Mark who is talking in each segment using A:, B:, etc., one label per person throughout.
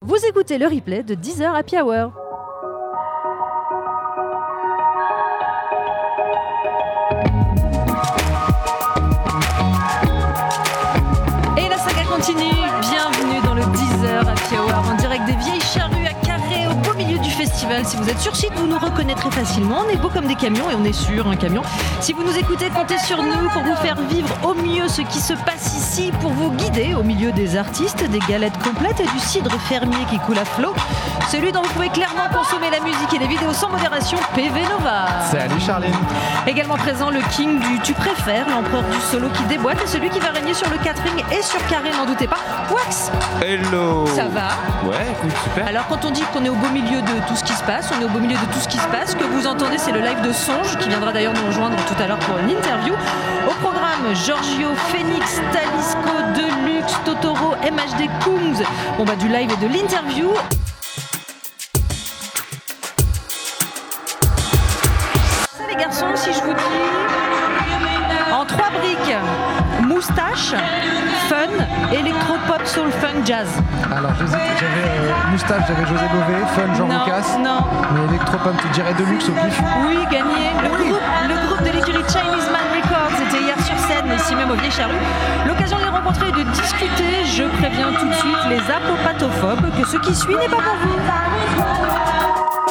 A: Vous écoutez le replay de 10h Happy Hour.
B: Et la saga continue. Bienvenue dans le 10h Happy Hour en direct des vieilles charrues à Carré au beau milieu du festival. Si vous êtes sur site, vous nous reconnaîtrez facilement. On est beau comme des camions et on est sur un camion. Si vous nous écoutez, comptez sur nous pour vous faire vivre au mieux ce qui se passe ici, pour vous guider au milieu des artistes, des galettes complètes et du cidre fermier qui coule à flot. Celui dont vous pouvez clairement consommer la musique et les vidéos sans modération, PV Nova.
C: Salut Charline
B: Également présent le king du tu préfères, l'empereur du solo qui déboîte et celui qui va régner sur le catering et sur Carré, n'en doutez pas. Wax,
C: Hello
B: ça va
C: Ouais, écoute, super.
B: Alors quand on dit qu'on est au beau milieu de tout ce qui se passe, on est au beau milieu de tout ce qui se passe. Ce que vous entendez, c'est le live de Songe qui viendra d'ailleurs nous rejoindre tout à l'heure pour une interview. Au programme, Giorgio, Phoenix, Talisco, Deluxe, Totoro, MHD, Kungs. Bon bah du live et de l'interview. Ça les garçons, si je vous dis... En trois briques, moustache, fun, électropop, soul, funk, jazz.
D: Alors j'hésite, j'avais euh, Moustache, j'avais José Bové, Fun, Jean
B: non,
D: Lucas,
B: non.
D: mais Electropunk, tu dirais Deluxe au pif.
B: Oui, gagné. Le groupe, le groupe de l'écurie Chinese Man Records était hier sur scène, ici même au Vieille Charrue. L'occasion de les rencontrer et de discuter. Je préviens tout de suite les apopatophobes que ce qui suit n'est pas pour vous.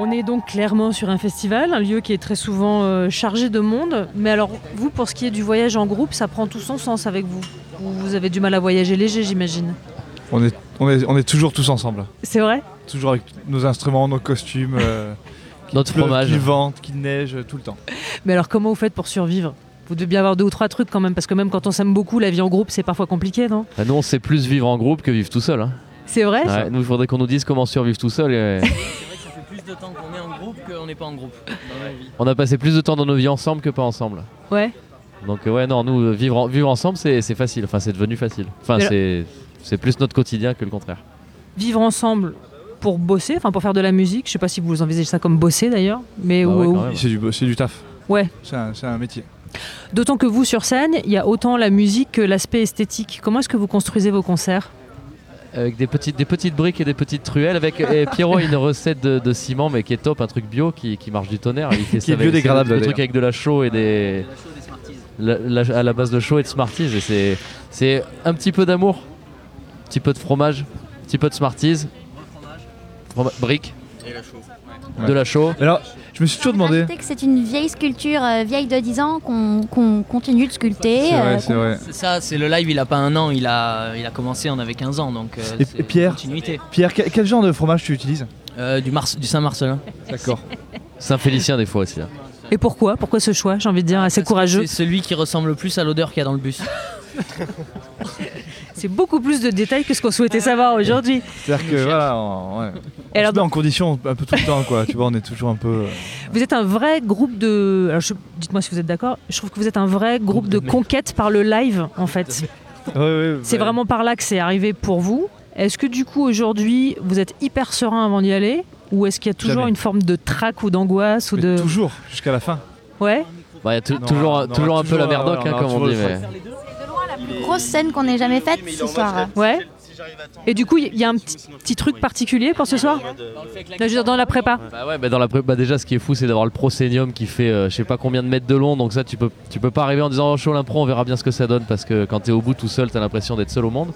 B: On est donc clairement sur un festival, un lieu qui est très souvent euh, chargé de monde. Mais alors, vous, pour ce qui est du voyage en groupe, ça prend tout son sens avec vous. Vous, vous avez du mal à voyager léger, j'imagine.
C: On est, on, est, on est toujours tous ensemble.
B: C'est vrai
C: Toujours avec nos instruments, nos costumes. Euh, qu'il
E: Notre
C: pleuve,
E: fromage.
C: Qu'il vente, qu'il neige, euh, tout le temps.
B: Mais alors comment vous faites pour survivre Vous devez bien avoir deux ou trois trucs quand même, parce que même quand on s'aime beaucoup, la vie en groupe, c'est parfois compliqué, non
E: Bah, nous, on sait plus vivre en groupe que vivre tout seul. Hein.
B: C'est vrai
E: Ouais, nous, il faudrait qu'on nous dise comment survivre tout seul. et-
F: C'est vrai que ça fait plus de temps qu'on est en groupe qu'on n'est pas en groupe dans la vie.
E: on a passé plus de temps dans nos vies ensemble que pas ensemble.
B: Ouais.
E: Donc, euh, ouais, non, nous, euh, vivre, en- vivre ensemble, c'est c'est facile. Enfin, c'est devenu facile. Enfin,
B: Mais
E: c'est c'est plus notre quotidien que le contraire.
B: Vivre ensemble pour bosser, enfin pour faire de la musique, je sais pas si vous envisagez ça comme bosser d'ailleurs, mais
E: Bah ouais,
B: ou-
E: quand même.
C: C'est du, bo- c'est du taf.
B: Ouais.
C: C'est un, c'est un métier.
B: d'autant que vous sur scène, il y a autant la musique que l'aspect esthétique. Comment est-ce que vous construisez vos concerts
E: Avec des petites, des petites briques et des petites truelles. Avec et Pierrot, a une recette de, de ciment, mais qui est top, un truc bio qui, qui marche du tonnerre. Il
C: Qui
E: fait
C: est
E: ça avec-
C: biodégradable,
E: c'est Le truc
C: d'ailleurs.
E: avec de la chaux et des.
F: La chose des Smarties.
E: la- la- à la base de chaud et de Smarties. Et c'est, c'est un petit peu d'amour, un petit peu de fromage, un petit peu de Smarties, froma- briques,
F: Et la chose.
E: de la chaux.
C: Alors, je me suis toujours demandé.
G: Rajoutez que c'est une vieille sculpture, euh, vieille de 10 ans, qu'on qu'on continue de sculpter.
C: C'est
G: euh,
C: vrai, c'est vrai.
F: C'est ça, c'est le live, il a pas un an, il a, il a commencé, on avait 15 ans, donc euh,
C: Et- et
F: c'est
C: Pierre
F: continuité.
C: Pierre, que- quel genre de fromage tu utilises
F: Euh, du, Mars- du Saint-Marcelin.
C: D'accord.
E: Saint-Félicien des fois aussi. hein.
B: Et pourquoi Pourquoi ce choix J'ai envie de dire, c'est courageux.
F: Ah, C'est celui qui ressemble le plus à l'odeur qu'il y a dans le bus.
B: C'est beaucoup plus de détails que ce qu'on souhaitait savoir aujourd'hui.
C: C'est-à-dire que voilà, on, ouais. on
B: Et alors,
C: se met en condition un peu tout le temps, quoi. tu vois, on est toujours un peu. euh,
B: Vous êtes un vrai groupe de. Alors, je- dites-moi si vous êtes d'accord. Je trouve que vous êtes un vrai groupe de conquête par le live, en fait.
C: ouais, ouais,
B: C'est
C: bah,
B: vraiment par là que c'est arrivé pour vous. Est-ce que du coup, aujourd'hui, vous êtes hyper serein avant d'y aller Ou est-ce qu'il y a toujours
C: Jamais.
B: une forme de trac ou d'angoisse ou
C: mais
B: de...
C: Toujours, jusqu'à la fin.
B: Ouais
E: Bah, Il y a tou-
C: Non,
E: toujours,
C: on aura
E: toujours un peu
C: toujours,
E: la
C: euh,
E: merdoc, hein,
C: on aura
E: comme on dit.
C: toujours le
E: mais-
G: Grosse scène qu'on n'ait jamais faite ce soir.
B: Ouais Et du coup, il y a un petit, petit truc particulier pour ce soir Là, je veux dire, Dans la prépa
E: Bah ouais, bah dans la pré- bah déjà, ce qui est fou, c'est d'avoir le prosénium qui fait euh, je sais pas combien de mètres de long. Donc ça, tu peux, tu peux pas arriver en disant oh, chaud l'impro, on verra bien ce que ça donne parce que quand t'es au bout tout seul, t'as l'impression d'être seul au monde.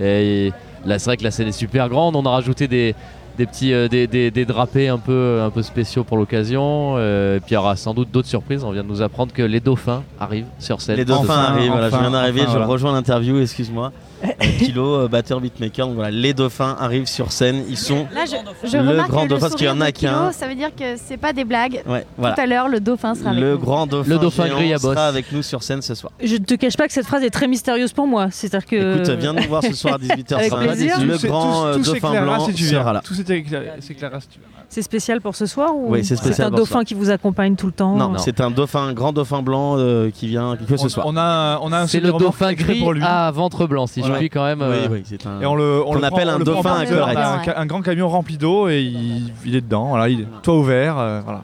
E: Et là, c'est vrai que la scène est super grande. On a rajouté des, des petits, euh, des, des- des drapés un peu, un peu spéciaux pour l'occasion. Euh, et puis il y aura sans doute d'autres surprises. On vient de nous apprendre que les dauphins arrivent sur scène.
H: Les dauphins
C: Enfin,
H: arrivent, voilà,
C: enfin,
H: je viens d'arriver,
C: enfin,
H: je
C: voilà.
H: rejoins l'interview, excuse-moi. Euh, Kilo, euh, batteur, beatmaker, donc voilà, les dauphins arrivent sur scène, ils sont.
G: Là, je, je
H: Le
G: remarque
H: grand
G: le
H: dauphin, parce qu'il y en
G: sourire
H: a
G: de
H: qu'un.
G: Kilo, Ça veut dire que c'est pas des blagues.
H: Ouais, voilà.
G: Tout à l'heure, le dauphin sera avec
H: Le
G: nous.
H: grand dauphin,
E: Le dauphin
H: géant
E: gris à bosse.
H: sera avec nous sur scène ce soir.
B: Je ne te cache pas que cette phrase est très mystérieuse pour moi. C'est-à-dire que...
H: Écoute, viens nous voir ce soir à 18h50.
B: Avec plaisir.
C: Tout
H: Le
C: s'é-
H: grand
C: tout-
H: euh,
C: tout
H: dauphin
C: s'éclairera
H: blanc
C: si tu viens.
H: sera là.
C: Tout s'éclairera s'éclairera si tu viens.
B: C'est spécial pour ce soir ou
H: Oui, c'est spécial
B: un
H: pour ce
B: dauphin
H: soir.
B: qui vous accompagne tout le
G: Oh.
B: temps
H: Non,
E: Non.
H: c'est un dauphin, un grand dauphin blanc euh, qui vient que ce
C: on,
H: soir.
C: on a, un- on a un
E: C'est
C: semi
E: le
C: remorque
E: dauphin
C: écrit
E: gris
C: pour lui.
E: à ventre blanc, si
H: Ouais.
E: je puis quand même.
H: Oui,
E: euh,
H: oui, c'est un.
C: Et on le, on
H: Qu'on
C: le
H: appelle
C: prend-
H: un
C: on le prend
H: dauphin
C: par
H: à
C: le bord.
H: collerette.
C: On a Un, ca- un grand camion rempli d'eau et il, il est dedans. Voilà, il est toit ouvert. euh, voilà.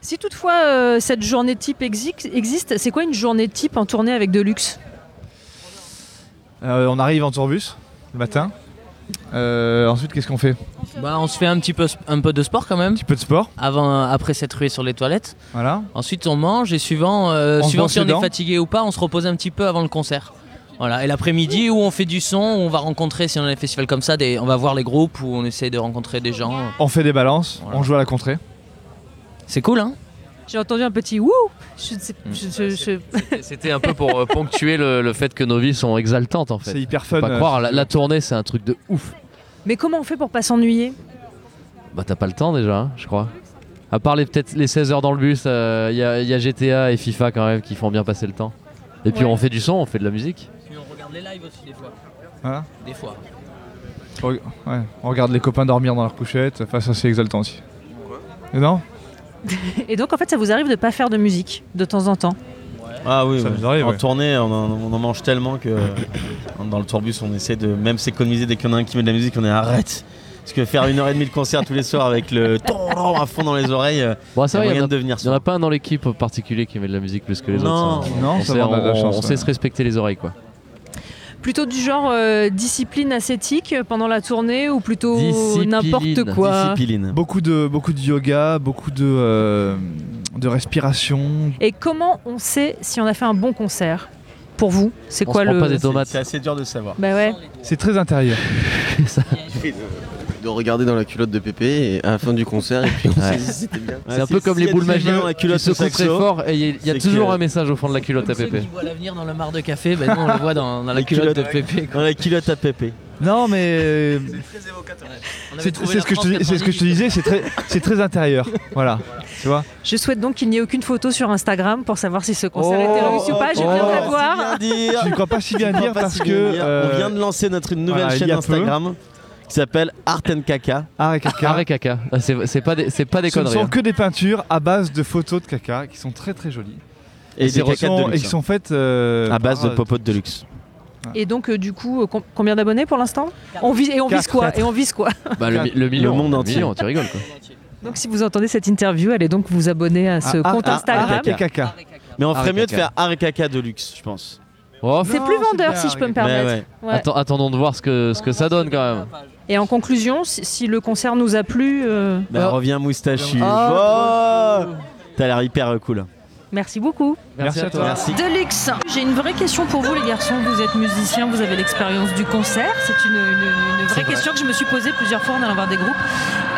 B: Si toutefois euh, cette journée type exi- existe, c'est quoi une journée type en tournée avec Deluxe
C: Euh, on arrive en tourbus le matin. Euh, ensuite, qu'est-ce qu'on fait Un
F: Bah, on se fait un petit peu, un peu de sport quand même,
C: petit peu de sport,
F: avant, après s'être rué sur les toilettes.
C: voilà.
F: Ensuite, on mange et suivant, euh,
C: On se
F: suivant
C: brosse
F: si on
C: les dents.
F: est fatigué ou pas, on se repose un petit peu avant le concert. Voilà. Et l'après-midi, où on fait du son, où on va rencontrer, si on a des festivals comme ça, des, on va voir les groupes, où on essaie de rencontrer des gens.
C: On fait des balances,
F: Voilà.
C: on joue à la contrée.
F: C'est cool, hein
B: J'ai entendu un petit wouh. Je sais-
E: Hmm.
B: je- je- je-
E: C'était un peu pour euh, ponctuer le, le fait que nos vies sont exaltantes en
C: C'est
E: fait.
C: hyper fun.
E: Faut pas
C: euh,
E: croire, la, la tournée c'est un truc de ouf.
B: Mais comment on fait pour pas s'ennuyer
E: Bah t'as pas le temps déjà, hein, je crois. À part les peut-être les 16 heures dans le bus, euh, il y, a- y a GTA et FIFA quand même qui font bien passer le temps. Et puis
B: Ouais.
E: on fait du son, on fait de la musique.
F: on regarde les lives aussi des fois.
C: Voilà.
F: Des fois.
C: ouais, On regarde les copains dormir dans leur couchette. Enfin, ça, c'est exaltant aussi. Et non
B: Et donc en fait, ça vous arrive de pas faire de musique de temps en temps.
H: Ah oui,
C: Ça
H: ouais.
C: nous arrive,
H: en
C: ouais.
H: tournée, on en, on en mange tellement que euh, dans le tourbus, on essaie de même s'économiser dès qu'il y en a un qui met de la musique, on est arrête. Parce que faire une heure et demie de concert tous les soirs avec le à fond dans les oreilles, euh,
E: Bon, ça
H: il y a
E: va, il y,
H: moyen
E: en
H: de
E: a-
H: devenir
E: y en a
H: sourd.
E: pas un dans l'équipe en particulier qui met de la musique plus que les
H: Non,
E: autres. ça.
C: non,
E: on
C: ça
E: sait,
C: va, on a de la
E: on-
C: chance,
E: on sait
C: ouais.
E: se respecter les oreilles quoi.
B: Plutôt du genre euh, discipline ascétique pendant la tournée ou plutôt
F: Oh,
E: Discipline.
B: n'importe quoi.
H: Discipline.
C: Beaucoup de, beaucoup de yoga, beaucoup de, euh, de respiration.
B: Et comment on sait si on a fait un bon concert Pour vous, c'est
E: On
B: quoi
E: se prend
B: le
E: pas des
H: C'est
E: tomates.
H: c'est assez dur de savoir.
B: Bah ouais.
C: C'est très intérieur.
E: Ça-
I: de regarder dans la culotte de Pépé et à la fin du concert et puis on
E: Ouais.
I: s'est dit c'était bien.
H: Ouais,
E: C'est un peu
H: si-
E: comme
H: s'il y
E: les
H: a
E: boules
H: du vagin
E: magiques.
H: dans la
E: Tu
H: culotte au
E: secoues très
H: saxo,
E: fort et il y- y a
H: c'est
E: toujours
H: que-
E: un message au fond de la culotte à
F: Ceux
E: pépé.
F: qui voient l'avenir dans le mar de café, ben nous on le voit dans, dans la
H: Les
F: culotte de
H: culottes.
F: Pépé. quoi.
H: Dans la culotte à pépé.
C: Non, mais euh,
F: On avait
C: c'est
F: trouvé
C: c'est
F: la
C: ce que je te,
F: France
C: dis- c'est ce que je te disais. C'est très, c'est très intérieur. Voilà. Tu vois.
B: Je souhaite donc qu'il n'y ait aucune photo sur Instagram pour savoir si ce concert était réussi ou pas. Je
C: oh,
B: viens de la
C: oh,
B: voir.
H: C'est bien dire.
C: Je ne crois pas si bien
H: On
C: dire
H: va pas
C: parce
H: si
C: que.
H: bien dire.
C: euh,
H: On vient de lancer notre nouvelle
C: voilà, il y
H: chaîne
C: a peu.
H: Instagram qui s'appelle Art and Caca.
C: ah, et caca.
E: Carré caca. Ah, C'est c'est pas des, c'est pas des
C: Ce ne
E: conneries.
C: sont
E: hein.
C: que des peintures à base de photos de caca qui sont très très jolies.
H: Et, des
C: qui
H: caca
C: sont-
H: de
C: et qui
H: luxe.
J: hein.
C: sont faites euh,
H: À base de
C: par-
H: popotes de luxe.
B: Et donc, euh, du coup, euh, com- combien d'abonnés pour l'instant on vise, Et on vise
C: Quatre,
B: quoi
C: quatre.
B: Et on vise quoi
E: Bah, le, mi- le million.
H: monde entier.
E: million, tu rigoles quoi.
B: Donc, si vous entendez cette interview, allez donc vous abonner à ce
C: Ah,
B: compte
H: ah, ah,
B: Instagram.
C: Art et caca.
H: Mais on ferait
E: Art et
H: mieux de
E: caca.
H: faire Art et Caca de luxe, je pense.
E: Oh,
B: C'est
C: Non,
B: plus
C: c'est
B: vendeur,
C: bien,
B: si je peux me
C: Art et
B: permettre.
H: Ouais, ouais.
B: Ouais.
E: Attends- attendons de voir ce que, ce que ça donne quand même.
B: Et en conclusion, si, si le concert nous a plu, euh,
H: Bah,
E: Oh.
H: reviens moustachu.
E: Oh.
H: Oh. T'as l'air hyper euh, cool.
B: merci beaucoup.
C: Merci à toi.
H: Merci.
B: Deluxe, j'ai une vraie question pour vous, les garçons. Vous êtes musiciens, vous avez l'expérience du concert. C'est une, une- une vraie question que je me suis posée plusieurs fois en allant voir des groupes.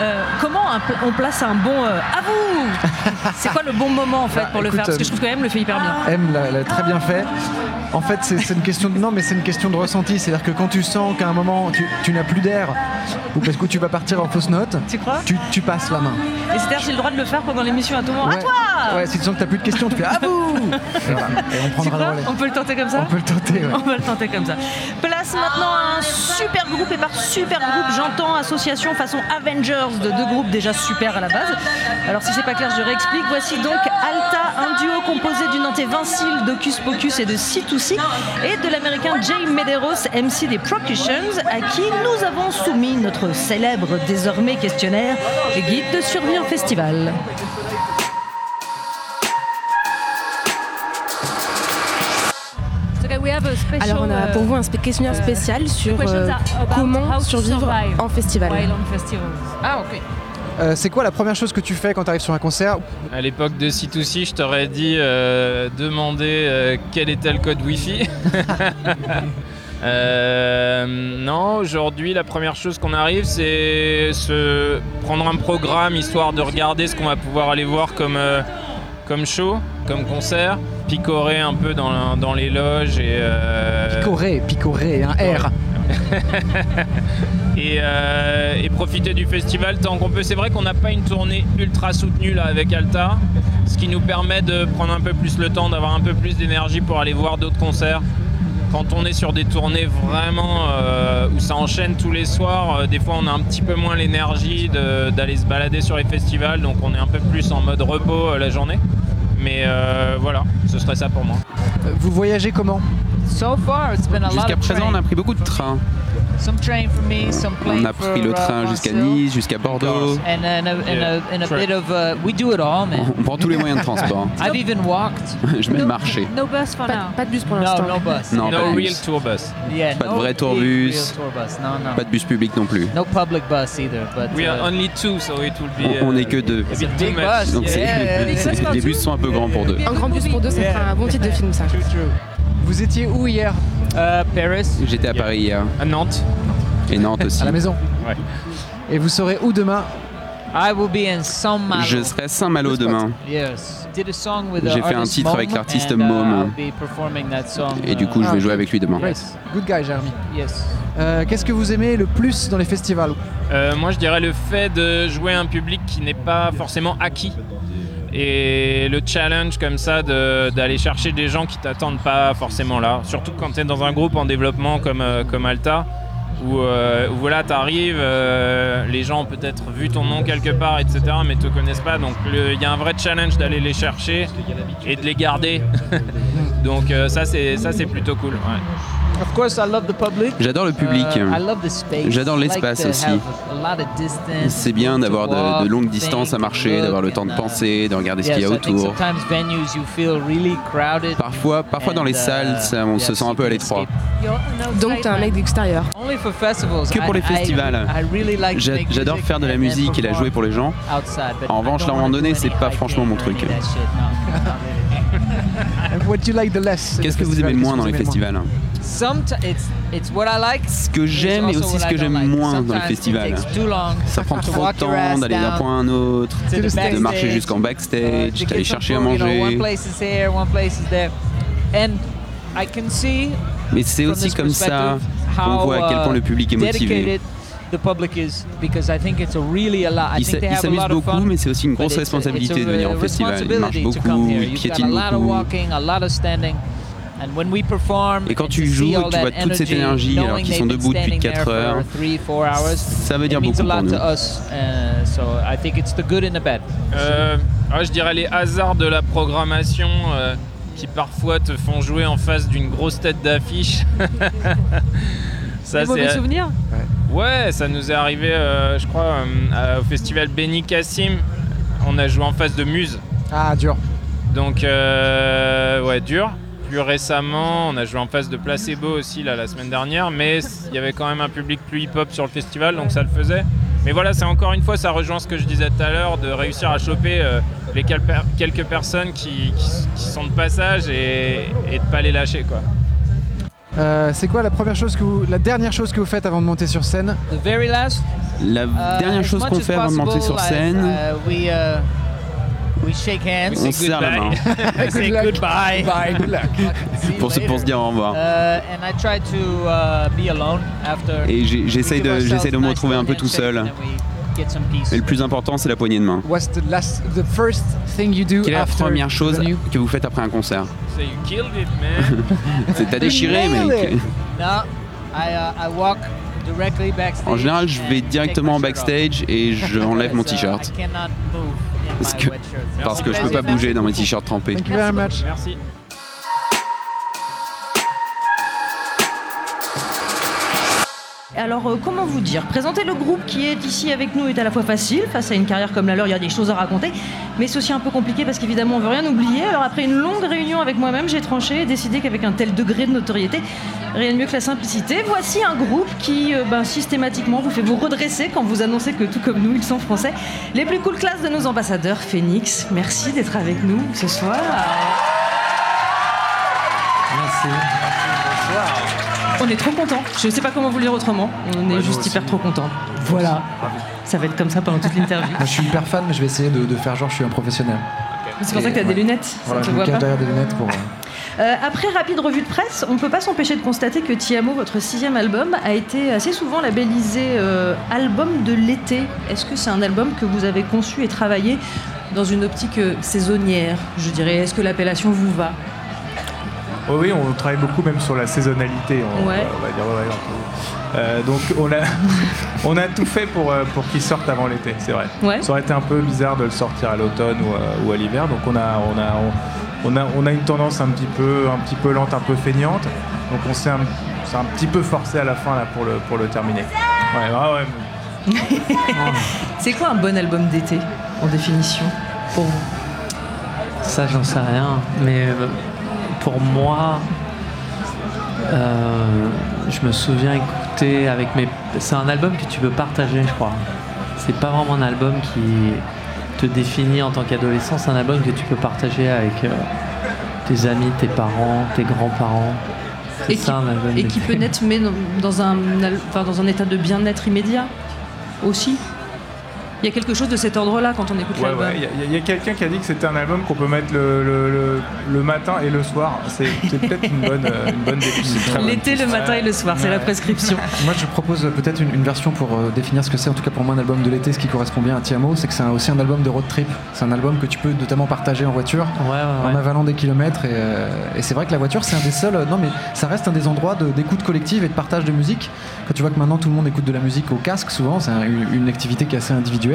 B: Euh, comment un- on place un bon euh, à vous C'est quoi le bon moment en fait pour le
D: écoute,
B: faire Parce que
D: euh,
B: je trouve quand même le fait hyper bien.
D: M l'a l'a très bien fait. En fait, c'est c'est une question de non, mais c'est une question de ressenti. C'est-à-dire que quand tu sens qu'à un moment tu, tu n'as plus d'air ou parce que tu vas partir en fausse note,
B: Tu crois
D: tu, tu passes la main.
B: Et c'est-à-dire que j'ai le droit de le faire pendant l'émission à tout moment. À
D: Ouais.
B: toi
D: Ouais, si tu sens que t'as plus de questions, tu fais à vous. Et, voilà. Et on
B: Ah.
D: prendra
B: Tu
D: le
B: crois
D: relais.
B: On peut le tenter comme
D: On
B: ça
D: peut le tenter. ouais.
B: On va le tenter comme ça. Place maintenant à un super groupe, et par super groupe, j'entends association façon Avengers de deux groupes déjà super à la base. Alors si c'est pas clair, je réexplique. Voici donc Alta, un duo composé du Nantais Vincile, d'Ocus Pocus et de C2C, et de l'américain Jay Medeiros, MC des Procussions, à qui nous avons soumis notre célèbre, désormais questionnaire, le guide de survie au festival.
K: Alors on a pour vous un spé- questionnaire spécial sur euh, comment survivre en festival.
B: Ah ok.
D: Euh, c'est quoi la première chose que tu fais quand tu arrives sur un concert
L: À l'époque de C2C, je t'aurais dit euh, demander euh, quel était le code Wi-Fi. Euh, non, aujourd'hui, la première chose qu'on arrive, c'est se prendre un programme histoire de regarder ce qu'on va pouvoir aller voir comme, euh, comme show, comme concert, picorer un peu dans, la- dans les loges et. euh,
D: Picoré, picoré, un R.
L: et, euh, et profiter du festival tant qu'on peut. C'est vrai qu'on n'a pas une tournée ultra soutenue là avec Alta, ce qui nous permet de prendre un peu plus le temps, d'avoir un peu plus d'énergie pour aller voir d'autres concerts. Quand on est sur des tournées vraiment euh, où ça enchaîne tous les soirs, euh, des fois on a un petit peu moins l'énergie de- d'aller se balader sur les festivals, donc on est un peu plus en mode repos euh, la journée. Mais euh, voilà, ce serait ça pour moi.
D: Vous voyagez comment
K: Jusqu'à présent, on a pris beaucoup de trains.
M: On a pris le train jusqu'à Nice, jusqu'à Bordeaux.
N: uh, And, uh, and a, and a, and a bit of, uh, we do it all, man.
M: On prend tous les moyens de transport.
N: I've even walked.
M: Je mets le marché.
N: No bus for now. Pas de bus pour l'instant. No, no bus.
M: Non, pas de
L: No real
M: bus.
L: tour bus.
N: Yeah,
M: Pas de
N: no
M: vrai
N: big
M: tourbus.
N: real tour bus. No, no.
M: Pas de bus public non plus.
N: No public bus either, but.
L: We are
N: uh,
L: only two, so it will be.
M: On- on
L: uh,
M: est que deux.
L: a bit too
N: Big
L: much.
N: bus.
M: Donc c'est-
N: Yeah, yeah,
M: c'est-
N: yeah.
M: les bus sont un peu grands pour deux.
K: Un grand bus pour deux, ça fera un bon titre de film, ça.
N: Vous étiez où hier Euh, Paris.
M: J'étais à Paris hier.
L: À Nantes.
M: Et Nantes aussi.
D: À la maison. Et vous saurez où demain
N: I will be in some Malo.
M: Je serai à Saint-Malo demain.
N: Yes. Did a song with the
M: J'ai fait un
N: artist
M: titre avec
N: Mom,
M: l'artiste
N: and, uh,
M: Mom.
N: I'll be performing that song,
M: Et du
N: uh,
M: coup, je vais jouer avec lui demain.
D: Great. Good guy, Jérémy.
N: Yes.
D: Euh, Qu'est-ce que vous aimez le plus dans les festivals
L: Euh, moi, je dirais le fait de jouer un public qui n'est pas forcément acquis. Et le challenge comme ça de- d'aller chercher des gens qui t'attendent pas forcément là. Surtout quand tu es dans un groupe en développement comme, euh, comme Alta, où, euh, où voilà, tu arrives, les gens ont peut-être vu ton nom quelque part, etc., mais te connaissent pas. Donc le- il y a un vrai challenge d'aller les chercher et de les garder. donc euh, ça, c'est ça, c'est plutôt cool. ouais.
N: Of course, I love the public.
M: J'adore le public.
N: Uh, I love the space.
M: J'adore
N: I like
M: l'espace
N: to
M: aussi.
N: have a lot of distance,
M: C'est bien
N: to
M: d'avoir de,
N: walk,
M: de longues
N: think,
M: distances à
N: to
M: marcher,
N: look
M: d'avoir le
N: and,
M: temps de
N: uh,
M: penser, de regarder ce qu'il y a
N: yes, I think
M: autour.
N: sometimes venues you feel really crowded.
M: Parfois, parfois dans les
N: And, uh,
M: salles, ça- on se sent un peu à l'étroit.
K: Donc, t'as un mec d'extérieur.
N: Only for festivals.
M: Que pour les
N: I- I-
M: festivals.
N: I really like to
M: J'a-
N: make
M: J'adore
N: music
M: faire de la
N: and- and
M: musique et la
N: perform
M: jouer pour les gens.
N: outside, but
M: En
N: I
M: revanche,
N: don't
M: là, à un moment
N: wanna do
M: donné,
N: any
M: c'est pas
N: hiking
M: franchement mon
N: or any
M: truc.
N: of that shit, no. Not really.
D: And What you like the less
M: Qu'est-ce que vous aimez le moins dans les festivals
N: Someti- it's- it's what I like,
M: Ce que j'aime et
N: it's also
M: aussi ce
N: what I
M: que
N: don't
M: j'aime
N: like.
M: moins dans les
N: Sometimes it
M: festivals.
N: takes too long
M: Ça prend
N: to
M: trop de
N: walk your
M: temps
N: ass
M: d'aller d'un
N: down.
M: point à un autre,
N: To the
M: de marcher
N: backstage,
M: jusqu'en
N: uh,
M: backstage,
N: to get some
M: d'aller chercher à
N: food, you know,
M: manger.
N: one place is here, one place is there. And I can see
M: Mais c'est
N: from
M: aussi
N: this
M: comme ça
N: perspective
M: qu'on
N: how,
M: voit à quel point le public est
N: uh,
M: motivé.
N: dedicated The public is because I think it's a really a lot. I
M: Ils
N: think
M: s'a-
N: they
M: ils
N: have a
M: s'amusent
N: lot of
M: beaucoup,
N: fun,
M: mais c'est aussi une
N: but
M: grosse
N: it's a-
M: responsabilité
N: it's
M: de
N: a
M: venir au festival. Ils marchent
N: responsibility to come
M: beaucoup,
N: here.
M: ils
N: You've got
M: piétinent
N: a lot of
M: beaucoup.
N: walking, a lot of standing. And when we perform,
M: Et quand
N: and
M: tu
N: to see
M: joues et
N: all
M: que tu
N: that
M: vois toute cette
N: energy,
M: énergie, alors
N: knowing
M: qu'ils sont
N: they've been
M: debout depuis
N: standing there
M: 4
N: for
M: heures,
N: three, four hours,
M: ça veut dire
N: it means
M: beaucoup
N: a lot
M: pour
N: to
M: nous.
N: us. Uh, so I think it's the good and the bad.
L: Euh, ah, je dirais les hasards de la programmation euh, qui parfois te font jouer en face d'une grosse tête d'affiche.
B: Des mauvais
L: c'est- euh,
B: souvenirs
L: Ouais, ça nous est arrivé, euh, je crois, euh, euh, au festival Benny Cassim. On a joué en face de Muse.
D: Ah, dur.
L: Donc, euh, ouais, dur. Plus récemment, on a joué en face de Placebo aussi là, la semaine dernière, mais c- il y avait quand même un public plus hip-hop sur le festival, donc ça le faisait. Mais voilà, c'est encore une fois, ça rejoint ce que je disais tout à l'heure, de réussir à choper euh, les quel- quelques personnes qui, qui s- qui sont de passage et, et de pas les lâcher. quoi.
D: Euh, c'est quoi la première chose que vous, la dernière chose que vous faites avant de monter sur scène
N: The very last.
M: La
N: uh,
M: dernière
N: as
M: chose
N: much
M: qu'on
N: as
M: fait avant de monter
N: possible,
M: sur
N: I-
M: scène,
N: uh, we, uh, we shake hands.
M: on se serre la main
N: We say goodbye.
M: pour se, pour se dire au revoir.
N: Uh, and I try to uh, be alone after.
M: Et j'ai- j'essaye
N: We give
M: de,
N: ourselves
M: j'essaye de me
N: nice
M: retrouver un peu
N: little
M: tout seul.
N: handshake and then we get some peace.
M: Mais le plus important, c'est la poignée de main.
D: What's the last, the first thing you do
M: Quelle est la
D: after
M: première chose que vous faites après un concert
L: So you killed it, man.
M: C'est t'as déchiré, mais
N: No, I, uh, I walk directly backstage.
M: en général, je vais directement en backstage et je enlève mon
N: Because, uh,
M: t-shirt
N: I cannot move in
M: parce
N: my
M: que
N: wet shirt.
M: parce que je peux pas bouger dans mes t-shirts trempés.
D: Thank you very much.
L: Merci.
B: Alors, euh, comment vous dire Présenter le groupe qui est ici avec nous est à la fois facile, face à une carrière comme la leur, il y a des choses à raconter, mais c'est aussi un peu compliqué parce qu'évidemment, on veut rien oublier. Alors, après une longue réunion avec moi-même, j'ai tranché et décidé qu'avec un tel degré de notoriété, rien de mieux que la simplicité. Voici un groupe qui, euh, ben, systématiquement, vous fait vous redresser quand vous annoncez que, tout comme nous, ils sont français. Les plus cool classes de nos ambassadeurs, Phoenix, merci d'être avec nous ce soir.
O: Merci.
B: On est trop contents. Je ne sais pas comment vous le dire autrement. On est juste hyper trop contents. Voilà. Ça va être comme ça pendant toute l'interview.
D: Moi, je suis hyper fan, mais je vais essayer de, de faire genre je suis un professionnel.
B: C'est pour ça que t'as
D: Et,
B: des
D: ouais.
B: lunettes. Ça
D: Voilà,
B: te
D: je me
B: voit
D: cache
B: pas.
D: derrière des lunettes pour. euh,
B: Euh, après rapide revue de presse, on ne peut pas s'empêcher de constater que Tiamo, votre sixième album, a été assez souvent labellisé euh, album de l'été. Est-ce que c'est un album que vous avez conçu et travaillé dans une optique euh, saisonnière, je dirais Est-ce que l'appellation vous va
P: Oui, oui, on travaille beaucoup même sur la saisonnalité. On, euh,
B: Ouais.
P: on va dire, ouais, ouais, on peut- Euh, donc on a, on a tout fait pour, euh, pour qu'il sorte avant l'été, c'est vrai.
B: Ouais.
P: Ça aurait été un peu bizarre de le sortir à l'automne ou à, ou à l'hiver. Donc on a, on, a, on, on a, on a une tendance un petit peu, un petit peu lente, un peu feignante. Donc on s'est un- s'est un petit peu forcé à la fin là, pour, le, pour le terminer. Ouais, ah ouais, ouais.
N: C'est quoi un bon album d'été, en définition, pour vous
O: Ça, j'en sais rien. Mais euh, pour moi, euh, je me souviens écouter avec mes. C'est un album que tu peux partager, je crois. C'est pas vraiment un album qui te définit en tant qu'adolescent. C'est un album que tu peux partager avec euh, tes amis, tes parents, tes grands-parents. C'est
B: Et qui,
O: ça un album.
B: et qui
O: d'été.
B: peut naître mais dans- dans un, al- enfin, dans un état de bien-être immédiat aussi. Il y a quelque chose de cet ordre-là quand on écoute
P: Ouais,
B: l'album.
P: ouais, il y a- il y a, quelqu'un qui a dit que c'était un album qu'on peut mettre le, le- le- le matin et le soir. C'est c'est peut-être une bonne, euh, une bonne définition.
B: L'été, le matin et le soir, c'est la prescription.
D: Moi, je propose euh, peut-être une, une version pour euh, définir ce que c'est, en tout cas pour moi, un album de l'été, ce qui correspond bien à Tiamo, c'est que c'est un- aussi un album de road trip. C'est un album que tu peux notamment partager en voiture, en avalant des kilomètres. Et, euh, et c'est vrai que la voiture, c'est un des seuls. euh, non, mais ça reste un des endroits de- d'écoute collective et de partage de musique. Quand tu vois que maintenant tout le monde écoute de la musique au casque, souvent, c'est un- une, une activité qui est assez individuelle.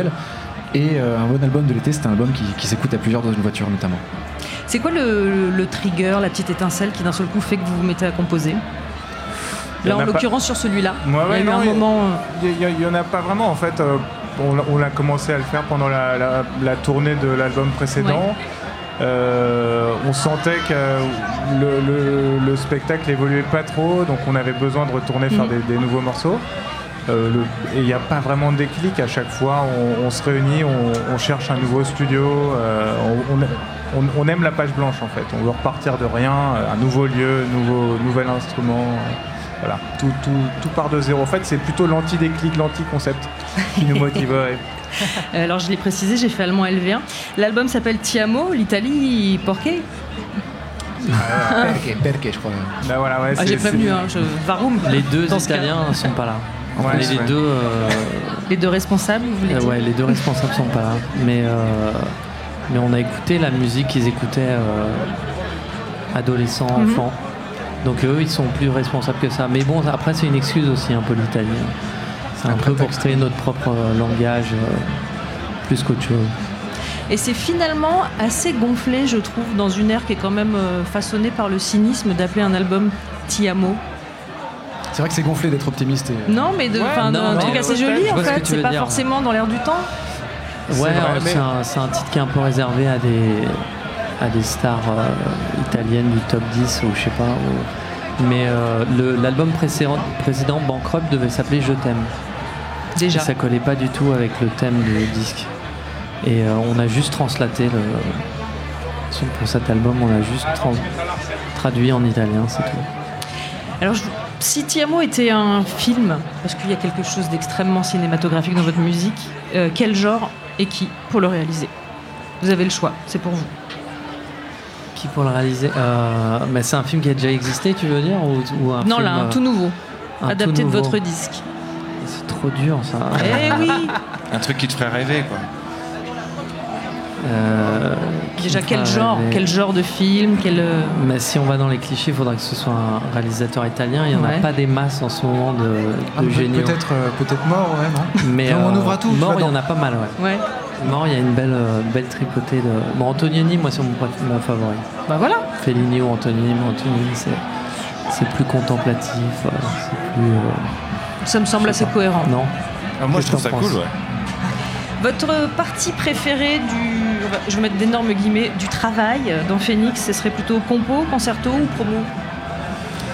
D: Et euh, un bon album de l'été, c'est un album qui, qui s'écoute à plusieurs dans une voiture, notamment.
B: C'est quoi le, le trigger, la petite étincelle qui d'un seul coup fait que vous vous mettez à composer
P: Il y
B: Là,
P: en
B: en
P: a pas-
B: l'occurrence, sur celui-là.
P: Ouais, ouais,
B: il y a eu
P: non,
B: un
P: il-
B: moment. euh.
P: Il y a- il y en a pas vraiment en fait. euh, on, l'a- on a commencé à le faire pendant la, la- la tournée de l'album précédent. Euh, on sentait que le, le- le spectacle évoluait pas trop, donc on avait besoin de retourner faire
J: Mhm.
P: des, des nouveaux morceaux. Euh, le- et il n'y a pas vraiment de déclic à chaque fois. On, on se réunit, on, on cherche un nouveau studio, euh, on, on- on- on aime la page blanche en fait. On veut repartir de rien, euh, un nouveau lieu, nouveau, nouvel instrument. euh, Voilà, tout, tout- tout part de zéro. En fait, c'est plutôt l'anti-déclic, l'anti-concept qui nous motiverait.
B: Euh, Alors, je l'ai précisé, j'ai fait allemand LV1. L'album s'appelle Tiamo, l'Italie, Porqué.
D: Perché, perché, Ah, je crois.
P: Bah voilà, ouais,
B: Ah,
P: c'est-
B: j'ai prévenu,
P: c'est-
B: hein, je... Varum.
O: Les deux
B: Dans ce cas.
O: Italiens sont pas là.
P: Ouais,
O: Mais les
P: ouais.
O: deux. euh,
B: Les deux responsables, vous voulez
O: Euh,
B: dire
O: ouais, les deux responsables sont pas là. Mais, euh, mais on a écouté la musique qu'ils écoutaient euh, adolescents,
B: Mhm.
O: enfants. Donc eux, ils sont plus responsables que ça. Mais bon, après, c'est une excuse aussi, un peu l'Italie. C'est un peu pour se créer notre propre euh, langage euh, plus qu'autre chose.
B: Et c'est finalement assez gonflé, je trouve, dans une ère qui est quand même euh, façonnée par le cynisme d'appeler un album Tiamo.
D: C'est vrai que c'est gonflé d'être optimiste. et- euh,
B: Non, mais de,
D: Ouais,
B: enfin,
D: non,
B: d'un
D: non,
B: truc
D: mais
B: assez
D: peut-être, je
B: joli en
D: vois ce que
B: fait,
D: tu
B: c'est
D: veux
B: pas
D: dire.
B: forcément dans l'air du temps.
O: Ouais,
D: C'est vrai,
O: alors,
D: mais-
O: c'est un, c'est un titre qui est un peu réservé à des, à des stars euh, italiennes du top 10 ou je sais pas. ou- Mais euh, le- l'album précédent, précédent Bankrupt devait s'appeler Je t'aime.
B: Déjà.
O: Et ça collait pas du tout avec le thème du disque. Et euh, on a juste translaté le. Pour cet album, on a juste trans- traduit en italien, c'est tout.
B: Alors, je- si Tiamo était un film, parce qu'il y a quelque chose d'extrêmement cinématographique dans votre musique, euh, quel genre et qui pour le réaliser Vous avez le choix, c'est pour vous.
O: Qui pour le réaliser Euh, Mais c'est un film qui a déjà existé, tu veux dire ou, ou un
B: non,
O: film,
B: là, un
O: euh,
B: tout nouveau,
O: un
B: adapté
O: tout nouveau
B: de votre disque.
O: C'est trop dur, ça.
B: Eh oui
J: Un truc qui te ferait rêver, quoi.
O: Euh,
B: Déjà,
O: qui
B: quel
O: travaille-
B: genre Quel genre de film quel, euh,
O: Mais si on va dans les clichés, il faudra que ce soit un réalisateur italien. Il n'y en
B: Ouais.
O: a pas des masses en ce moment de,
D: Ah,
O: de
D: peut-
O: géniaux.
D: Peut-être euh, peut-être mort, ouais, non
O: Mais
D: Non, on
O: euh,
D: ouvre à tout. tu
O: Mort,
D: vois,
O: il y
D: dans-
O: en a pas mal, ouais.
B: Ouais.
O: Mort, il y a une belle, euh, belle tripotée de. Bon, Antonioni, moi, c'est mon, pr- mon favori.
B: Bah voilà.
O: Fellini ou Antonioni, mais Antonioni, c'est, c'est plus contemplatif. euh, c'est plus. euh,
B: Ça me semble
O: je sais
B: assez
O: pas.
B: cohérent.
O: Non.
J: Ah, moi, je
O: Qu'est-ce
J: trouve ça
O: que t'en penses
J: cool, ouais.
B: Votre partie préférée du, je vais mettre d'énormes guillemets, du travail euh, dans Phoenix, ce serait plutôt compo, concerto ou promo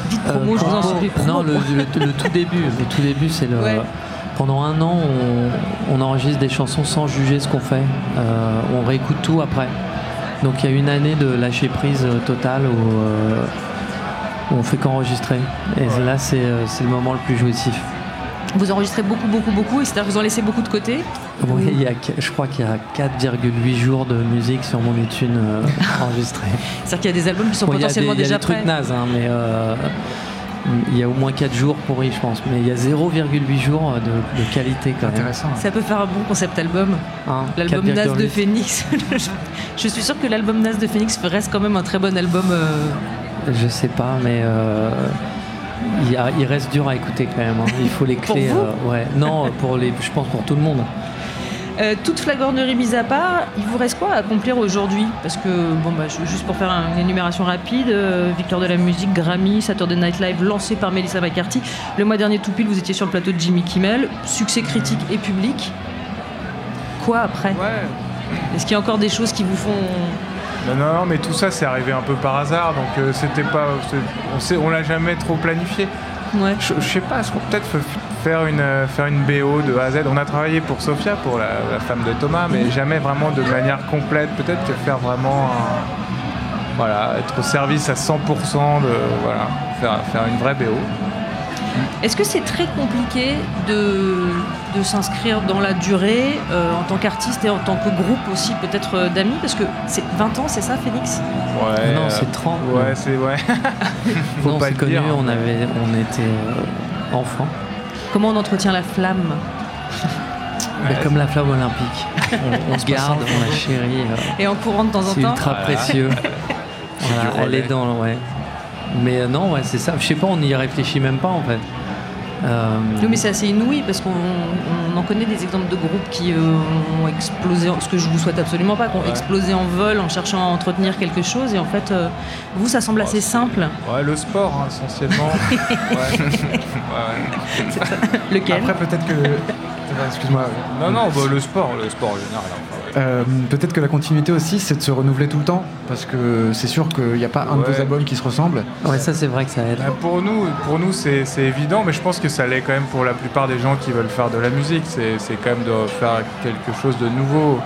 B: Dites
O: Euh,
B: promo, je vous en
O: compo-
B: supplie. promo.
O: Non, le, le- le tout début, le tout début, c'est le.
B: Ouais.
O: Pendant un an, on, on enregistre des chansons sans juger ce qu'on fait. Euh, on réécoute tout après. Donc il y a une année de lâcher prise euh, totale où, euh, où on fait qu'enregistrer. Et là, c'est euh, c'est le moment le plus jouissif.
B: Vous enregistrez beaucoup, beaucoup, beaucoup, et c'est-à-dire que vous en laissez beaucoup de côté
O: Bon, il y a qu- je crois qu'il y a 4,8 jours de musique sur mon iTunes euh, enregistrée.
B: C'est-à-dire qu'il y a des albums qui sont
O: Bon, il y a
B: potentiellement
O: des-
B: déjà
O: Il y a des
B: prêts
O: trucs nazes, hein, mais euh, il y a au moins 4 jours pourris, je pense. Mais il y a 0,8 jours euh, de, de qualité quand même. Intéressant.
P: hein.
B: Ça peut faire un bon concept album. L'album Nas de Phoenix. je suis sûr que l'album Nas de Phoenix reste quand même un très bon album. euh,
O: Je sais pas, mais euh, il, y a- il reste dur à écouter quand même. hein. Il faut les
B: Pour
O: clés.
B: vous
O: euh, ouais. Non, pour les, je pense pour tout le monde.
B: Euh, toute flagornerie mise à part, il vous reste quoi à accomplir aujourd'hui Parce que, bon, bah, je- juste pour faire un- une énumération rapide, euh, Victoire de la musique, Grammy, Saturday Night Live, lancé par Melissa McCarthy. Le mois dernier, tout pile, vous étiez sur le plateau de Jimmy Kimmel. Succès critique et public. Quoi après Est-ce qu'il y a encore des choses qui vous font.
P: Non, non, non, mais tout ça, c'est arrivé un peu par hasard, donc euh, c'était pas, c'est- on sait, on l'a jamais trop planifié. Je, je sais pas, est-ce qu'on peut peut-être f- faire une euh, faire une BO de A à Z. On a travaillé pour Sofia, pour la, la femme de Thomas, mais jamais vraiment de manière complète. Peut-être que faire vraiment, un- voilà, être au service à 100% de, voilà, faire faire une vraie BO.
B: Est-ce que c'est très compliqué de, de s'inscrire dans la durée euh, en tant qu'artiste et en tant que groupe aussi, peut-être euh, d'amis Parce que c'est 20 ans, c'est ça, Phoenix
P: Ouais.
O: Non,
P: euh,
O: c'est 30.
P: Ouais, c'est ouais.
O: Faut
P: pas
O: c'est
P: le
O: connu,
P: dire. hein.
O: on, avait, on était euh, enfant.
B: Comment on entretient la flamme
O: Mais comme la flamme olympique. On, on se garde, on la chérit. euh,
B: Et en courant de temps en
O: C'est
B: temps
O: ultra précieux. Voilà,
B: du
O: elle
B: relais.
O: est dans, ouais. Mais euh, non, ouais, c'est ça. Je sais pas, on n'y réfléchit même pas en fait. Euh,
B: Oui, mais c'est assez inouï parce qu'on on en connaît des exemples de groupes qui euh, ont explosé, en- ce que je vous souhaite absolument pas, qui ont
P: Ouais.
B: explosé en vol en cherchant à entretenir quelque chose. Et en fait, euh, vous, ça semble assez simple.
P: Ouais, le sport hein, essentiellement. Ouais. Ouais, ouais.
B: Lequel
P: Après peut-être que
D: Excuse-moi.
P: non non bah, le sport le sport en général. hein.
D: Euh, Peut-être que la continuité aussi, c'est de se renouveler tout le temps, parce que c'est sûr qu'il n'y a pas un de
P: Ouais.
D: vos albums qui se ressemble.
O: Ouais, ça c'est vrai que ça aide.
P: Bah, pour nous, pour nous c'est c'est évident, mais je pense que ça l'est quand même pour la plupart des gens qui veulent faire de la musique. C'est c'est quand même de faire quelque chose de nouveau.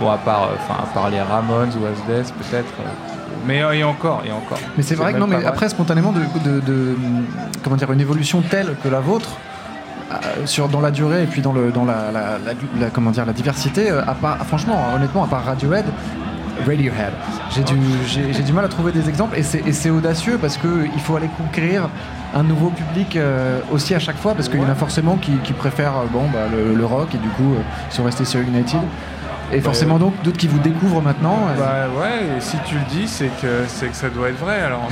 P: Bon, à part, euh, enfin, à part les Ramones ou Asdes, peut-être. euh. Mais euh, et encore, et encore.
D: Mais c'est vrai que non,
P: même
D: mais
P: pas vrai.
D: après spontanément de, de- de- comment dire une évolution telle que la vôtre euh, sur dans la durée et puis dans le dans la, la- la- la- comment dire la diversité euh, à part franchement honnêtement à part Radiohead Radiohead j'ai du j'ai j'ai du mal à trouver des exemples et c'est et c'est audacieux parce que il faut aller conquérir un nouveau public euh, aussi à chaque fois parce qu'il y en a forcément qui, qui préfèrent euh, bon bah, le, le rock et du coup euh, ils sont restés sur United et forcément donc d'autres qui vous découvrent maintenant euh,
P: Bah ouais, et si tu le dis, c'est que c'est que ça doit être vrai. Alors.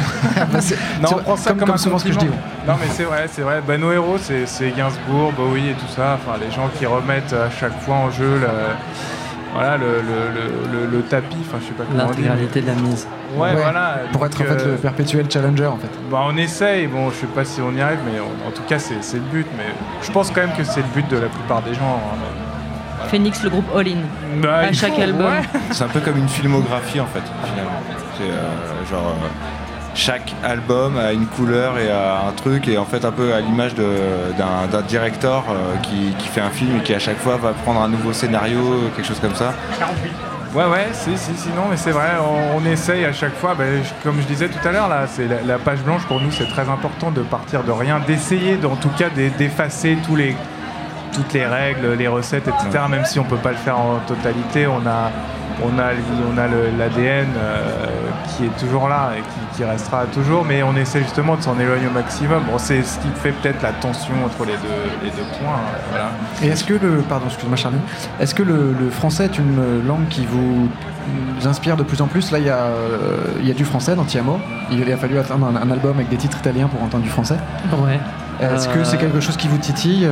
D: Bah, c'est-
P: non,
D: c'est
P: on prend ça
D: comme-
P: comme,
D: comme
P: un
D: souvent ce que je dis,
P: compliment. Non mais c'est vrai, c'est vrai. Bah, nos héros, c'est c'est Gainsbourg, Bowie et tout ça. Enfin, les gens qui remettent à chaque fois en jeu le, voilà, le, le- le- le- le tapis. Enfin, je sais pas comment on dit, mais-
O: L'intégralité de la mise.
P: Ouais, voilà.
D: pour être en
P: Donc,
D: fait
P: euh,
D: le perpétuel challenger en fait
P: Bah, on essaye, bon, je sais pas si on y arrive, mais on- en tout cas, c'est c'est le but. Mais je pense quand même que c'est le but de la plupart des gens.
B: Phoenix, le groupe All In.
P: Bah,
B: à
P: il
B: chaque
P: faut,
B: album.
P: ouais.
J: C'est un peu comme une filmographie en fait, finalement. C'est euh, genre euh, chaque album a une couleur et a un truc et en fait un peu à l'image de- d'un d'un directeur euh, qui, qui fait un film et qui à chaque fois va prendre un nouveau scénario, quelque chose comme ça.
P: Ouais, ouais, si, si, si, non, mais c'est vrai, on, on essaye à chaque fois. Ben, je- comme je disais tout à l'heure, là, c'est la, la page blanche pour nous, c'est très important de partir de rien, d'essayer, en tout cas, d'e- d'effacer tous les, toutes les règles, les recettes, etc. Même si on peut pas le faire en totalité, on a, on a, l- on a le- l'ADN euh, qui est toujours là et qui, qui restera toujours, mais on essaie justement de s'en éloigner au maximum. Bon, c'est ce qui fait peut-être la tension entre les deux, les deux points. hein, voilà.
D: Et est-ce que le pardon, excuse-moi Charlie, est-ce que le, le français est une euh, langue qui vous vous inspire de plus en plus Là, il y, a, euh, il y a du français dans Tiamo. Il a fallu atteindre un, un album avec des titres italiens pour entendre du français.
O: Ouais.
D: Est-ce que c'est
O: Euh,
D: quelque chose qui vous titille euh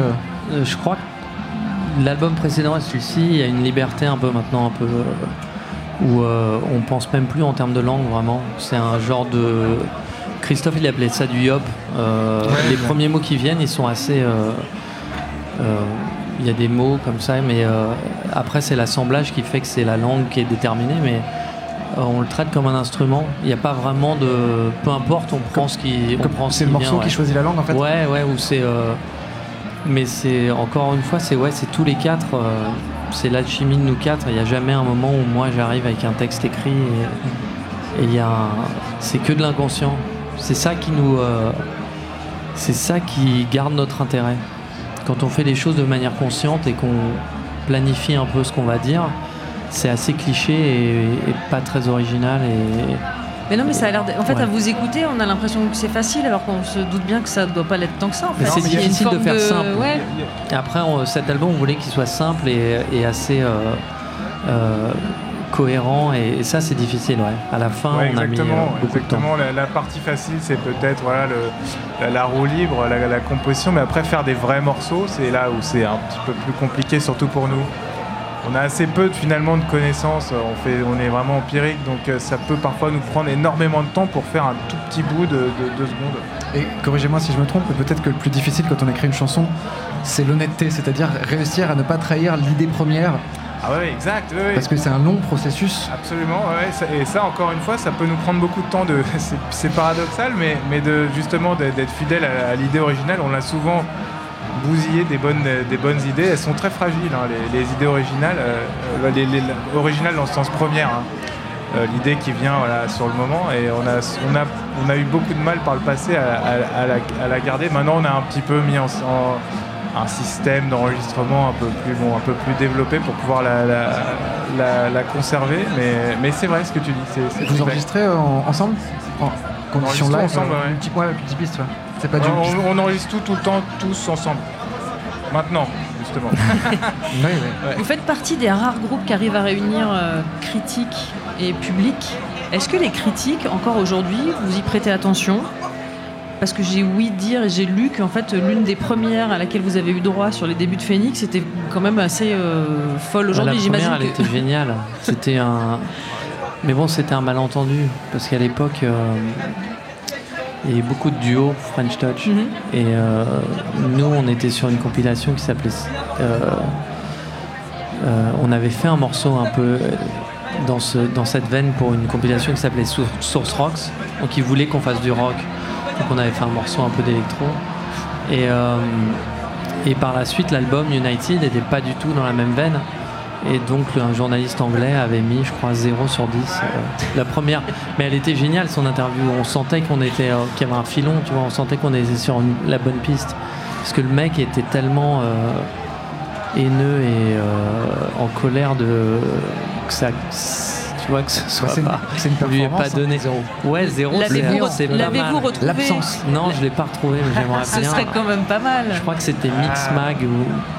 O: Euh, je crois que l'album précédent et celui-ci, il y a une liberté un peu maintenant, un peu euh, où euh, on pense même plus en termes de langue vraiment. C'est un genre de Christophe, il appelait ça du yop. Euh, les premiers mots qui viennent, ils sont assez. euh, euh, Il y a des mots comme ça, mais euh, après c'est l'assemblage qui fait que c'est la langue qui est déterminée, mais euh, on le traite comme un instrument. Il n'y a pas vraiment de. Peu importe, on prend ce qui. on prend ce
D: C'est le
O: qui vient,
D: morceau qui
O: ouais.
D: choisit la langue en fait.
O: Ouais, ouais, ou c'est. euh, Mais c'est encore une fois, c'est ouais, c'est tous les quatre. euh, C'est l'alchimie de nous quatre. Il n'y a jamais un moment où moi j'arrive avec un texte écrit et- et il y a. un- C'est que de l'inconscient. C'est ça qui nous. euh, C'est ça qui garde notre intérêt. Quand on fait les choses de manière consciente et qu'on planifie un peu ce qu'on va dire, c'est assez cliché et, et pas très original et.
B: Mais non, mais ça a l'air. d'être- En fait,
O: Ouais.
B: à vous écouter, on a l'impression que c'est facile, alors qu'on se doute bien que ça ne doit pas l'être tant que ça. En
O: Mais
B: fait.
O: c'est
B: Il y a une
O: difficile de
B: forme
O: faire simple.
B: ouais.
O: Et après, on- cet album, on voulait qu'il soit simple et, et assez euh, euh, cohérent. Et, et ça, c'est difficile, ouais. À la fin,
P: Ouais,
O: on a mis euh,
P: exactement,
O: beaucoup de temps.
P: exactement. La, la partie facile, c'est peut-être voilà, le, la, la roue libre, la, la composition, mais après faire des vrais morceaux, c'est là où c'est un petit peu plus compliqué, surtout pour nous. on a assez peu de- finalement de connaissances, euh, on, fait, on est vraiment empirique, donc euh, ça peut parfois nous prendre énormément de temps pour faire un tout petit bout de, de deux secondes.
D: Et corrigez-moi si je me trompe, mais peut-être que le plus difficile quand on écrit une chanson, c'est l'honnêteté, c'est-à-dire réussir à ne pas trahir l'idée première.
P: Ah ouais, exact. ouais, ouais.
D: Parce que c'est un long processus.
P: Absolument, ouais, ça- et ça encore une fois, ça peut nous prendre beaucoup de temps. De, c'est, c'est paradoxal, mais, mais de, justement d'être d'être fidèle à, à l'idée originale, on l'a souvent bousillé des bonnes, des bonnes idées. Elles sont très fragiles, hein, les, les idées originales, euh, euh, les- les- originales dans le sens première. hein. Euh, l'idée qui vient voilà, sur le moment, et on a, on, a, on a eu beaucoup de mal par le passé à, à- à la, à la garder. Maintenant, on a un petit peu mis en, en- un système d'enregistrement un peu plus bon, un peu plus développé pour pouvoir la, la, la- la conserver. Mais, mais c'est vrai ce que tu dis. c'est- c'est
D: Vous
P: exact.
D: enregistrez euh, en- ensemble En
P: enregistre
D: condition live
P: ensemble,
D: euh,
P: ouais.
D: une petite- ouais, une petite piste, ouais. C'est pas du
P: on, on enregistre tout, tout le temps, tous ensemble. Maintenant, justement. Ouais.
B: Vous faites partie des rares groupes qui arrivent à réunir euh, critiques et public. Est-ce que les critiques, encore aujourd'hui, vous y prêtez attention Parce que j'ai ouï dire, et j'ai lu qu'en fait, l'une des premières à laquelle vous avez eu droit sur les débuts de Phoenix était quand même assez euh, folle aujourd'hui,
O: Ah, La
B: j'imagine.
O: première, elle
B: que-
O: était géniale. C'était un. Mais bon, c'était un malentendu parce qu'à l'époque, euh, il y avait beaucoup de duos French Touch
B: Mhm.
O: et euh, nous, on était sur une compilation qui s'appelait. euh, euh, on avait fait un morceau un peu euh, dans, ce, dans cette veine pour une compilation qui s'appelait Sour- Source Rocks. Donc ils voulaient qu'on fasse du rock. Donc on avait fait un morceau un peu d'électro. Et, euh, et par la suite, l'album United n'était pas du tout dans la même veine. Et donc, un journaliste anglais avait mis, je crois, 0 sur 10. euh, la première. Mais elle était géniale, son interview. On sentait qu'on était, euh, qu'il y avait un filon, tu vois. On sentait qu'on était sur une- la bonne piste. Parce que le mec était tellement euh, haineux et euh, en colère de. que ça. Tu vois, que ce soit
D: c'est une-
O: pas.
D: c'est une
O: on lui est pas
D: performance, hein,
O: donné.
D: zéro.
O: Ouais, 0
B: L'avez-vous re- l'avez-vous retrouvé
O: L'absence. Non, je l'ai pas retrouvé, mais j'aimerais
B: Ce
O: bien.
B: serait quand même pas mal.
O: Je crois que c'était Mix Mag ou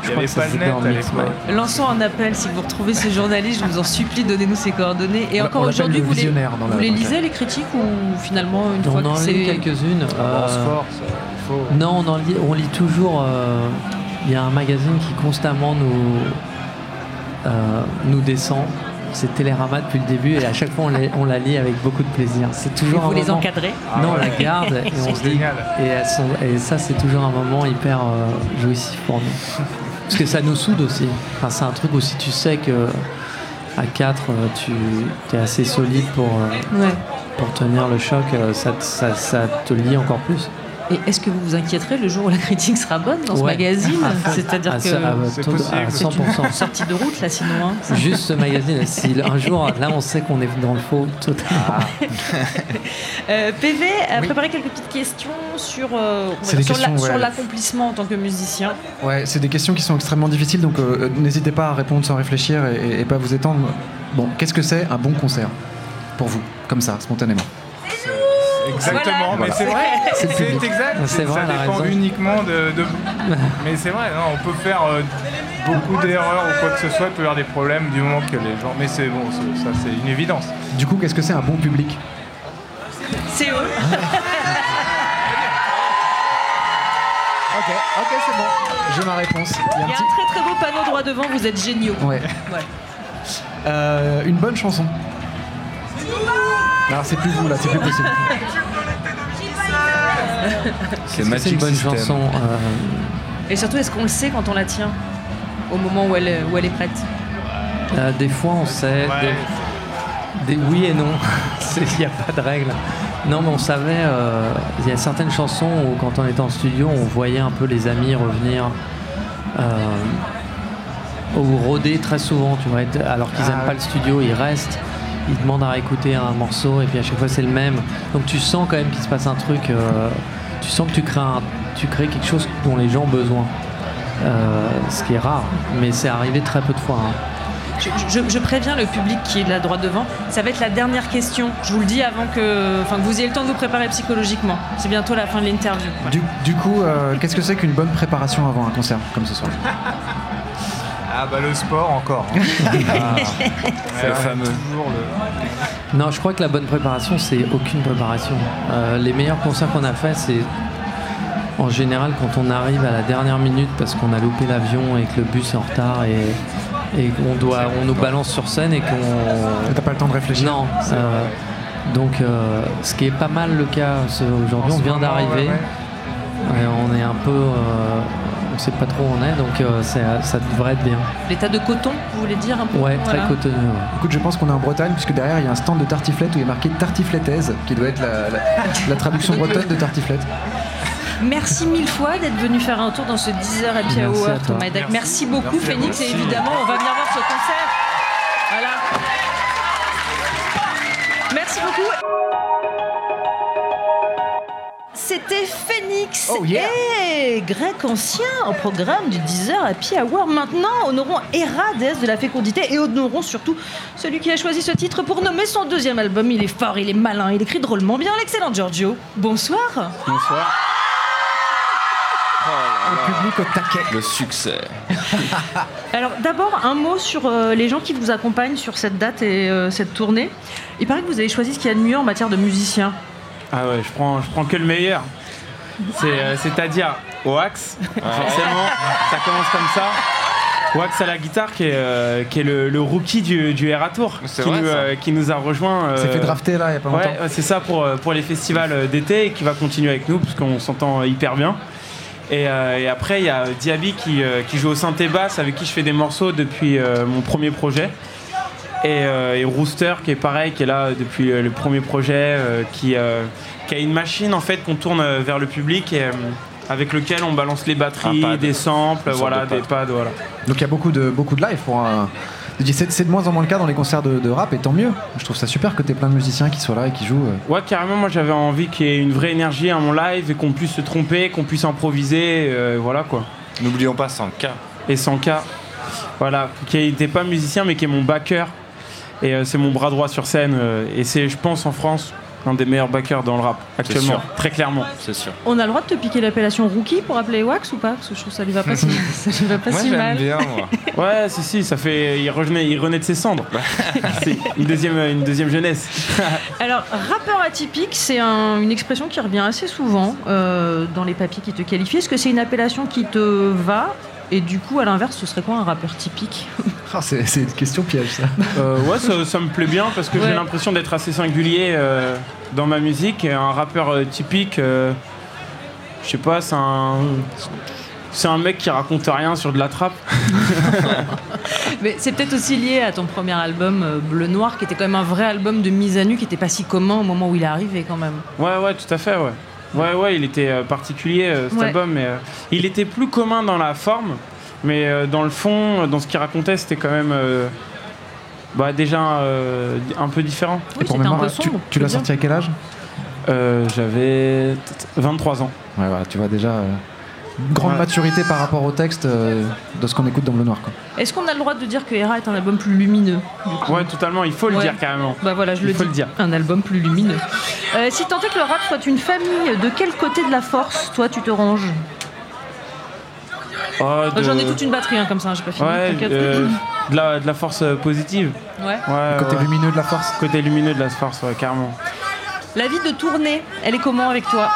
O: je
P: Ah. y
O: crois
P: avait
O: que ça
P: pas le
O: s'appelait
P: net
O: en
P: à
O: Mix Mag.
P: l'époque.
B: Lançons un appel si vous retrouvez ces journalistes, je vous en supplie, donnez-nous ses coordonnées. Et
O: On
B: encore
O: l'appelle
B: aujourd'hui,
O: le
B: vous, les,
O: visionnaire dans la-
B: vous les
O: dans la-
B: lisez les critiques ou finalement une fois
O: On
B: que
O: en
B: c'est
O: lit quelques-unes.
P: On se
O: euh,
P: force, il faut.
O: Non, on, en lit, on lit toujours. euh, Il y a un magazine qui constamment nous, euh, nous descend. C'est Télérama depuis le début et à chaque fois on, les- on la lit avec beaucoup de plaisir. C'est toujours
B: Et vous
O: un
B: les
O: moment-
B: encadrez
O: Non, on la
B: Ah ouais.
O: garde et on se dit.
B: Génial.
O: Et, elles sont- et ça, c'est toujours un moment hyper euh, jouissif pour nous. Parce que ça nous soude aussi. Enfin, c'est un truc où si tu sais que à 4, tu es assez solide pour, euh,
B: Ouais.
O: pour tenir le choc, euh, ça, te- ça- ça te lie encore plus.
B: Et est-ce que vous vous inquiéterez le jour où la critique sera bonne dans ce
O: Ouais.
B: magazine
D: Ah,
O: À fond.
B: C'est-à-dire
O: À
B: que
O: ce- à- C'est tout- à possible.
B: C'est une
O: 100%.
B: sortie de route là, sinon. hein.
O: Juste ce magazine, si un jour, là on sait qu'on est dans le faux totalement.
B: Euh, PV a préparé quelques petites questions sur euh, on va
D: C'est
B: dire
D: des
B: sur la-
D: questions, ouais.
B: sur l'accomplissement en tant que musicien.
D: Ouais, c'est des questions qui sont extrêmement difficiles, donc euh, euh, n'hésitez pas à répondre sans réfléchir et, et pas vous étendre. Bon, qu'est-ce que c'est un bon concert pour vous, comme ça, spontanément
P: Exactement, mais
D: Voilà.
P: c'est vrai,
D: C'est
P: c'est
D: public.
P: exact,
D: C'est vrai,
P: ça
D: elle a
P: dépend
D: raison.
P: uniquement de, de vous. Mais c'est vrai, non, on peut faire euh, beaucoup d'erreurs ou quoi que ce soit, il peut y avoir des problèmes du moment que les gens. Mais c'est bon, c'est- ça c'est une évidence.
D: Du coup, qu'est-ce que c'est un bon public
B: C'est eux.
Q: Ah.
D: Ok, ok, c'est bon. J'ai ma réponse. Il y a un
B: Il y a un
D: petit-
B: très très beau panneau droit devant, vous êtes géniaux.
D: Ouais. Euh, une bonne chanson. Alors c'est plus vous là, c'est plus possible.
O: Qu'est-ce que C'est une bonne
D: System.
O: chanson. euh,
B: Et surtout, est-ce qu'on le sait quand on la tient au moment où elle, est- où elle est prête
O: Euh, des fois, on sait. Des, des oui et non. C'est- Il n'y a pas de règle. Non, mais on savait. euh, Il y a certaines chansons où, quand on était en studio, on voyait un peu les amis revenir. euh, ou rôder très souvent, tu vois, être- alors qu'ils
D: Ah,
O: n'aiment
D: ouais.
O: pas le studio, ils restent, ils demandent à réécouter un morceau et puis à chaque fois c'est le même. Donc tu sens quand même qu'il se passe un truc, euh, tu sens que tu crées, un- tu crées quelque chose dont les gens ont besoin, Euh, ce qui est rare, mais c'est arrivé très peu de fois. hein.
B: je, je- je préviens le public qui est là droit devant, ça va être la dernière question. Je vous le dis avant que, enfin, que vous ayez le temps de vous préparer psychologiquement. C'est bientôt la fin de l'interview.
D: Du, du coup, euh, qu'est-ce que c'est qu'une bonne préparation avant un concert comme ce soir
P: Ah bah le sport encore. hein. Ah,
D: C'est
P: ouais,
D: fameux.
P: toujours le-
O: Non, je crois que la bonne préparation, c'est aucune préparation. Euh, les meilleurs concerts qu'on a fait, c'est en général quand on arrive à la dernière minute parce qu'on a loupé l'avion et que le bus est en retard et, et qu'on doit, on nous balance sur scène et qu'on.
D: T'as pas le temps de réfléchir.
O: Non. euh, donc, euh, ce qui est pas mal le cas ce- aujourd'hui,
D: En
O: on
D: ce
O: vient
D: moment,
O: d'arriver.
D: ouais,
O: Et on est un peu, euh, on sait pas trop où on est, donc euh, c'est- ça devrait être bien.
B: L'état de coton, vous voulez dire un peu
O: Ouais, très
B: voilà.
O: cotonneux. ouais.
D: Écoute, je pense qu'on est en Bretagne, puisque derrière il y a un stand de tartiflette où il est marqué tartiflettaise, qui doit être la, la- la traduction bretonne de tartiflette.
B: Merci mille fois d'être venu faire un tour dans ce 10h Happy
D: Merci à
B: Hour,
D: toi.
B: Thomas Dac. Merci
D: Merci.
B: beaucoup,
D: Merci à vous.
B: Phoenix, et
D: Merci.
B: évidemment, on va venir voir ce concert. Voilà. Merci beaucoup. C'était Phoenix
D: Oh,
B: et Grec Ancien au programme du 10h Happy Hour. Maintenant, honorons Hera, déesse de la fécondité, et honorons surtout celui qui a choisi ce titre pour nommer son deuxième album. Il est fort, il est malin, il écrit drôlement bien, l'excellent Giorgio. Bonsoir.
R: Bonsoir.
D: public au taquet.
R: Oh Le succès.
B: Alors d'abord un mot sur euh, les gens qui vous accompagnent sur cette date et euh, cette tournée. Il paraît que vous avez choisi ce qu'il y a de mieux en matière de musiciens.
R: Ah ouais, je prends, je prends que le meilleur. C'est, euh, c'est-à-dire Wax, forcément, ça commence comme ça. Wax à la guitare, qui est, euh, qui est le, le rookie du, du Era Tour, qui,
D: vrai,
R: nous,
D: ça.
R: euh, qui nous a rejoint. euh,
D: C'est fait drafter là, il y a pas longtemps.
R: Ouais, ouais, c'est ça pour, euh, pour les festivals euh, d'été et qui va continuer avec nous parce qu'on s'entend euh, hyper bien. Et, euh, et après, il y a euh, Diaby qui, euh, qui joue au synthé basse avec qui je fais des morceaux depuis euh, mon premier projet. Et, euh, et Rooster qui est pareil, qui est là depuis euh, le premier projet, euh, qui, euh, qui a une machine en fait qu'on tourne euh, vers le public et euh, avec lequel on balance les batteries,
D: Un pad.
R: des samples,
D: Une sorte
R: voilà,
D: de pad.
R: des pads, voilà.
D: Donc il y a beaucoup de, beaucoup de live pour un. je dis, C'est c'est de moins en moins le cas dans les concerts de, de rap, et tant mieux. Je trouve ça super que t'aies plein de musiciens qui soient là et qui jouent. euh.
R: Ouais, carrément, moi j'avais envie qu'il y ait une vraie énergie à mon live et qu'on puisse se tromper, qu'on puisse improviser, euh, voilà quoi. N'oublions pas 100K. Et 100K, voilà, qui n'était pas musicien mais qui est mon backer. Et euh, c'est mon bras droit sur scène. euh, et c'est, je pense, en France, l'un des meilleurs backers dans le rap actuellement,
B: sûr.
R: très clairement. C'est sûr.
B: On a le droit de te piquer l'appellation rookie pour appeler Wax ou pas Parce que je trouve que ça lui va pas si, ça lui va pas si mal.
R: ouais, si, si, ça fait. Il renaît, il renaît de ses cendres. C'est une deuxième, une deuxième jeunesse.
B: Alors rappeur atypique, c'est un- une expression qui revient assez souvent euh, dans les papiers qui te qualifient. Est-ce que c'est une appellation qui te va Et du coup, à l'inverse, ce serait quoi un rappeur typique
D: Ah, c'est c'est une question piège ça.
R: Euh, ouais, ça, ça me plaît bien parce que
B: Ouais.
R: j'ai l'impression d'être assez singulier euh, dans ma musique. Et Un rappeur euh, typique, euh, je sais pas, c'est un. C'est un mec qui raconte rien sur de la trappe.
B: Mais c'est peut-être aussi lié à ton premier album euh, Bleu Noir, qui était quand même un vrai album de mise à nu, qui était pas si commun au moment où il est arrivé quand même.
R: Ouais, ouais, tout à fait, ouais. Ouais, ouais, il était euh, particulier euh, cet
B: Ouais.
R: album. Mais, euh, il était plus commun dans la forme, mais euh, dans le fond, euh, dans ce qu'il racontait, c'était quand même. euh, bah, déjà euh, un peu différent.
D: Et pour mémoire, tu, tu l'as sorti à quel âge
R: Euh, J'avais 23 ans.
D: Ouais, voilà, tu vois déjà. euh, grande
R: Ouais.
D: maturité par rapport au texte euh, de ce qu'on écoute dans Bleu Noir. Quoi.
B: Est-ce qu'on a le droit de dire que Hera est un album plus lumineux du coup
R: Ouais, totalement, il faut le
B: Ouais.
R: dire carrément.
B: Bah voilà, je
R: Il
B: le
R: faut
B: dis.
R: le dire.
B: Un album plus lumineux. Euh, si tant est que le rap soit une famille, de quel côté de la force, toi, tu te ranges
R: Oh, de-
B: Euh, J'en ai toute une batterie hein, comme ça, j'ai pas fini.
R: Ouais,
B: t'inquiète.
R: euh, de, la, de la force euh, positive.
B: Ouais.
D: côté lumineux de la force.
R: Côté lumineux de la force, ouais, carrément.
B: La vie de tournée, elle est comment avec toi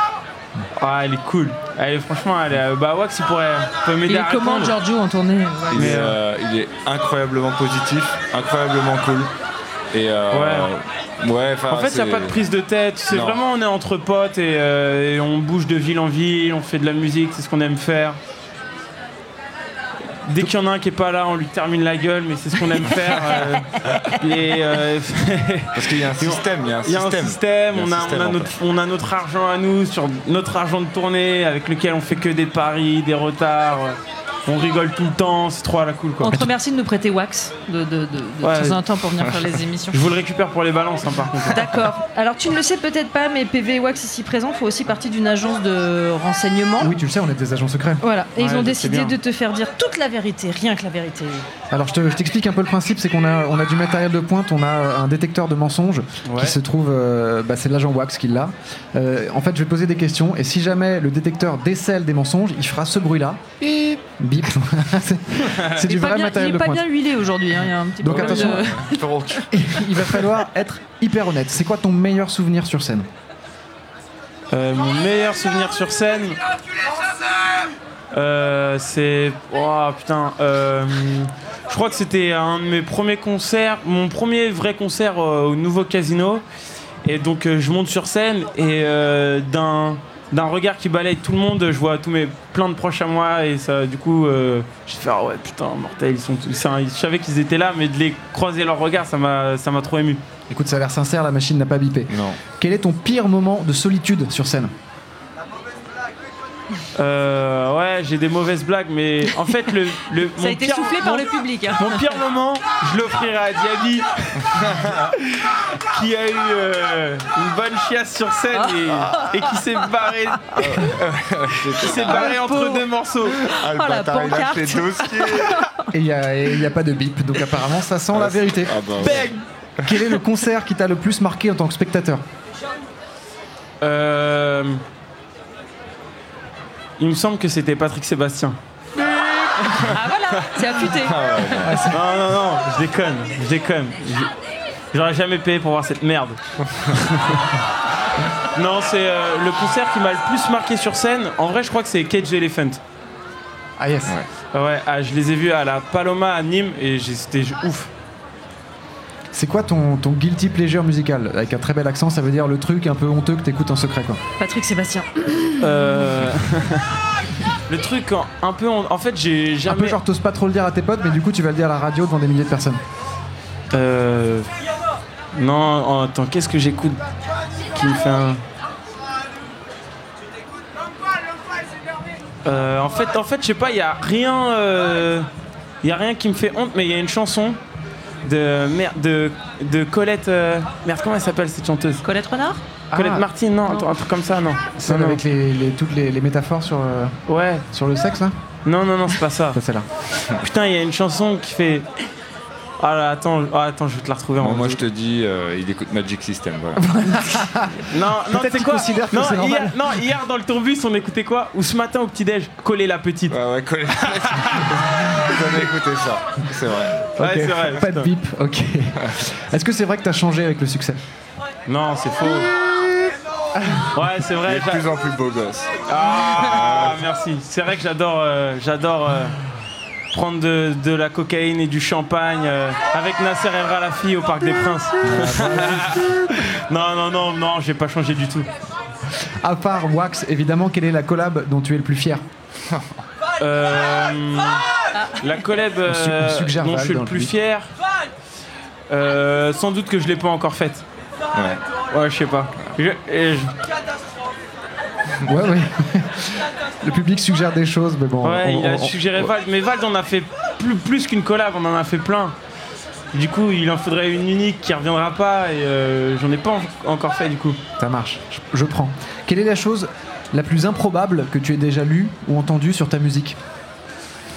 R: Ah, elle est cool. Elle est, franchement, elle est, bah, Wax, il pourrait peut m'aider
B: Il
R: à
B: est comment
R: répondre.
B: Giorgio en tournée
J: Il, est, euh, il est incroyablement positif, incroyablement cool. Et euh, ouais. enfin,
R: En fait, il n'y
J: c'est-
R: a pas de prise de tête. C'est
J: Non.
R: vraiment, on est entre potes et, euh, et on bouge de ville en ville, on fait de la musique, c'est ce qu'on aime faire. Dès qu'il y en a un qui est pas là, on lui termine la gueule, mais c'est ce qu'on aime faire. euh, et, euh,
J: Parce qu'il y a un
R: Et on-
J: système, il y a un
R: Il y a un
J: système.
R: système,
J: Il y a
R: on
J: un
R: a,
J: système,
R: on, a
J: en
R: notre, on a notre argent à nous, sur notre argent de tournée, avec lequel on fait que des paris, des retards. euh, On rigole tout le temps, c'est trop à la cool quoi.
B: On te remercie de nous prêter Wax de, de, de, de
R: Ouais.
B: temps en temps pour venir faire les émissions.
R: Je vous le récupère pour les balances hein, par contre.
B: D'accord. Alors tu ne le sais peut-être pas, mais PV Wax ici présent font aussi partie d'une agence de renseignement.
D: Oui, tu le sais, on est des agents secrets.
B: Voilà, et ils
D: Ouais,
B: ont
D: je
R: bah,
D: sais
B: décidé de
D: bien.
B: te faire dire toute la vérité, rien que la vérité.
D: Alors je te- je t'explique un peu le principe, c'est qu'on a, on a du matériel de pointe, on a euh, un détecteur de mensonges
R: Ouais.
D: qui se trouve, euh, bah, c'est l'agent Wax qui l'a. Euh, en fait je vais poser des questions et si jamais le détecteur décèle des mensonges, il fera ce bruit là. Bip. C'est- c'est
B: Il est
D: du
B: pas
D: vrai
B: bien-
D: matériel
B: Il est
D: de
B: pas
D: pointe.
B: bien huilé aujourd'hui, hein, il y a un petit
D: Donc
B: problème
D: attention,
B: de-
D: il va falloir être hyper honnête. C'est quoi ton meilleur souvenir sur scène
R: Euh, mon meilleur souvenir sur scène, euh, c'est. Oh putain. euh, Je crois que c'était un de mes premiers concerts, mon premier vrai concert euh, au nouveau casino. Et donc euh, je monte sur scène et euh, d'un d'un regard qui balaye tout le monde, je vois tous mes plein de proches à moi et ça du coup euh, j'ai fait ah ouais putain mortel ils sont tous c'est un- je savais qu'ils étaient là mais de les croiser leur regard ça m'a ça m'a trop ému.
D: Écoute, ça a l'air sincère, la machine n'a pas bipé.
R: Non.
D: Quel est ton pire moment de solitude sur scène
R: Euh, ouais, j'ai des mauvaises blagues, mais en fait, le. le-
N: Ça
R: mon
N: a été
R: pire-
N: soufflé par
R: mon-
N: le public. hein.
R: Mon pire moment, je l'offrirai à Diaby, qui a eu euh, une bonne chiasse sur scène et, et qui s'est barré. qui s'est barré
D: Ah, le
R: entre
D: pauvre.
R: deux morceaux.
D: Ah, le Oh, la bâtard, il a pancarte. fait deux Et il n'y a, et y a pas de bip, donc apparemment ça sent
R: Ah,
D: la vérité.
R: ouais.
D: Bang Quel est le concert qui t'a le plus marqué en tant que spectateur
R: Euh, il me semble que c'était Patrick Sébastien.
N: Ah voilà, c'est affûté.
R: Ah non, non, non, je déconne, je déconne. Je- J'aurais jamais payé pour voir cette merde. non, c'est euh, le concert qui m'a le plus marqué sur scène. En vrai, je crois que c'est Cage the Elephant.
D: Ah yes.
R: Ouais, ah, je les ai vus à la Paloma à Nîmes et j'ai- c'était ju- ouf.
D: C'est quoi ton, ton guilty pleasure musical Avec un très bel accent, ça veut dire le truc un peu honteux que t'écoutes en secret quoi.
B: Patrick Sébastien.
R: Euh, le truc, en- un peu, en, en fait, j'ai
D: Un peu
R: jamais.
D: genre t'oses pas trop le dire à tes potes, mais du coup tu vas le dire à la radio devant des milliers de personnes.
R: Euh, non, oh, attends, qu'est-ce que j'écoute qui me fait un. Euh, en fait, en fait, je sais pas, il y a rien, euh, y a rien qui me fait honte, mais il y a une chanson de merde, de, de Colette, euh, merde, comment elle s'appelle cette chanteuse
B: Colette Renard.
R: Colette
D: Ah.
R: Martin, non, attends, un truc comme ça, Ah non.
D: Celle
R: Non, non.
D: avec les, les- toutes les, les métaphores sur, euh,
R: Ouais.
D: sur le sexe là
R: Non, non, non, c'est pas ça.
D: Pas celle-là.
R: Putain, il y a une chanson qui fait. Ah là, attends, ah, attends, je vais te la retrouver.
J: Bon,
R: en
J: moi je te dis, euh, il écoute Magic System. Voilà.
R: Non, non,
D: Peut-être
R: c'est
D: qu'il
R: quoi
D: considère que
R: non,
D: c'est
R: hier,
D: normal.
R: non, hier dans le tourbus, on écoutait quoi Ou ce matin au petit-déj, coller la petite.
J: Ouais, ouais, coller la petite. Vous avez écouté ça, c'est vrai.
R: Ouais,
D: Ok.
R: c'est vrai.
D: Pas de
R: putain.
D: bip, ok. Est-ce que c'est vrai que t'as changé avec le succès
R: Non, c'est faux. Ouais, c'est vrai. De plus
J: en plus beau gosse.
R: Ah, merci. C'est vrai que j'adore euh, j'adore euh, prendre de, de la cocaïne et du champagne euh, avec Nasser El Ralafi au Parc des
D: Ah,
R: Princes.
D: bah,
R: non, non, non, non, j'ai pas changé du tout.
D: À part Wax, évidemment, quelle est la collab dont tu es le plus fier
R: Euh, la collab
D: On su- on
R: euh,
D: suggère
R: dont
D: Val
R: je suis
D: dans
R: le
D: le
R: plus
D: public.
R: fier, euh, sans doute que je l'ai pas encore faite. Ouais. je sais pas. Je- et je-
D: Ouais, ouais. le public suggère des choses, mais bon.
R: ouais,
D: on-
R: il a
D: on- on-
R: suggéré Vald, mais Vald on a fait plus, plus qu'une collab, on en a fait plein. Du coup, il en faudrait une unique qui reviendra pas et euh, j'en ai pas en- encore fait du coup.
D: Ça marche, je, je prends. Quelle est la chose la plus improbable que tu aies déjà lue ou entendue sur ta musique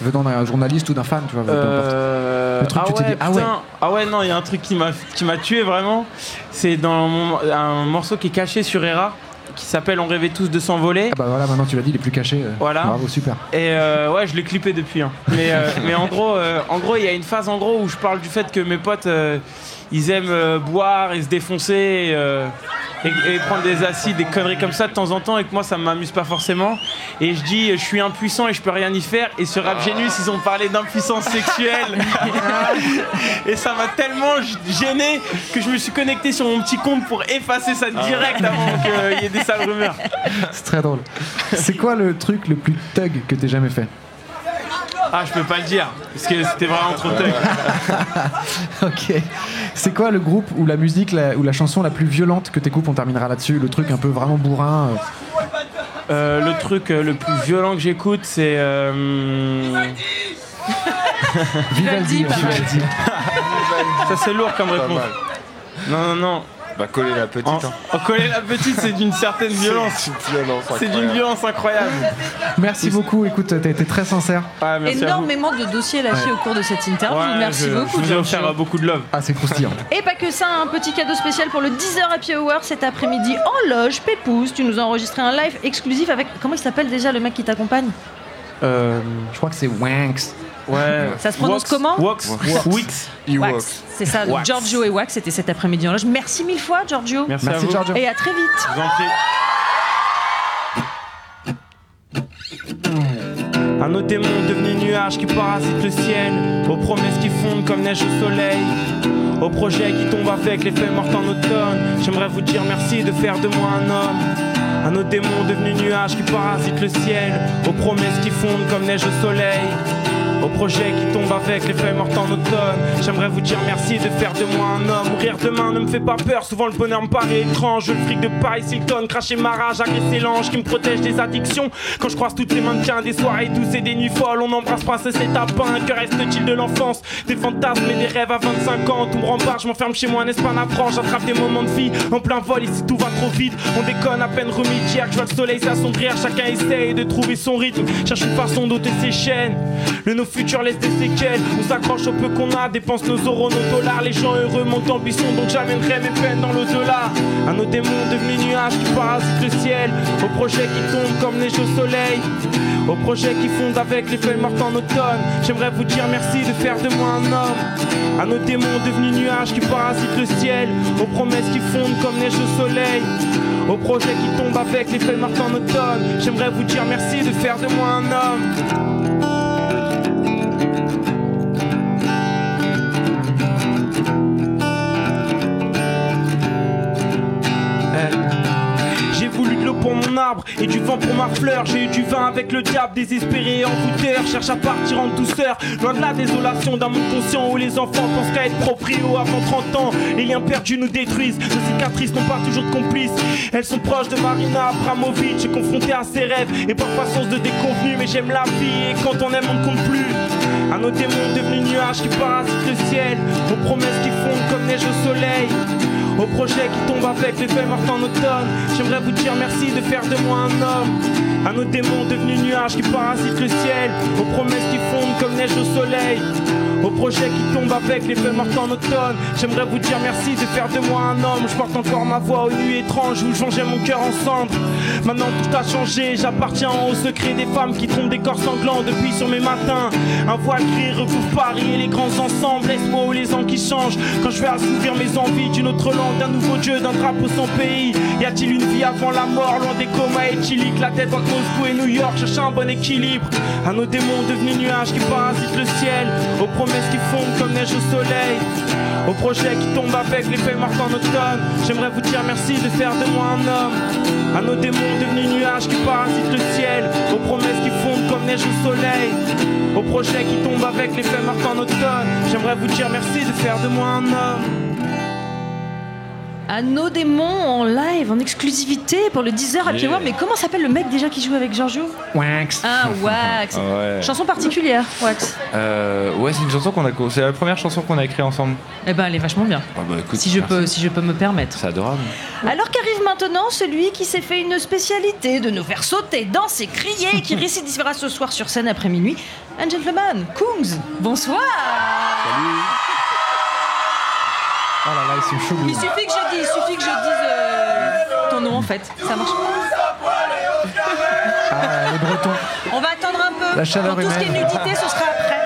D: Venant d'un journaliste ou d'un fan, tu vois, peu importe.
R: Euh,
D: Le truc,
R: ah,
D: tu t'es
R: ouais,
D: dit, ah ouais.
R: putain, ah ouais, non, il y a un truc qui m'a qui m'a tué vraiment. C'est dans mon- un morceau qui est caché sur Era qui s'appelle On rêvait tous de s'envoler.
D: Ah bah voilà, maintenant tu l'as dit, il est plus caché. euh,
R: Voilà.
D: Bravo, super.
R: Et euh, ouais, je l'ai clippé depuis. hein. Mais, euh, mais en gros, euh, en gros, il y a une phase en gros où je parle du fait que mes potes, euh, ils aiment euh, boire et se défoncer et, euh, et- et prendre des acides, des conneries comme ça de temps en temps, et que moi, ça m'amuse pas forcément. Et je dis, euh, je suis impuissant et je peux rien y faire. Et sur Rap Genius, ils ont parlé d'impuissance sexuelle. et ça m'a tellement gêné que je me suis connecté sur mon petit compte pour effacer ça direct avant qu'il y ait des sales rumeurs.
D: C'est très drôle. C'est quoi le truc le plus thug que t'aies jamais fait
R: Ah, je peux pas le dire, parce que c'était vraiment trop thug.
D: Ok. C'est quoi le groupe ou la musique la- ou la chanson la plus violente que t'écoutes On terminera là-dessus. Le truc un peu vraiment bourrin. euh.
R: Euh, le truc euh, le plus violent que j'écoute, c'est. euh,
D: Vivaldi,
R: Vivaldi.
D: Vivaldi.
R: Ça, c'est lourd comme
J: Pas
R: réponse.
J: mal.
R: Non, non, non.
J: Bah, coller la petite.
R: En,
J: hein.
R: en coller la petite, c'est d'une certaine violence.
J: C'est d'une violence
R: C'est d'une
J: incroyable.
R: violence incroyable.
D: Merci beaucoup. Écoute, t'as été très sincère.
R: Ah, merci à vous.
B: Énormément de dossiers lâchés
D: Ouais.
B: au cours de cette interview.
R: Ouais,
B: Merci
R: je- Je
B: beaucoup.
R: vous ai
B: Giorgio.
R: offert euh, beaucoup de love.
D: Ah, c'est croustillant.
B: Et pas que ça, un petit cadeau spécial pour le 10h Happy Hour cet après-midi en loge Pépouze. Tu nous as enregistré un live exclusif avec. Comment il s'appelle déjà le mec qui t'accompagne
D: Je crois que c'est Wanks.
R: Euh, Ouais.
B: Ça se prononce comment
R: Wax.
B: Wax.
R: Wix.
B: Wax. C'est ça, donc
R: Wax.
B: Giorgio et Wax, c'était cet après-midi en loge. Merci mille fois, Giorgio.
R: Merci Merci, à vous. Giorgio.
B: Et à très vite.
R: Je vous en prie.
J: Un autre démon devenu nuage qui parasite le ciel. Aux promesses qui fondent comme neige au soleil. Aux projets qui tombent avec les feuilles mortes en automne. J'aimerais vous dire merci de faire de moi un homme. Un autre démon devenu nuage qui parasite le ciel. Aux promesses qui fondent comme neige au soleil. Aux projets qui tombent avec les feuilles mortes en automne. J'aimerais vous dire merci de faire de moi un homme. Mourir demain ne me fait pas peur, souvent le bonheur me paraît étrange. Le fric de Paris, Hilton, cracher ma rage, agresser l'ange qui me protège des addictions. Quand je croise toutes les maintiens, des soirées douces et des nuits folles, on embrasse princesse et tapin. Que reste-t-il de l'enfance Des fantasmes et des rêves à 25 ans, tout me rempart, je m'enferme chez moi, n'est-ce pas la frange J'attrape des moments de vie en plein vol, ici tout va trop vite. On déconne à peine remis d'hier, que je vois le soleil s'assombrir, chacun essaye de trouver son rythme. Cherche une façon d'ôter ses chaînes. Le nos futurs laisse des séquelles. On s'accroche au peu qu'on a, dépense nos euros, nos dollars. Les gens heureux montent ambition, donc j'amènerai mes peines dans l'au-delà. Un autre démon devenu nuage qui parasite le ciel. Au projet qui tombe comme neige au soleil. Au projet qui fonde avec les feuilles mortes en automne. J'aimerais vous dire merci de faire de moi un homme. Un autre démon devenu nuage qui parasite le ciel. Aux promesses qui fondent comme neige au soleil. Au projet qui tombe avec les feuilles mortes en automne. J'aimerais vous dire merci de faire de moi un homme. Eh. J'ai voulu de l'eau pour mon arbre et du vent pour ma fleur. J'ai eu du vin avec le diable, désespéré et en fouteur. Cherche à partir en douceur, loin de la désolation d'un monde conscient où les enfants pensent qu'à être proprio avant 30 ans. Les liens perdus nous détruisent, nos cicatrices n'ont pas toujours de complices. Elles sont proches de Marina Abramovic, j'ai confronté à ses rêves et parfois source de déconvenus. Mais j'aime la vie et quand on aime, on ne compte plus. Un autre démon devenu nuage qui parasite le ciel, aux promesses qui fondent comme neige au soleil. Au projet qui tombe avec les feuilles mortes en automne J'aimerais vous dire merci de faire de moi un homme Un autre démon devenu nuage qui parasite le ciel Aux promesses qui fondent comme neige au soleil Au projet qui tombe avec les feuilles mortes en automne J'aimerais vous dire merci de faire de moi un homme Je porte encore ma voix aux nuits étranges Où jongeais mon cœur ensemble Maintenant tout a changé, j'appartiens au secret des femmes Qui trompent des corps sanglants depuis sur mes matins Un voile gris recouvre Paris et les grands ensembles Laisse-moi où les ans qui changent Quand je vais assouvir mes envies d'une autre langue d'un nouveau dieu, d'un drapeau sans pays Y a-t-il une vie avant la mort, loin des comas éthyliques La tête entre Moscou et New York, cherche un bon équilibre Un autre démon devenu nuage qui parasite le ciel Aux promesses qui fondent comme neige au soleil Aux projets qui tombent avec les feuilles mortes en automne J'aimerais vous dire merci de faire de moi un homme Un autre démon devenu nuage qui parasite le ciel Aux promesses qui fondent comme neige au soleil Aux projets qui tombent avec les feuilles mortes en automne J'aimerais vous dire merci de faire de moi un homme
B: À nos démons en live, en exclusivité pour le 10h à
J: Yeah.
B: Hour. Mais comment s'appelle le mec déjà qui joue avec Giorgio
J: Wax.
B: Ah, Wax.
S: Ah ouais.
B: Chanson particulière, Wax.
S: Euh, ouais, c'est une chanson qu'on a. co- C'est la première chanson qu'on a écrite ensemble.
T: Eh ben, elle est vachement bien.
S: Ah bah, écoute,
T: Si je
S: merci.
T: peux, si je peux me permettre.
S: C'est adorable.
B: Alors qu'arrive maintenant celui qui s'est fait une spécialité de nous faire sauter, danser, crier, qui récidivera ce soir sur scène après minuit, un gentleman, Kungs. Bonsoir.
D: Oh là là, ils sont chauds.
B: Il suffit que je dise, il suffit que je dise euh, ton nom en fait. Ça marche.
D: Ah, les Bretons.
B: On va attendre un peu.
D: La chaleur
B: Pour tout ce qui est
D: humaine.
B: nudité, ce sera après.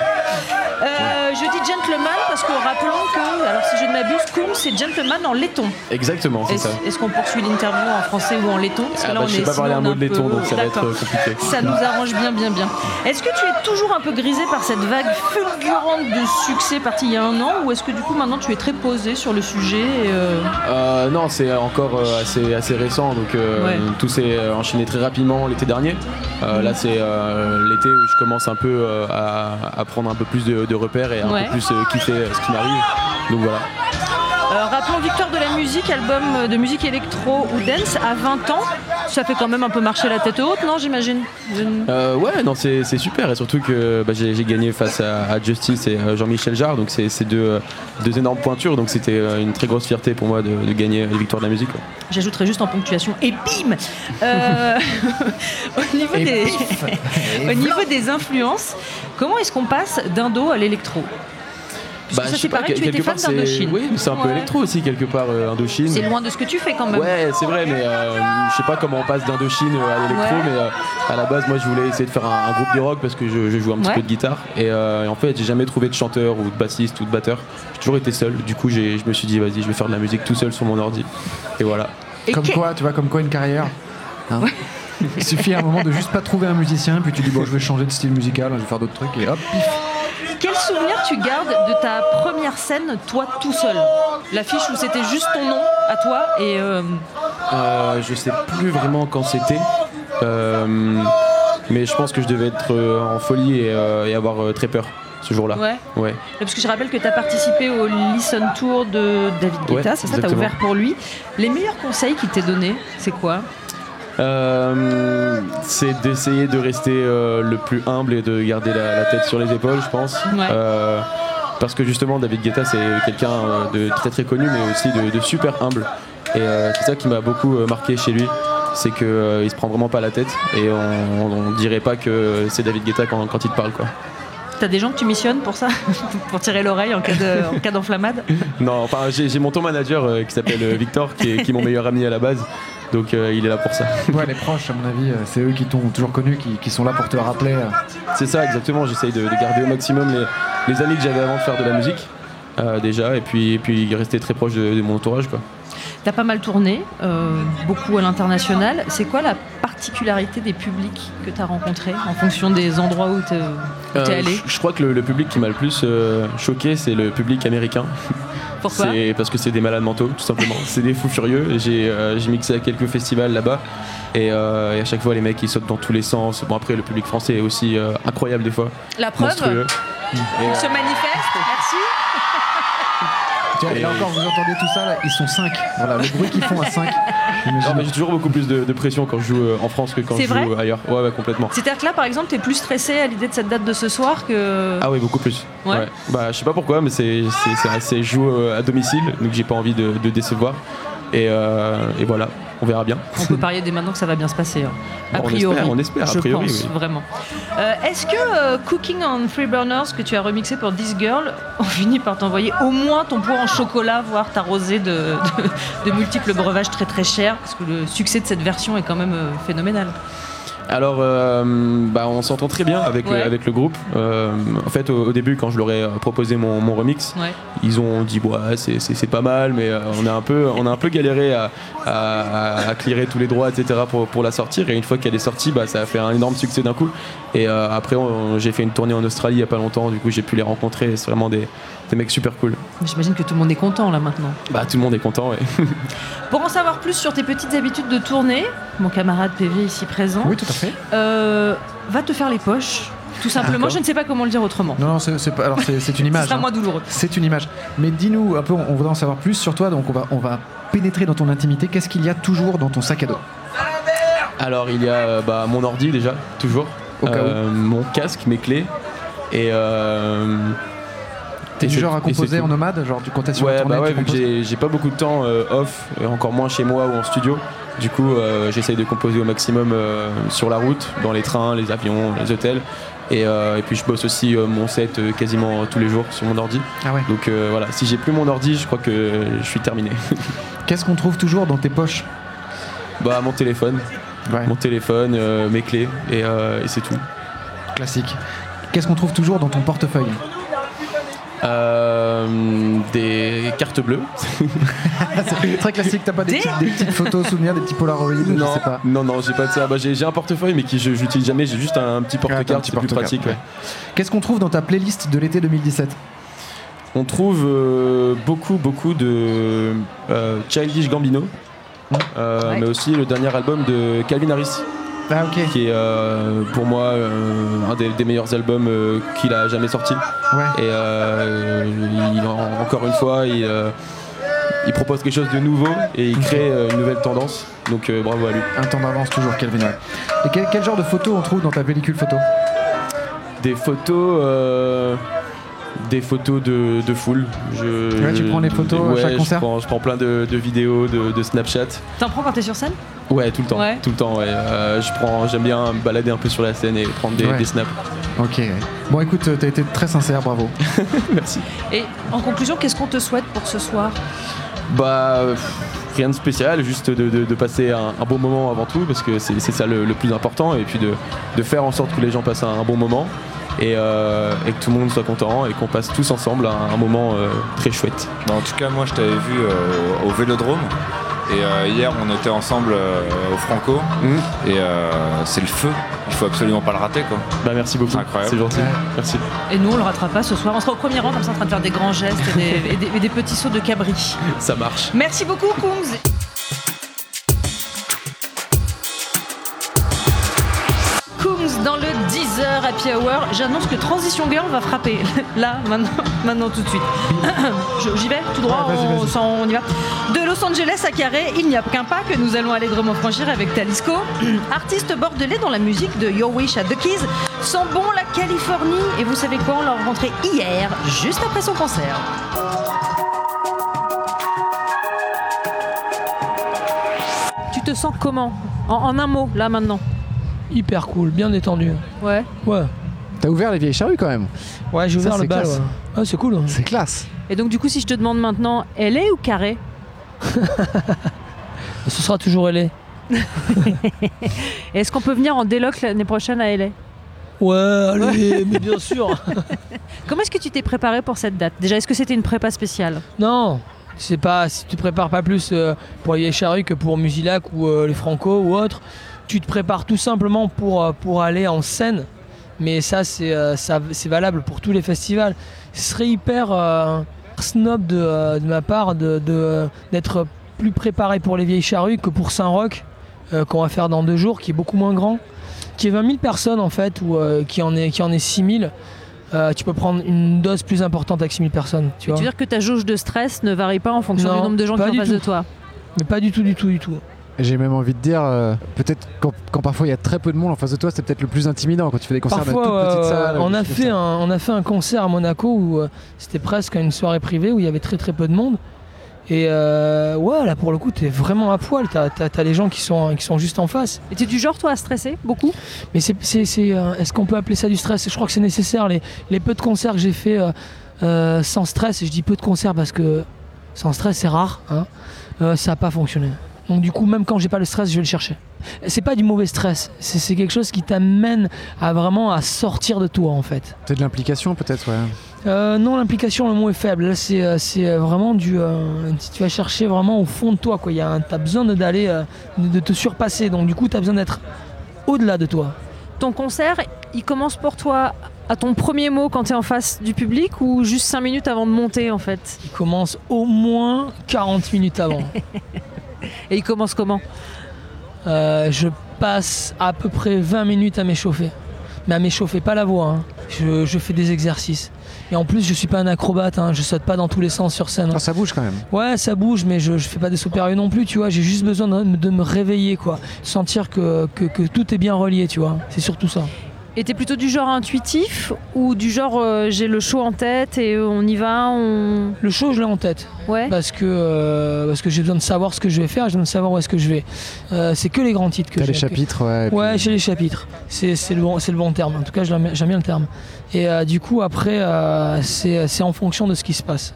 B: Euh, je dis gentleman parce que rappelons que, alors si je ne m'abuse, Kungs c'est gentleman en laiton.
I: Exactement, c'est
B: Est-ce
I: ça.
B: est-ce qu'on poursuit l'interview en français ou en laiton Parce que
I: Ah
B: là,
I: bah,
B: on
I: je sais
B: est-
I: pas parler
B: sinon,
I: un mot
B: on est
I: de laiton,
B: peu-
I: donc ça va être
B: D'accord.
I: euh, compliqué.
B: Ça nous arrange bien, bien, bien. Est-ce que tu es toujours un peu grisé par cette vague fulgurante de succès partie il y a un an ou est-ce que du coup maintenant tu es très posé sur le sujet et, euh,
I: Euh, non, c'est encore euh, assez, assez récent, donc euh,
B: Ouais. Mhm.
I: tout s'est euh, enchaîné très rapidement l'été dernier. Euh, Là, c'est euh, l'été où je commence un peu euh, à, à prendre un peu plus de, de repères et un
B: Ouais.
I: peu plus euh, kiffer euh, ce qui m'arrive. Donc voilà.
B: Euh, rappelons Victoire de la musique, album de musique électro ou dance à 20 ans. Ça fait quand même un peu marcher la tête haute, non j'imagine Je ne-
I: Euh, ouais, non, c'est c'est super et surtout que bah, j'ai j'ai gagné face à, à Justice et euh, Jean-Michel Jarre, donc c'est c'est deux, euh, deux énormes pointures, donc c'était euh, une très grosse fierté pour moi de, de gagner les victoires de la musique. quoi.
B: J'ajouterai juste en ponctuation et bim Euh, au, niveau des, au niveau
I: Bah,
B: des influences, comment est-ce qu'on passe d'indo à l'électro Puisque ça,
I: je sais
B: c'est
I: pas,
B: pareil,
I: que-
B: tu étais
I: quelque
B: fan
I: part, c'est-
B: d'Indochine.
I: Oui, mais c'est un peu
B: Ouais.
I: électro aussi, quelque part, euh, Indochine.
B: C'est loin de ce que tu fais quand même.
I: Ouais, c'est vrai, mais euh, je sais pas comment on passe d'Indochine à l'électro,
B: Ouais.
I: mais euh, à la base, moi, je voulais essayer de faire un, un groupe de rock parce que je, je joue un petit
B: Ouais.
I: peu de guitare. Et, euh, et en fait, j'ai jamais trouvé de chanteur ou de bassiste ou de batteur. J'ai toujours été seul. Du coup, j'ai- je me suis dit, vas-y, je vais faire de la musique tout seul sur mon ordi. Et voilà.
D: Comme quoi, tu vois, comme quoi une carrière. hein. Il suffit à un moment de juste pas trouver un musicien, puis tu dis bon, je vais changer de style musical, hein, je vais faire d'autres trucs, et hop, pif.
B: Quel souvenir tu gardes de ta première scène, toi tout seul L'affiche où c'était juste ton nom à toi et. euh,
I: Euh, je sais plus vraiment quand c'était. Euh, mais je pense que je devais être euh, en folie et, euh, et avoir euh, très peur ce jour-là.
B: Ouais.
I: Ouais.
B: Parce que je rappelle que tu as participé au Listen Tour de David
I: Ouais,
B: Guetta, c'est ça, tu as
I: exactement.
B: ouvert pour lui. Les meilleurs conseils qu'il t'est donné, c'est quoi
I: Euh, c'est d'essayer de rester euh, le plus humble et de garder la, la tête sur les épaules, je pense.
B: Ouais.
I: Euh, parce que justement, David Guetta, c'est quelqu'un euh, de très très connu, mais aussi de, de super humble. Et euh, c'est ça qui m'a beaucoup euh, marqué chez lui, c'est qu'il il se prend vraiment pas la tête et on, on- on dirait pas que c'est David Guetta quand, quand il te parle, quoi.
B: T'as des gens que tu missionnes pour ça Pour tirer l'oreille en cas de- en cas d'enflammade
I: Non, enfin, j'ai j'ai mon ton manager euh, qui s'appelle euh, Victor, qui est, qui est mon meilleur ami à la base, donc euh, il est là pour ça.
D: Ouais, les proches, à mon avis, euh, c'est eux qui t'ont toujours connu, qui, qui sont là pour te rappeler. euh,
I: C'est ça, exactement. J'essaye de, de garder au maximum les, les amis que j'avais avant de faire de la musique, euh, déjà, et puis, et puis rester très proche de, de mon entourage. Quoi.
B: T'as pas mal tourné, euh, beaucoup à l'international. C'est quoi la particularité des publics que t'as rencontrés en fonction des endroits où t'es où
I: Euh,
B: t'es allé
I: je- je crois que le, le public qui m'a le plus euh, choqué, c'est le public américain.
B: Pourquoi
I: C'est parce que c'est des malades mentaux, tout simplement. c'est des fous furieux. J'ai euh, j'ai mixé à quelques festivals là-bas. Et, euh, et à chaque fois, les mecs, ils sautent dans tous les sens. Bon, après, le public français est aussi euh, incroyable des fois.
B: La preuve
I: monstrueux. Et,
B: On
I: euh,
B: se manifeste, merci.
D: Tiens, et là encore, vous entendez tout ça, là, ils sont 5. Voilà, le bruit qu'ils font à 5.
I: non, mais j'ai toujours beaucoup plus de, de pression quand je joue euh, en France que quand
B: C'est
I: je joue
B: vrai
I: ailleurs. Ouais, ouais, complètement.
B: C'est-à-dire que là, par exemple, t'es plus stressé à l'idée de cette date de ce soir que.
I: Ah oui, beaucoup plus.
B: Ouais.
I: Bah, je sais pas pourquoi, mais c'est c'est- c'est assez je joue euh, à domicile, donc j'ai pas envie de, de décevoir. Et, euh, et voilà, on verra bien.
B: On peut parier dès maintenant que ça va bien se passer. hein. A
I: Bon, on
B: priori.
I: espère, on espère, a
B: je
I: priori,
B: pense,
I: oui.
B: vraiment. Euh, Est-ce que euh, Cooking on Three Burners que tu as remixé pour This Girl, on finit par t'envoyer au moins ton pot en chocolat, voire t'arroser de, de, de multiples breuvages très très chers Parce que le succès de cette version est quand même euh, phénoménal.
I: Alors, euh, bah, on s'entend très bien avec,
B: Ouais.
I: le, avec le groupe. Euh, en fait, au, au début, quand je leur ai euh, proposé mon, mon remix,
B: Ouais.
I: ils ont dit ouais, c'est- c'est c'est pas mal, mais euh, on, a un peu, on a un peu galéré à, à, à- à clearer tous les droits, etc. Pour, pour la sortir. Et une fois qu'elle est sortie, bah, ça a fait un énorme succès d'un coup. Et euh, après, on- j'ai fait une tournée en Australie il y a pas longtemps. Du coup, j'ai pu les rencontrer. C'est vraiment des, des mecs super cool.
B: J'imagine que tout le monde est content là maintenant.
I: Bah, tout le monde est content, ouais.
B: Pour en savoir plus sur tes petites habitudes de tournée, mon camarade PV ici présent.
D: Oui, tout à fait.
B: euh, va te faire les poches, tout simplement.
D: D'accord.
B: Je ne sais pas comment le dire autrement.
D: Non, non, c'est c'est pas. Alors, c'est c'est une image. hein.
B: Ce sera moins douloureux.
D: C'est une image. Mais dis-nous un peu, on voudrait en savoir plus sur toi, donc on va, on va pénétrer dans ton intimité. Qu'est-ce qu'il y a toujours dans ton sac à dos
I: Alors il y a euh, bah, mon ordi déjà, toujours. Euh, mon casque, mes clés. Et... Euh,
D: T'es
I: et
D: du
I: c'est-
D: genre à
I: et c'est
D: composer
I: tout.
D: en nomade Genre, tu comptes sur
I: Ouais,
D: la tournée,
I: bah ouais,
D: tu
I: vu que
D: composes
I: j'ai- j'ai pas beaucoup de temps euh, off, et encore moins chez moi ou en studio. Du coup, euh, j'essaye de composer au maximum euh, sur la route, dans les trains, les avions, les hôtels. Et, euh, et puis je bosse aussi euh, mon set euh, quasiment tous les jours sur mon ordi.
D: Ah ouais.
I: Donc euh, voilà, si j'ai plus mon ordi, je crois que je suis terminé.
D: Qu'est-ce qu'on trouve toujours dans tes poches
I: bah mon téléphone,
D: Ouais.
I: mon téléphone, euh, mes clés et, euh, et c'est tout.
D: Classique. Qu'est-ce qu'on trouve toujours dans ton portefeuille
I: Euh, des cartes bleues.
D: C'est Très classique, t'as pas des, petites- des petites photos, souvenirs, des petits Polaroids, je
I: non,
D: sais pas.
I: non, non, j'ai pas de ça. Bah, j'ai j'ai un portefeuille, mais qui je j'utilise jamais. J'ai juste un, petit
D: Attends,
I: porte-carte, c'est plus
D: petit porte-carte,
I: pratique.
D: ouais.
I: ouais.
D: Qu'est-ce qu'on trouve dans ta playlist de l'été 2017
I: On trouve euh, beaucoup, beaucoup de euh, Childish Gambino, euh, mais aussi le dernier album de Calvin Harris.
D: Ah,
I: Qui est euh, pour moi euh, un des, des meilleurs albums euh, qu'il a jamais sorti. Et euh, il- en- encore une fois, il, euh, il propose quelque chose de nouveau et il crée euh, une nouvelle tendance. Donc euh, bravo à lui.
D: Un temps d'avance toujours, Calvin. ouais. Et quel, quel genre de photos on trouve dans ta pellicule photo
I: Des photos. euh, des photos de, de foule. Je,
D: Ouais, tu prends les photos à
I: ouais,
D: chaque concert
I: je prends, je prends plein de, de vidéos, de, de Snapchat.
B: T'en prends quand t'es sur scène
I: Ouais, tout le temps.
B: Ouais.
I: Tout le temps, ouais. Euh, je prends, j'aime bien me balader un peu sur la scène et prendre des,
D: Ouais.
I: des snaps.
D: Ok. Bon, écoute, euh, t'as été très sincère, bravo.
I: Merci.
B: Et en conclusion, qu'est-ce qu'on te souhaite pour ce soir
I: Bah, euh, rien de spécial, juste de, de- de passer un, un bon moment avant tout, parce que c'est c'est ça le, le plus important, et puis de, de faire en sorte que les gens passent un, un bon moment, et, euh, et que tout le monde soit content, et qu'on passe tous ensemble un, un moment euh, très chouette.
J: Bah, en tout cas, moi, je t'avais vu euh, au Vélodrome. Et euh, hier, on était ensemble euh, au Franco.
S: Mhm.
J: Et euh, c'est le feu. Il faut absolument pas le rater, quoi.
I: Bah, merci beaucoup.
J: C'est incroyable.
I: C'est gentil. Merci.
B: Et nous, on le ratera pas ce soir. On sera au premier rang, comme ça, en train de faire des grands gestes et des, et des- et des petits sauts de cabri.
I: Ça marche.
B: Merci beaucoup, Kungs. Kungs dans le 10h Happy Hour. J'annonce que Transition Girl va frapper. Là, maintenant, maintenant tout de suite. Je- J'y vais, tout droit, on, sans- on y va. De Los Angeles à Carré, il n'y a qu'un pas que nous allons allègrement franchir avec Talisco. Artiste bordelais dans la musique de Your Wish à The Keys. Sent bon la Californie. Et vous savez quoi, on l'a rencontré hier, juste après son concert. Tu te sens comment en, en un mot, là maintenant
U: Hyper cool, bien détendu.
B: Ouais.
U: Ouais.
V: T'as ouvert les vieilles charrues quand même.
U: Ouais, j'ai
V: Ça,
U: ouvert
V: c'est
U: le bal.
V: classe.
U: Ouais, Ouais, c'est hein. cool.
V: C'est classe.
B: Et donc du coup, si je te demande maintenant, elle est ou carré
U: Ce sera toujours LA.
B: Est-ce qu'on peut venir en déloc l'année prochaine à LA
U: Ouais, allez, mais bien sûr.
B: Comment est-ce que tu t'es préparé pour cette date Déjà, est-ce que c'était une prépa spéciale
U: Non, c'est pas si tu te prépares pas plus euh, pour les charrues que pour Musilac ou euh, les Franco ou autres. Tu te prépares tout simplement pour, euh, pour aller en scène. Mais ça, c'est euh, ça- c'est valable pour tous les festivals. Ce serait hyper euh, snob de, euh, de ma part d'être de, d'être plus préparé pour les vieilles charrues que pour Saint-Roch, euh, qu'on va faire dans deux jours, qui est beaucoup moins grand, qui est 20 000 personnes en fait, ou euh, qui en est, qui en est 6 000. Euh, tu peux prendre une dose plus importante avec 6 000 personnes. Tu
B: Tu
U: vois.
B: veux dire que ta jauge de stress ne varie pas en fonction
U: Non,
B: du nombre de gens qui
U: pas
B: sont en
U: du
B: face de
U: tout.
B: toi
U: Mais pas du tout, du tout, du tout.
V: J'ai même envie de dire, euh, peut-être quand, quand parfois il y a très peu de monde en face de toi, c'est peut-être le plus intimidant quand tu fais des concerts dans
U: Parfois,
V: une toute petite
U: euh,
V: salle.
U: on, a
V: des choses
U: fait un, on a fait un concert à Monaco où euh, c'était presque une soirée privée où il y avait très très peu de monde. Et euh, ouais, là pour le coup, t'es vraiment à poil. T'as as, les gens qui sont, qui sont juste en face.
B: Et t'es du genre, toi, à stresser beaucoup
U: Mais c'est, c'est, c'est, euh, est-ce qu'on peut appeler ça du stress Je crois que c'est nécessaire. Les, les peu de concerts que j'ai fait euh, euh, sans stress, et je dis peu de concerts parce que sans stress, c'est rare, hein, euh, ça n'a pas fonctionné. Donc du coup, même quand j'ai pas le stress, je vais le chercher. C'est pas du mauvais stress, c'est, c'est quelque chose qui t'amène à vraiment à sortir de toi en fait.
V: T'as de l'implication peut-être, ouais.
U: Euh, non, l'implication, le mot est faible. Là, c'est euh, c'est, euh, vraiment du. euh, si tu vas chercher vraiment au fond de toi, quoi. Il y a un- T'as besoin de- d'aller, euh, de de te surpasser. Donc, du coup, t'as besoin d'être au-delà de toi.
B: Ton concert, il commence pour toi à ton premier mot quand t'es en face du public ou juste 5 minutes avant de monter, en fait
U: Il commence au moins 40 minutes avant.
B: Et il commence comment
U: Euh, je passe à peu près 20 minutes à m'échauffer. Mais à m'échauffer, pas la voix. hein. Je, je fais des exercices. Et en plus, je suis pas un acrobate. hein. Je saute pas dans tous les sens sur scène. hein.
V: Ah, ça bouge quand même.
U: Ouais, ça bouge, mais je, je fais pas des sauts périlleux non plus. Tu vois, j'ai juste besoin de, de me réveiller, quoi. Sentir que, que, que tout est bien relié, tu vois. C'est surtout ça.
B: Et t'es plutôt du genre intuitif ou du genre euh, j'ai le show en tête et on y va, on...
U: Le show, je l'ai en tête.
B: Ouais.
U: Parce que, euh, parce que j'ai besoin de savoir ce que je vais faire, j'ai besoin de savoir où est-ce que je vais. Euh, c'est que les grands titres que
V: T'as
U: j'ai.
V: les chapitres, ouais, et
U: Ouais, j'ai les chapitres. C'est c'est le, bon, c'est le bon terme. En tout cas, je l'aime- j'aime bien le terme. Et euh, du coup, après, euh, c'est c'est en fonction de ce qui se passe.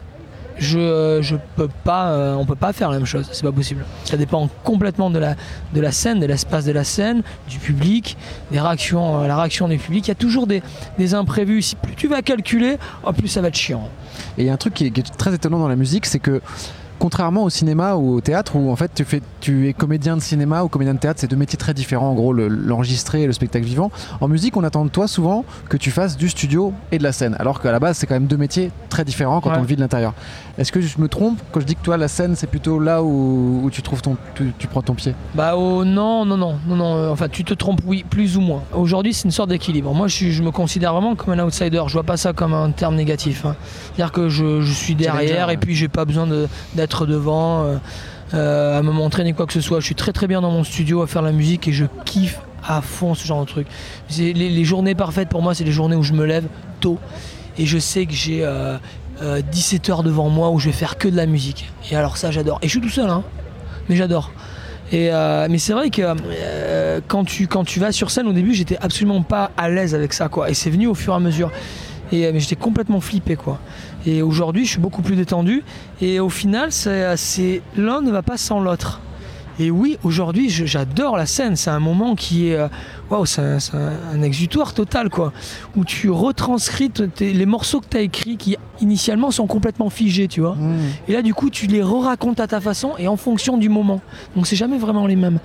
U: Je, je peux pas, euh, on peut pas faire la même chose, c'est pas possible. Ça dépend complètement de la, de la scène, de l'espace de la scène, du public, des réactions, euh, la réaction du public. Il y a toujours des, des imprévus. Si plus tu vas calculer, oh, plus ça va être chiant.
V: Et il y a un truc qui est, qui est très étonnant dans la musique, c'est que contrairement au cinéma ou au théâtre, où en fait tu, fais, tu es comédien de cinéma ou comédien de théâtre, c'est deux métiers très différents, en gros le- l'enregistré et le spectacle vivant, en musique on attend de toi souvent que tu fasses du studio et de la scène, alors qu'à la base c'est quand même deux métiers très différents quand on le vit de l'intérieur. Est-ce que je me trompe quand je dis que toi la scène c'est plutôt là où, où tu trouves ton, tu, tu prends ton pied
U: Bah oh, non, non, non, non, non. euh, Enfin, tu te trompes, oui, plus ou moins. Aujourd'hui, c'est une sorte d'équilibre. Moi, je, suis- je me considère vraiment comme un outsider. Je vois pas ça comme un terme négatif. hein. C'est-à-dire que je, je suis derrière
O: Challenger,
U: et puis j'ai pas besoin de- d'être devant, euh, euh, à me montrer ni quoi que ce soit. Je suis très très bien dans mon studio à faire la musique et je kiffe à fond ce genre de truc. C'est- Les, les journées parfaites pour moi, c'est les journées où je me lève tôt et je sais que j'ai euh, euh, 17 heures devant moi où je vais faire que de la musique. Et alors ça, j'adore. Et je suis tout seul, hein mais j'adore. Et euh, mais c'est vrai que euh, quand, tu, quand tu vas sur scène, au début, j'étais absolument pas à l'aise avec ça, quoi. Et c'est venu au fur et à mesure. Et euh, mais j'étais complètement flippé, quoi. Et euh, aujourd'hui, je suis beaucoup plus détendu. Et au final, c'est c'est- l'un ne va pas sans l'autre. Et oui, aujourd'hui, je- j'adore la scène. C'est un moment qui est. euh, Waouh, c'est un, c'est un- un exutoire total, quoi. Où tu retranscris t- tes- les morceaux que tu as écrits qui, initialement, sont complètement figés, tu vois. Et là, du coup, tu les re-racontes à ta façon et en fonction du moment. Donc, c'est jamais vraiment les mêmes.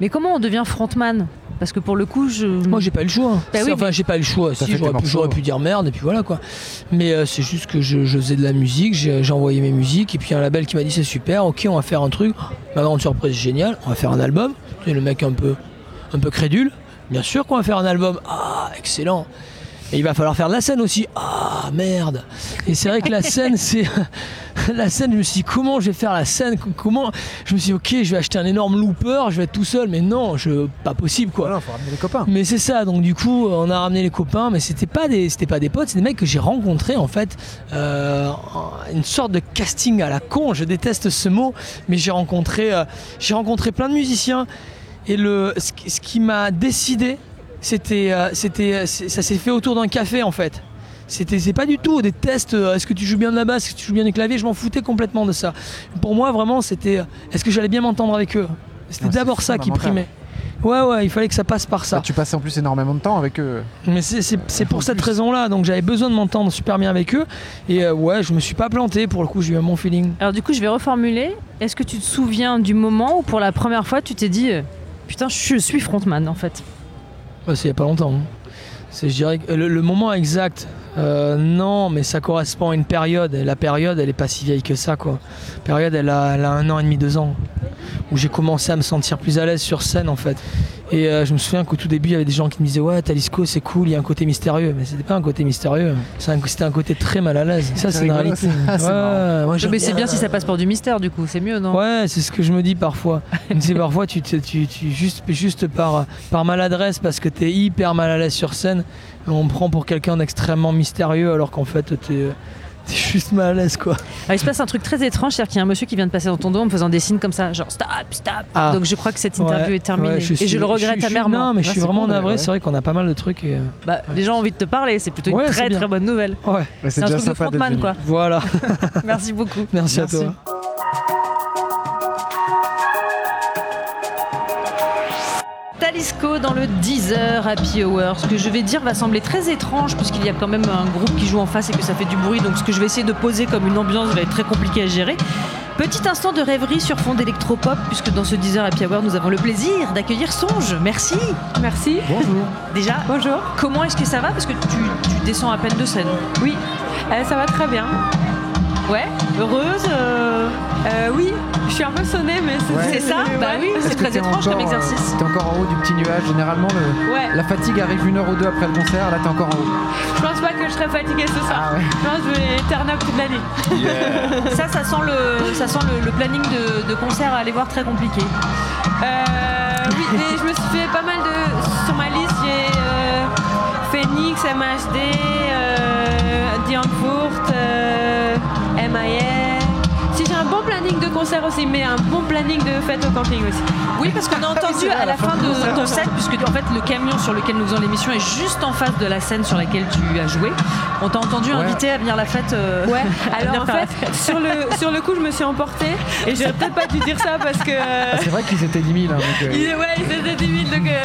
B: Mais comment on devient frontman Parce que pour le coup, je. Moi,
U: j'ai pas eu le choix.
B: Bah oui,
U: C'est- enfin,
B: mais-
U: j'ai pas eu le choix.
B: T'as
U: Si,
B: fait
U: j'aurais
B: tes
U: pu,
B: morceaux.
U: j'aurais pu dire merde, et puis voilà quoi. Mais euh, c'est juste que je, je faisais de la musique, j'ai j'ai envoyé mes musiques, et puis un label qui m'a dit c'est super, ok, on va faire un truc. Ma grande surprise, génial, on va faire un album. Et le mec un peu, un peu crédule, bien sûr qu'on va faire un album. Ah, excellent. Et il va falloir faire de la scène aussi. Ah merde. Et c'est vrai que la scène, c'est la scène. Je me suis dit comment je vais faire la scène co- Comment Je me suis dit ok, je vais acheter un énorme looper, je vais être tout seul. Mais non, je pas possible quoi. Mais c'est ça. Donc du coup, on a ramené les copains, mais c'était pas des c'était pas des potes, c'est des mecs que j'ai rencontrés en fait. euh, en- une sorte de casting à la con. Je déteste ce mot, mais j'ai rencontré euh, j'ai rencontré plein de musiciens. Et le ce qui- ce qui m'a décidé c'était euh, c'était euh, c'est- ça s'est fait autour d'un café en fait c'était c'est pas du tout des tests euh, est-ce que tu joues bien de la basse est-ce que tu joues bien du clavier je m'en foutais complètement de ça pour moi vraiment c'était euh, est-ce que j'allais bien m'entendre avec eux c'était
V: Ah, c'est
U: d'abord ça qui
V: fondamental.
U: primait ouais ouais il fallait que ça passe par ça
V: Tu passais en plus énormément de temps avec eux.
U: mais c'est- c'est c'est pour cette raison-là, donc j'avais besoin de m'entendre super bien avec eux. Et euh, ouais, je me suis pas planté, pour le coup, j'ai eu mon feeling.
B: Alors du coup, je vais reformuler. Est-ce que tu te souviens du moment où pour la première fois, tu t'es dit euh, Putain, je suis frontman en fait
U: Ouais, c'est il y a pas longtemps. hein. C'est, je dirais, que euh, le, le moment exact. euh, non, mais ça correspond à une période. Et la période, elle est pas si vieille que ça, quoi. La période, elle a, elle a un an et demi, deux ans, où j'ai commencé à me sentir plus à l'aise sur scène, en fait. Et euh, je me souviens qu'au tout début, il y avait des gens qui me disaient ouais, Talisco, c'est cool, il y a un côté mystérieux, mais c'était pas un côté mystérieux. C'est un- c'était un côté très mal à l'aise. Ça,
B: C'est
U: c'est une
B: rigolo,
U: réalité.
B: ça. Ah, C'est
U: Ouais,
B: marrant.
U: moi,
B: Mais
U: j'aime
B: c'est bien si ça passe pour du mystère, du coup, c'est mieux, non
U: Ouais, c'est ce que je me dis parfois. Je me dis parfois, tu, te- tu, tu- juste, juste par, par maladresse, parce que t'es hyper mal à l'aise sur scène, on me prend pour quelqu'un d'extrêmement mystérieux, alors qu'en fait, t'es t'es juste mal à l'aise, quoi.
B: Ah, il se passe un truc très étrange, c'est-à-dire qu'il y a un monsieur qui vient de passer dans ton dos en me faisant des signes comme ça, genre stop, stop.
U: Ah.
B: Donc je crois que cette interview
U: Ouais,
B: est terminée.
U: ouais,
B: et je
U: suis-
B: le regrette
U: je suis-
B: amèrement.
U: Non, mais je
B: Ouais,
U: suis
B: Ah, c'est
U: vraiment
B: con, mais
U: navré,
B: ouais.
U: c'est vrai qu'on a pas mal de trucs. et, euh,
B: Bah, les gens ont envie de te parler, c'est plutôt une
U: Ouais, c'est
B: très
U: bien.
B: très bonne nouvelle.
U: Ouais,
B: c'est C'est un déjà truc de sympa d'être frontman, venu. quoi.
U: Voilà.
B: Merci beaucoup.
U: Merci, à toi.
B: Talisco dans le 10h Happy Hour. Ce que je vais dire va sembler très étrange puisqu'il y a quand même un groupe qui joue en face et que ça fait du bruit. Donc ce que je vais essayer de poser comme une ambiance va être très compliqué à gérer. Petit instant de rêverie sur fond d'électropop puisque dans ce 10h Happy Hour nous avons le plaisir d'accueillir Songe. Merci. Merci.
Q: Bonjour.
B: Déjà. Bonjour. Comment est-ce que ça va Parce que tu, tu descends à peine de scène.
Q: Oui. Eh, ça va très bien.
B: Ouais. Heureuse. euh,
Q: Euh, oui, je suis un peu sonnée, mais c'est
V: Ouais.
Q: c'est ça
B: Bah oui,
V: Parce
B: c'est
V: que
B: très
V: t'es
B: étrange comme
V: encore, euh,
B: exercice.
V: T'es encore en haut du petit nuage. Généralement, le-
Q: Ouais.
V: la fatigue arrive une heure ou deux après le concert. Là, t'es encore en haut.
Q: Je pense pas que je serai fatiguée ce soir. Je pense que je vais turn up toute la nuit.
B: ça, ça sent le, ça sent le, le planning de, de concert à aller voir très compliqué.
Q: Euh, oui, et je me suis fait pas mal de. Sur ma liste, j'ai euh, Phoenix, MHD, euh, Frankfurt, euh, MIA. Si j'ai un bon planning de concert aussi, mais un bon planning de fête au camping aussi.
B: Ah, Oui, parce qu'on a entendu à la fin de ton set, puisque en fait le camion sur lequel nous faisons l'émission est juste en face de la scène sur laquelle tu as joué. On t'a entendu
Q: Ouais.
B: invité à venir la fête. euh,
Q: Ouais,
B: à venir
Q: alors en
B: faire la
Q: fait,
B: fête.
Q: sur le, sur le coup, je me suis emportée et j'aurais peut-être pas dû dire ça parce que. euh,
V: Ah, c'est vrai qu'ils étaient 10 000. hein, donc, euh,
Q: il est- ouais, ils étaient 10 000, donc. euh,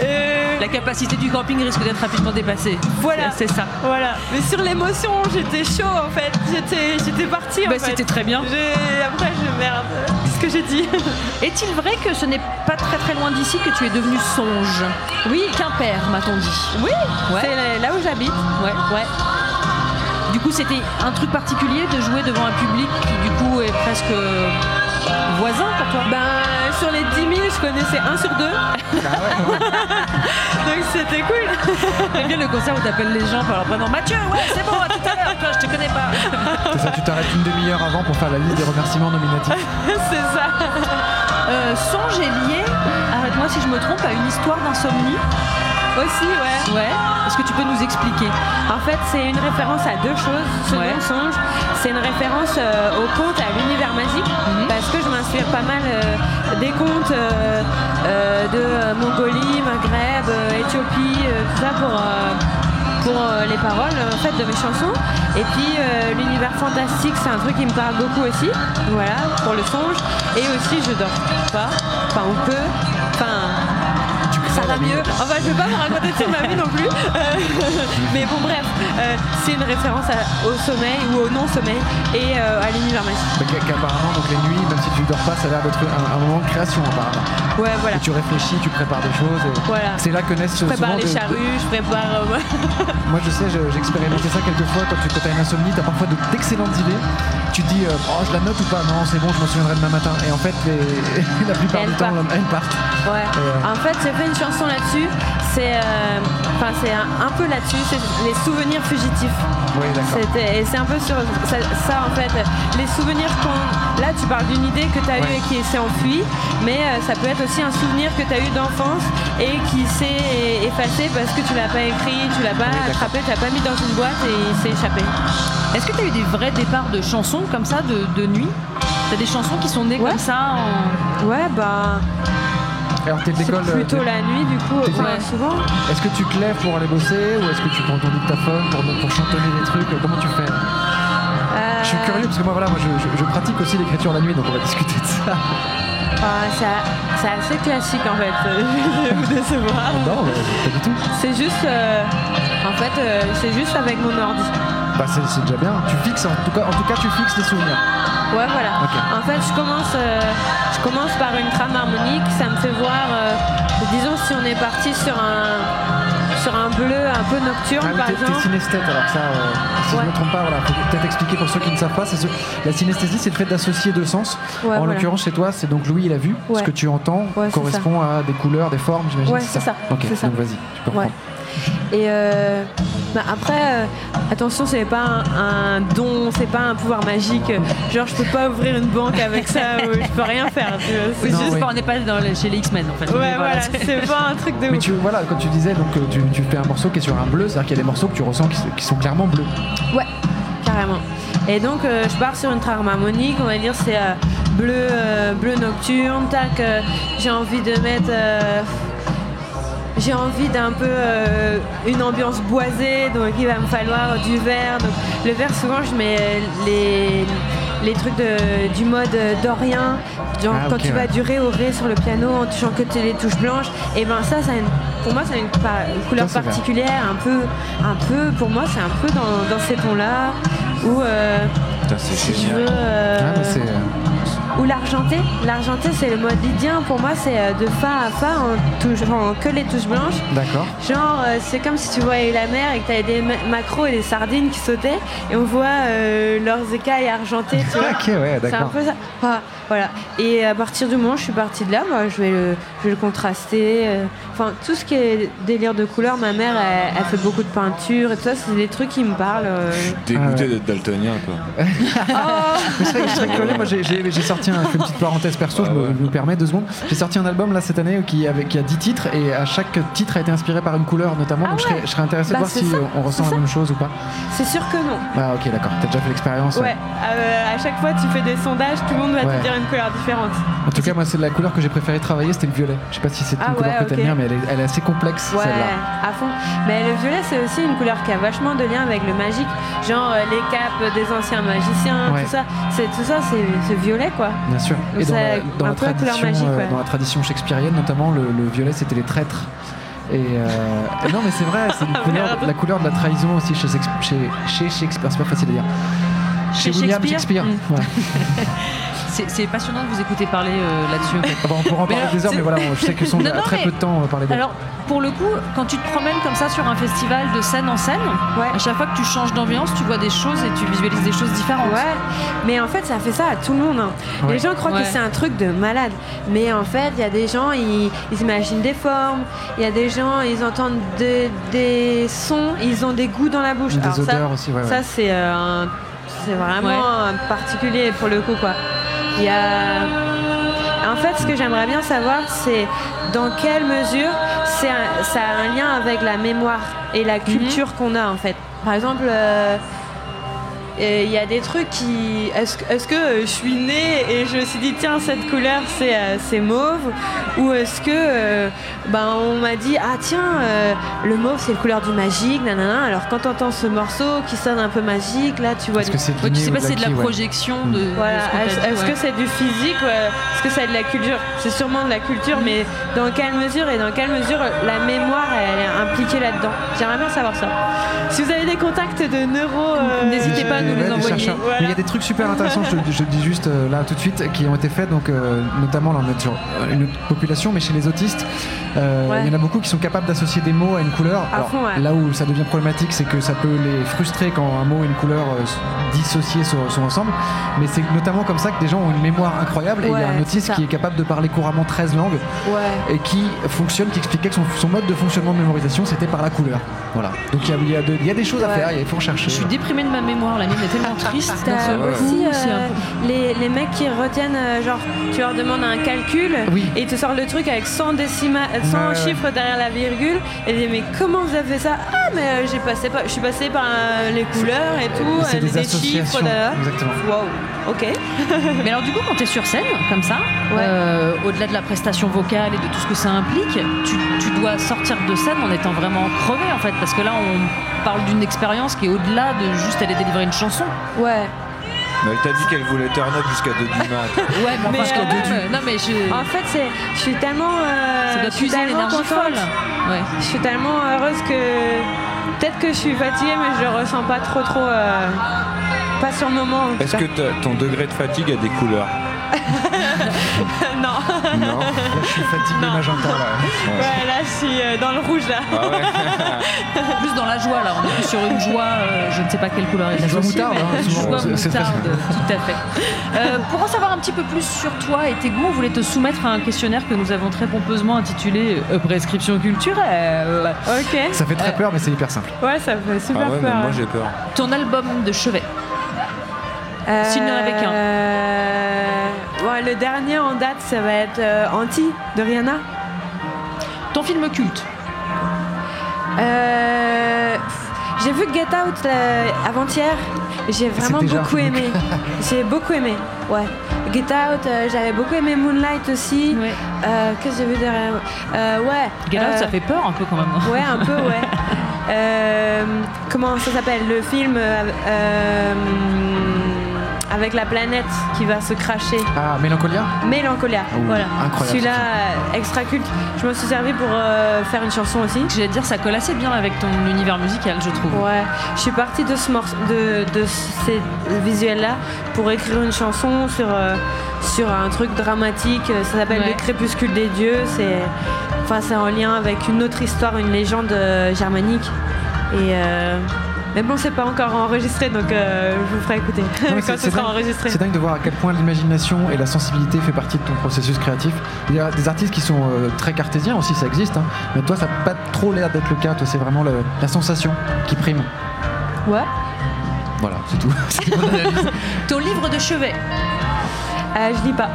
Q: euh,
B: la capacité du camping risque d'être rapidement dépassée.
Q: Voilà.
B: c'est ça.
Q: Voilà. Mais sur l'émotion, j'étais chaud en fait. J'étais, j'étais partie.
B: Bah,
Q: en fait.
B: c'était très bien.
Q: J'ai- Après, je merde. Qu'est-ce que j'ai dit
B: Est-il vrai que ce n'est pas très très loin d'ici que tu es devenu songe Oui, Quimper, m'a-t-on dit.
Q: Oui.
B: Ouais.
Q: C'est là où j'habite.
B: Ouais, ouais. Du coup, c'était un truc particulier de jouer devant un public qui, du coup, est presque euh, voisin pour toi
Q: Ben, sur les 10 000, je connaissais un sur deux.
V: Ah
Q: Donc c'était cool.
B: J'aime bien le concert où t'appelles les gens par leur prénom. Mathieu, ouais, c'est bon, à tout à l'heure, toi, je te connais pas.
V: c'est ça, tu t'arrêtes une demi-heure avant pour faire la liste des remerciements nominatifs.
B: c'est ça. songe est lié, arrête-moi si je me trompe, à une histoire d'insomnie.
Q: Aussi, ouais.
B: Ouais. Est-ce que tu peux nous expliquer
Q: En fait, c'est une référence à deux choses. Ce
B: Ouais.
Q: nom songe, c'est une référence euh, au conte à l'univers magique,
B: Mhm.
Q: parce que je m'inspire pas mal euh, des contes euh, euh, de euh, Mongolie, Maghreb, euh, Éthiopie, euh, tout ça pour. euh, pour euh, les paroles en fait de mes chansons. Et puis euh, l'univers fantastique, c'est un truc qui me parle beaucoup aussi. Voilà, pour le songe. Et aussi, je dors pas, enfin on peut, enfin ça va mieux. Enfin, je vais pas vous raconter toute ma vie non plus. Euh, mais bon, bref, euh, c'est une référence à- au sommeil ou au non-sommeil et euh, à l'univers magique.
D: Bah, qu'a- Qu'apparemment, donc les nuits, même si tu dors pas, ça a l'air d'être un, un moment de création, apparemment.
Q: Ouais, voilà.
D: Et tu réfléchis, tu prépares des choses. et
Q: Voilà.
D: C'est là que naissent
Q: Je
D: souvent
Q: prépare
D: de-
Q: les
D: de-
Q: charrues, je prépare. euh,
D: Moi je sais, je- j'ai expérimenté ça quelques fois quand tu quand as une insomnie, t'as parfois de- d'excellentes idées. Tu te dis, euh, oh je la note ou pas Non, c'est bon, je m'en souviendrai demain matin. Et en fait, les- la plupart du temps, elles partent.
Q: Ouais. En fait, j'ai fait une chanson là-dessus. C'est, euh, enfin, c'est un, un peu là-dessus. C'est les souvenirs fugitifs.
D: Oui, d'accord.
Q: C'était- et c'est un peu sur ça, ça, en fait. Les souvenirs qu'on. Là, tu parles d'une idée que tu as eue
D: Ouais.
Q: et qui s'est enfuie, mais euh, ça peut être aussi un souvenir que tu as eu d'enfance et qui s'est effacé parce que tu l'as pas écrit, tu l'as pas attrapé, tu l'as pas mis dans une boîte et il s'est échappé.
B: Est-ce que tu as eu des vrais départs de chansons comme ça, de, de nuit T'as des chansons qui sont nées comme ça en...
Q: Ouais, bah.
D: Alors t'es de l'école.
Q: C'est
D: euh,
Q: plutôt
D: t'es-
Q: la nuit, du coup,
D: t'es-
Q: ouais, souvent.
D: Est-ce que tu te lèves pour aller bosser ou est-ce que tu prends ton dictaphone pour, pour chantonner des trucs euh, Comment tu fais Je suis curieux parce que moi voilà, moi je, je- je pratique aussi l'écriture la nuit, donc on va discuter de ça.
Q: Ah, ça- c'est assez classique en fait, je vais vous décevoir.
D: Non, mais pas du tout.
Q: C'est juste, euh, en fait, euh, c'est juste avec mon ordi.
D: Bah c'est c'est déjà bien. Tu fixes en tout cas, en tout cas tu fixes les souvenirs.
Q: Ouais, voilà.
D: Ok.
Q: En fait, je commence, euh, je commence par une trame harmonique. Ça me fait voir, euh, disons, si on est parti sur un, sur un bleu un peu nocturne,
D: Ah oui,
Q: par
D: t'es- T'es
Q: exemple.
D: synesthète alors ça, euh, si je ne me trompe pas, voilà, faut peut-être expliquer pour ceux qui ne savent pas. c'est ce- La synesthésie, c'est le fait d'associer deux sens.
Q: Ouais,
D: en
Q: voilà.
D: l'occurrence, chez toi, c'est donc Louis, il a vu.
Q: Ouais.
D: Ce que tu entends
Q: Ouais, c'est
D: correspond à des couleurs, des formes, j'imagine.
Q: Ouais, c'est ça,
D: Ok,
Q: c'est ça.
D: donc vas-y, tu peux
Q: Ouais.
D: reprendre.
Q: Et euh, bah après, euh, attention, c'est pas un, un don, c'est pas un pouvoir magique. Genre, je peux pas ouvrir une banque avec ça, ou je peux rien faire. tu vois.
B: Oui, c'est juste qu'on n'est pas dans le- chez les X-Men en fait.
Q: Ouais,
B: Mais
Q: voilà, c'est pas un truc de
D: Mais
Q: ouf.
D: tu, voilà, quand tu disais, donc euh, tu, tu fais un morceau qui est sur un bleu, c'est-à-dire qu'il y a des morceaux que tu ressens qui, qui sont clairement bleus.
Q: Ouais, carrément. Et donc euh, je pars sur une trame harmonique, on va dire c'est euh, bleu, euh, bleu nocturne, tac, euh, j'ai envie de mettre... euh, j'ai envie d'un peu euh, une ambiance boisée, donc il va me falloir du vert. Donc, le vert, souvent, je mets euh, les, les trucs de- du mode euh, dorien. Genre,
B: Ah,
Q: quand
B: ok,
Q: tu vas
B: ouais.
Q: du ré au ré sur le piano en touchant que t- les touches blanches, et ben ça, ça a une- pour moi, ça a une, pa- une couleur
B: Ça, c'est vert.
Q: particulière, un peu, un peu, pour moi, c'est un peu dans, dans ces tons-là, ou euh, si je veux, euh,
D: Ah, mais c'est, euh,
Q: ou l'argenté. L'argenté, c'est le mode lydien. Pour moi, c'est euh, de fa à fa en touchant que les touches blanches.
D: D'accord.
Q: Genre, euh, c'est comme si tu voyais la mer et que t'avais des ma- maquereaux et des sardines qui sautaient et on voit euh, leurs écailles argentées, tu vois.
D: Ok, ouais,
Q: C'est un
D: d'accord.
Q: peu ça. Ah, voilà. Et à partir du moment où je suis partie de là, moi, je, vais le, je vais le contraster. euh, Enfin, tout ce qui est délire de couleur, ma mère, elle, elle fait beaucoup de peinture et tout ça, c'est des trucs qui me parlent. euh.
J: Dégoûté d'être daltonien, quoi.
D: Mais c'est vrai que je serais collé. Moi, j'ai- j'ai j'ai sorti un, je fais une petite parenthèse
Q: Ah
D: perso, je, me, je me permets deux secondes. J'ai sorti un album là cette année qui, avec, qui a 10 titres et à chaque titre a été inspiré par une couleur notamment. donc je serais, je serais intéressé
Q: Bah,
D: de voir
Q: c'est
D: si
Q: ça,
D: euh, on ressent la
Q: c'est ça.
D: même chose ou pas.
Q: C'est sûr que non.
D: Ah, ok, d'accord. T'as déjà fait l'expérience.
Q: Ouais, euh, à chaque fois tu fais des sondages, tout le monde va
D: Ouais.
Q: te dire une couleur différente.
D: En tout cas, moi, c'est la couleur que j'ai préféré travailler, c'était le violet. Je sais pas si c'est une
Q: Ah ouais,
D: couleur que t'aimes
Q: ok.
D: bien, mais elle est, elle est assez complexe
Q: Ouais,
D: celle-là.
Q: à fond. Mais le violet, c'est aussi une couleur qui a vachement de lien avec le magique. Genre euh, les capes des anciens magiciens,
D: Ouais.
Q: tout ça. C'est, tout ça, c'est, c'est violet, quoi.
D: Bien sûr.
Q: Donc
D: Et dans
Q: ça
D: la,
Q: a
D: dans
Q: un
D: la
Q: peu la couleur
D: tradition,
Q: magique,
D: euh,
Q: ouais.
D: dans la tradition shakespearienne, notamment, le, le violet, c'était les traîtres. Et euh, non, mais c'est vrai, c'est une couleur- la couleur de la trahison aussi chez, Shakespeare- chez- chez Shakespeare. C'est pas facile à dire. Chez, William Shakespeare. Ouais.
B: C'est c'est passionnant de vous écouter parler euh, là-dessus. en fait.
D: Ah bah, on pourra en
B: Mais
D: parler
B: alors,
D: des heures,
B: c'est-
D: mais voilà, on- je sais que sont
B: Non,
D: à
B: non,
D: très
B: mais-
D: peu de temps, on va parler d'eux.
B: Alors, pour le coup, quand tu te promènes comme ça sur un festival de scène en scène, à chaque fois que tu changes d'ambiance, tu vois des choses et tu visualises des choses différentes.
Q: Ouais, mais en fait, ça fait ça à tout le monde. hein.
B: Ouais.
Q: Les gens croient
B: Ouais.
Q: que c'est un truc de malade. Mais en fait, il y a des gens, ils, ils imaginent des formes. Il y a des gens, ils entendent de- des sons, ils ont des goûts dans la bouche.
D: Des
Q: Alors ça,
D: odeurs aussi, ouais, ouais.
Q: Ça, c'est euh, un- c'est vraiment un particulier pour le coup, quoi. Il y a... En fait, ce que j'aimerais bien savoir, c'est dans quelle mesure c'est un- ça a un lien avec la mémoire et la culture qu'on a, en fait. Par exemple... euh, Et Il y a des trucs qui. Est-ce que- est-ce que euh, je suis née et je me suis dit, tiens, cette couleur, c'est euh, c'est mauve Ou est-ce que. euh, ben, on m'a dit, ah tiens, euh, le mauve, c'est la couleur du magique, nanana. Alors quand t'entends ce morceau qui sonne un peu magique, là, tu vois.
B: Est-ce
Q: des-
B: que c'est de Ouais, tu sais l'inné pas, ou de c'est de la l'acquis, ouais. Hmm. projection de- de
Q: Voilà.
B: ce qu'on t'a
Q: Est-ce
B: dit,
Q: est-ce que
B: ouais.
Q: c'est du physique ouais Est-ce que c'est de la culture C'est sûrement de la culture, mais dans quelle mesure et dans quelle mesure la mémoire elle est impliquée là-dedans J'aimerais bien savoir ça. Si vous avez des contacts de neuro, euh, n'hésitez pas à nous
D: Ouais,
Q: les
D: des
Q: envoyer.
D: chercheurs. Mais il y a des trucs super intéressants, je, te- je te dis juste euh, là tout de suite, qui ont été faits, donc euh, notamment là, on est sur euh, une autre population, mais chez les autistes, euh,
Q: Ouais.
D: il y en a beaucoup qui sont capables d'associer des mots à une couleur.
Q: À fond, ouais.
D: Là où ça devient problématique, c'est que ça peut les frustrer quand un mot et une couleur euh, s- dissociés sont, sont ensemble, mais c'est notamment comme ça que des gens ont une mémoire incroyable et il y a
Q: Ouais,
D: un
Q: c'est
D: autiste
Q: ça.
D: qui est capable de parler couramment 13 langues et qui fonctionne, qui expliquait que son, son mode de fonctionnement de mémorisation c'était par la couleur. Voilà. Donc il y a- il y, a de- il y a des choses à
Q: Ouais.
D: faire, il faut chercher.
B: Je suis déprimée de ma mémoire, la mienne est tellement triste.
Q: T'as
B: d'un seul coup,
Q: aussi euh,
B: c'est un-
Q: les, les mecs qui retiennent, euh, genre, tu leur demandes un calcul
B: Oui.
Q: et ils te sortent le truc avec 100, décima, 100
B: Ouais, ouais.
Q: chiffres derrière la virgule et ils disent, mais comment vous avez fait ça Ah, mais euh, j'ai passé par- je suis passé par euh, les couleurs et tout,
D: C'est
Q: euh,
D: des
Q: les- les
D: associations,
Q: chiffres. da, da.
D: exactement.
Q: Waouh, ok.
B: Mais alors du coup, quand tu es sur scène, comme ça, euh, au-delà de la prestation vocale et de tout ce que ça implique, tu, tu dois sortir de scène en étant vraiment crevé en fait, parce que là, on parle d'une expérience qui est au-delà de juste aller délivrer une chanson.
Q: Ouais.
J: Mais elle t'a dit qu'elle voulait turn up jusqu'à 2 du mat.
B: Ouais, mais,
Q: Mais,
B: enfin,
Q: euh,
B: quand même, non mais je...
Q: En fait, c'est, je suis tellement. euh,
B: Ça doit
Q: je suis
B: puiser
Q: tellement
B: l'énergie
Q: contente.
B: folle. Ouais.
Q: Je suis tellement heureuse que. Peut-être que je suis fatiguée, mais je le ressens pas trop, trop. euh, Pas sur le moment. en tout
J: Est-ce
Q: cas.
J: que t'as- ton degré de fatigue a des couleurs
Q: non.
J: Non.
D: Je suis fatigué magenta là.
Q: Ouais, là, je suis euh, dans le rouge là.
J: Ah ouais.
B: plus dans la joie là, on est plus sur une joie, euh, je ne sais pas quelle couleur est
Q: Une joie
B: associée,
Q: moutarde,
B: mais
Q: hein,
B: une
Q: souvent,
B: joie
Q: c'est- c'est-
B: moutarde, tout à fait. Euh, pour en savoir un petit peu plus sur toi et tes goûts, on voulait te soumettre à un questionnaire que nous avons très pompeusement intitulé euh, Prescription culturelle.
Q: Ok. Euh,
D: Ça fait très peur, mais c'est hyper simple.
Q: Ouais, ça fait
D: Ah
J: Ah
Q: super peur. hein.
J: peur.
B: Ton album de chevet. S'il n'y en avait qu'un.
Q: Euh, ouais, le dernier en date, ça va être euh, Anti de Rihanna.
B: Ton film culte
Q: Euh, J'ai vu Get Out euh, avant-hier. J'ai vraiment
B: déjà un
Q: beaucoup
B: film
Q: aimé. J'ai beaucoup aimé. Ouais. Get Out, euh, j'avais beaucoup aimé Moonlight aussi. Euh, Qu'est-ce que j'ai vu derrière Euh, Ouais.
B: Get Out,
Q: euh,
B: ça fait peur un peu quand même. hein.
Q: Ouais, un peu, ouais. Euh, comment ça s'appelle Le film euh, euh, avec la planète qui va se cracher.
D: Ah, Mélancolia
Q: Mélancolia,
D: Oh,
Q: voilà.
D: incroyable,
Q: Celui-là, euh, extra culte. Je m'en suis servi pour euh, faire une chanson aussi.
B: J'allais dire, ça colle assez bien avec ton univers musical, je trouve.
Q: Ouais, je suis partie de ce morceau, de, de ces visuels-là pour écrire une chanson sur, euh, sur un truc dramatique. euh, Ça s'appelle
B: Ouais.
Q: Le crépuscule des dieux. C'est enfin, c'est en lien avec une autre histoire, une légende euh, germanique. Et. euh, mais bon, c'est pas encore enregistré, donc euh, je vous ferai écouter
D: Non, mais
Q: quand ce sera
D: dingue-
Q: enregistré.
D: c'est dingue de voir à quel point l'imagination et la sensibilité fait partie de ton processus créatif. Il y a des artistes qui sont euh, très cartésiens aussi, ça existe, hein, mais toi ça n'a pas trop l'air d'être le cas, toi c'est vraiment le- la sensation qui prime.
Q: Ouais.
D: Voilà, c'est tout. C'est mon analyse.
B: Ton livre de chevet
Q: Euh, Je lis pas.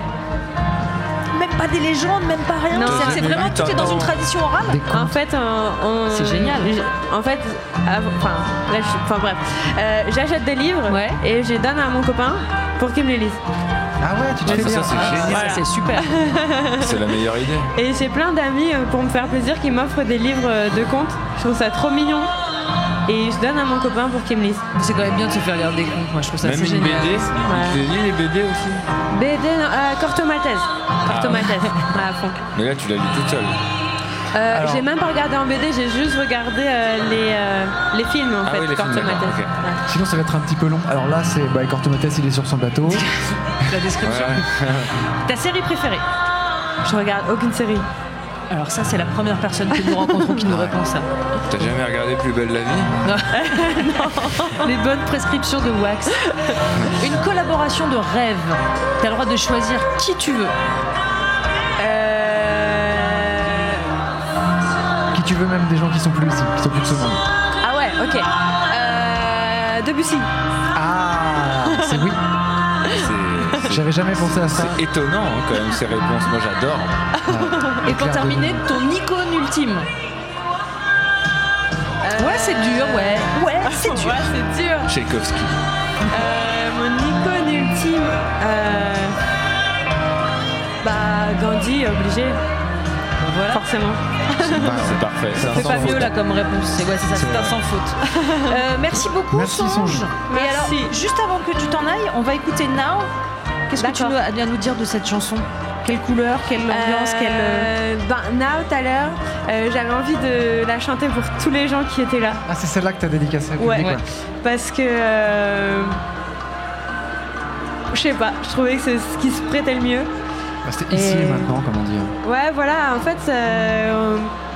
B: Même pas des légendes, même pas rien.
Q: Non,
B: C'est-
Q: j'ai
B: C'est
Q: lu
B: vraiment,
Q: tout
B: tout est dans
Q: avant.
B: une tradition orale.
Q: En fait, euh, on.
B: C'est génial.
Q: je- En fait, avant- enfin, là, je suis- enfin bref, Euh, j'achète des livres et je les donne à mon copain pour qu'il me les lise.
D: Ah ouais, tu te fais bien.
B: Voilà. Ah, C'est super.
J: C'est la meilleure idée.
Q: et j'ai plein d'amis euh, pour me faire plaisir qui m'offrent des livres euh, de contes. Je trouve ça trop mignon. Et je donne à mon copain pour qu'il me lise.
B: C'est quand même bien de se faire lire des contes, moi je trouve ça
J: Même
B: assez
J: une
B: génial.
J: BD,
Q: Ouais.
J: j'ai lu les BD aussi.
Q: BD, non, euh, Corto Maltese.
D: Ah.
Q: Corto Maltese, à fond.
J: Mais là, tu l'as lu toute seule.
Q: Euh,
J: Alors-
Q: J'ai même pas regardé en BD, j'ai juste regardé euh, les, euh, les films en
D: Ah
Q: fait,
D: oui, les films,
Q: Corto
D: d'accord, ok.
Q: Maltese. Ouais.
D: Sinon ça va être un petit peu long. Alors là c'est bah, Corto Maltese, il est sur son bateau.
B: La description. Ta série préférée
Q: Je regarde aucune série.
B: Alors ça, c'est la première personne que nous rencontrons qui nous répond ça.
J: T'as jamais regardé Plus belle la vie
B: Les bonnes prescriptions de Wax. Une collaboration de rêve. T'as le droit de choisir qui tu veux.
D: Qui tu veux même des gens qui sont plus ici, qui sont plus de ce monde.
Q: Ah ouais, ok. Euh, Debussy.
D: Ah, c'est oui. J'avais jamais pensé à ça.
J: C'est étonnant hein, quand même ces réponses, moi j'adore.
B: Et pour terminer, ton icône ultime.
O: Euh,
B: Ouais, c'est dur, ouais. Ouais, c'est dur.
Q: c'est dur.
J: Tchaïkovski.
Q: Euh, mon icône ultime, euh, bah Gandhi, obligé. Voilà. Forcément.
W: Ah, C'est parfait.
O: Ça fait pas mieux là comme réponse. C'est ouais, c'est ça, c'est un sans faute. Euh, merci beaucoup
W: Merci,
O: Sange.
W: Sange.
O: Et alors, juste avant que tu t'en ailles, on va écouter Now. Qu'est-ce que tu nous- as à nous dire de cette chanson Quelle couleur, quelle ambiance, quelle
Q: Euh, ben, Now, tout à l'heure, euh, j'avais envie de la chanter pour tous les gens qui étaient là.
X: Ah, c'est celle-là que t'as dédicacée au
Q: Ouais,
X: public, ouais.
Q: parce que. euh, je sais pas, je trouvais que c'est ce qui se prêtait le mieux.
X: Bah, C'était ici et
Q: Et-
X: maintenant, comme on dit.
Q: Ouais, voilà, en fait, euh, on-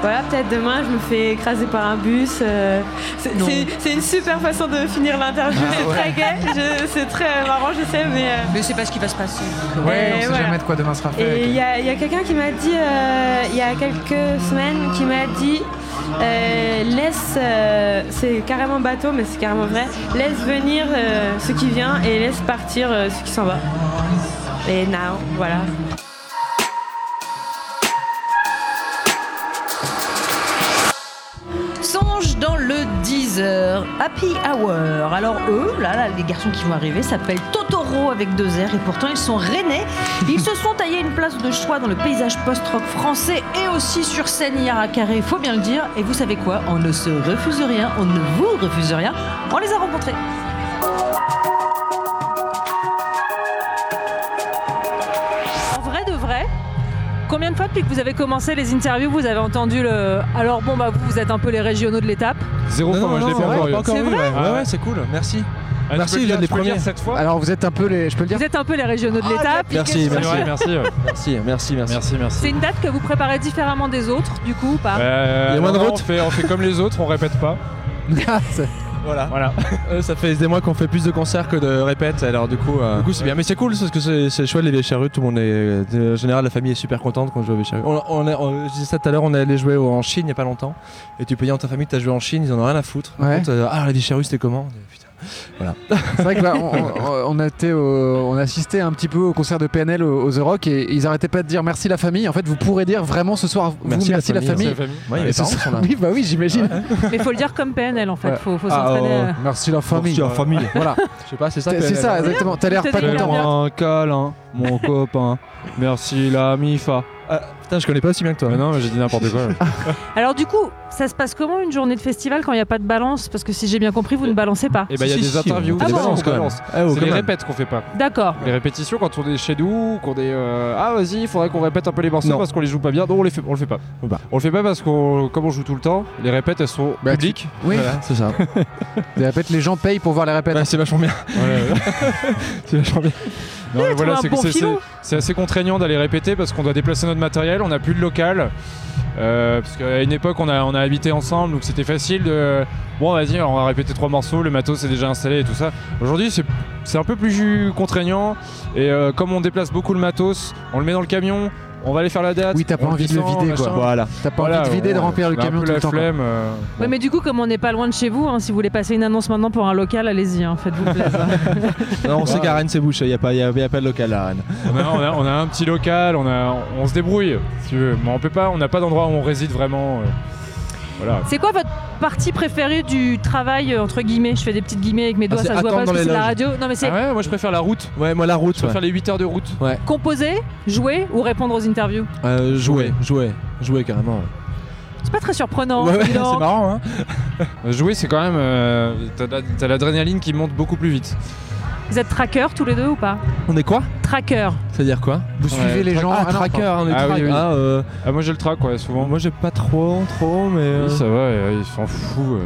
Q: voilà, peut-être demain je me fais écraser par un bus. euh, c'est-
Y: Non.
Q: c'est c'est une super façon de finir l'interview,
X: Ah
Q: c'est
X: ouais.
Q: très gai, je- c'est très marrant, je sais, mais. euh,
Y: Mais c'est pas ce qui va se passer.
X: Ouais, on sait jamais de quoi demain sera fait.
Q: Et il y a, il y a quelqu'un qui m'a dit, euh, il y a quelques semaines, qui m'a dit euh, laisse, euh, c'est carrément bateau, mais c'est carrément vrai, laisse venir euh, ce qui vient et laisse partir euh, ce qui s'en va. Et now, voilà.
O: Songe dans le 10h, Happy Hour. Alors eux, là, là, les garçons qui vont arriver s'appellent Totoro avec deux R et pourtant ils sont rennais. Ils se sont taillés une place de choix dans le paysage post-rock français et aussi sur scène hier à Carré, faut bien le dire. Et vous savez quoi On ne se refuse rien, on ne vous refuse rien. On les a rencontrés.
B: En vrai de vrai, combien de fois depuis que vous avez commencé les interviews, vous avez entendu le. Alors bon, bah vous, vous êtes un peu les régionaux de l'étape.
S: Zéro
C: Non,
S: fois,
C: non,
S: moi je
C: non,
S: l'ai
C: ouais,
S: pas encore eu.
C: pas encore
S: C'est
C: eu,
S: vrai
C: ouais. Ouais, ouais, c'est Ah, cool, merci. merci,
S: peux le
C: il y a
S: dire,
C: des
S: je peux le dire
C: premiers.
S: cette fois
D: Alors vous êtes un peu les, je peux le dire
B: Vous êtes un peu les régionaux de l'étape.
C: Merci, merci,
B: Ouais.
C: merci, ouais. merci, merci, merci, merci,
B: C'est une date que vous préparez différemment des autres, du coup, ou pas
S: Euh,
C: Il y a moins de
S: non,
C: route.
S: On fait, on fait comme les autres, on répète pas.
D: Ah.
C: Voilà. Euh, ça fait des mois qu'on fait plus de concerts que de répètes, alors du coup. euh, Du coup, c'est bien. Mais c'est cool, parce que c'est c'est chouette les vieilles charrues. Tout le monde est. En général, la famille est super contente quand je joue aux vieilles charrues. Oh, On, on, est- on- je disais ça tout à l'heure, on est allé jouer au- en Chine il y a pas longtemps. Et tu peux dire à ta famille, t'as joué en Chine, ils en ont rien à foutre. Par
D: Ouais.
C: contre, euh, ah, la vieille charrue, c'était comment Voilà.
D: C'est vrai que là, on, on- on a été au- on a assisté un petit peu au concert de PNL au, au The Rock et ils arrêtaient pas de dire merci la famille. En fait, vous pourrez dire vraiment ce soir vous
C: Merci
D: merci,
C: la
D: la
C: famille.
D: famille.
C: Merci la famille. Ouais,
D: Et
C: les
D: ce
C: parents
D: soir-
C: sont là.
D: oui, bah oui, j'imagine.
B: Mais faut le dire comme PNL en fait, faut, faut
C: Ah,
B: s'entraîner.
C: oh,
B: euh.
D: Merci la famille.
C: Merci la famille.
D: Voilà.
C: Je sais pas, Ah, c'est ça.
D: C'est- c'est
C: PNL.
D: ça, exactement. T'as l'air pas
C: Fais-moi
D: content.
C: Un câlin, hein, mon copain. Merci la Mifa. Ah, putain, je connais pas aussi bien que toi. non, mais j'ai dit n'importe quoi.
B: Alors du coup, ça se passe comment une journée de festival quand il n'y a pas de balance Parce que si j'ai bien compris, vous ne balancez pas.
C: Eh
S: Et
C: ben,
S: bah il y a des interviews,
C: on fait
S: des
C: des balances,
S: balances qu'on
C: quand même.
S: balance.
C: Ah, oh,
S: c'est
C: quand
S: les
C: même.
S: répètes qu'on fait pas.
B: D'accord.
S: Les répétitions quand on est chez nous, qu'on est euh, ah vas-y, il faudrait qu'on répète un peu les morceaux parce qu'on les joue pas bien. Non, on les fait, on le fait pas. On le fait pas parce qu'on comme on joue tout le temps, les répètes elles sont
D: Bah, tu-
S: publiques.
D: oui.
S: Voilà.
D: C'est ça. Les répètes, les gens payent pour voir les répètes.
C: c'est vachement bien. c'est vachement bien.
S: Non, mais voilà, c'est
C: bon
S: c'est-
C: filon.
S: c'est- c'est assez contraignant d'aller répéter parce qu'on doit déplacer notre matériel, on n'a plus de local. Euh, parce qu'à une époque, on a, on a habité ensemble, donc c'était facile de. Bon, vas-y, on va répéter trois morceaux, le matos est déjà installé et tout ça. Aujourd'hui, c'est c'est un peu plus ju- contraignant. Et euh, comme on déplace beaucoup le matos, on le met dans le camion, on va aller faire la date.
D: Oui, t'as pas
S: on le
D: envie de le
S: descend,
D: vider, quoi.
S: machin.
D: Voilà. T'as pas envie de vider, de
S: on-
D: remplir le
S: on a un
D: camion
S: peu
D: tout le temps, quoi.
S: la flemme. euh,
B: Ouais, mais du coup, comme on n'est pas loin de chez vous, hein, si vous voulez passer une annonce maintenant pour un local, allez-y, hein, faites-vous plaisir.
C: Non, on sait qu'à Rennes c'est bouché, il n'y a, pas- y a- y a pas de local à Rennes.
S: on, a, on a- on a un petit local, on, a, on se débrouille, si tu veux. Mais on peut pas, on n'a pas d'endroit où on réside vraiment. euh, voilà.
B: C'est quoi votre partie préférée du travail euh, entre guillemets Je fais des petites guillemets avec mes
S: Ah,
B: doigts,
S: c'est
B: ça se voit
S: attendre
B: pas parce
S: dans
B: que
S: les
B: c'est la
S: loges.
B: radio. Non mais c'est
S: Ah ouais, moi je préfère la route.
C: Ouais, moi la route.
S: Je préfère
C: ouais.
S: les 8 heures de route.
C: Ouais.
B: composer, jouer ou répondre aux interviews.
C: Euh, jouer, jouer, jouer carrément. ouais.
B: C'est pas très surprenant.
C: Ouais, ouais,
B: dis donc.
C: c'est marrant, hein.
S: Jouer, c'est quand même. euh, t'as de la- t'as l'adrénaline qui monte beaucoup plus vite.
B: Vous êtes traqueurs tous les deux ou pas
C: On est quoi
B: Traqueurs.
C: C'est-à-dire quoi
D: Vous suivez les gens
C: Ah,
D: Ah non,
C: tracker,
D: pardon.
C: on est
S: Ah oui,
C: track-
S: oui.
C: Ah, euh,
S: Ah, moi j'ai le trac, ouais, souvent.
C: Moi j'ai pas trop, trop, mais. euh,
S: Oui, ça va, euh, il s'en fout. euh,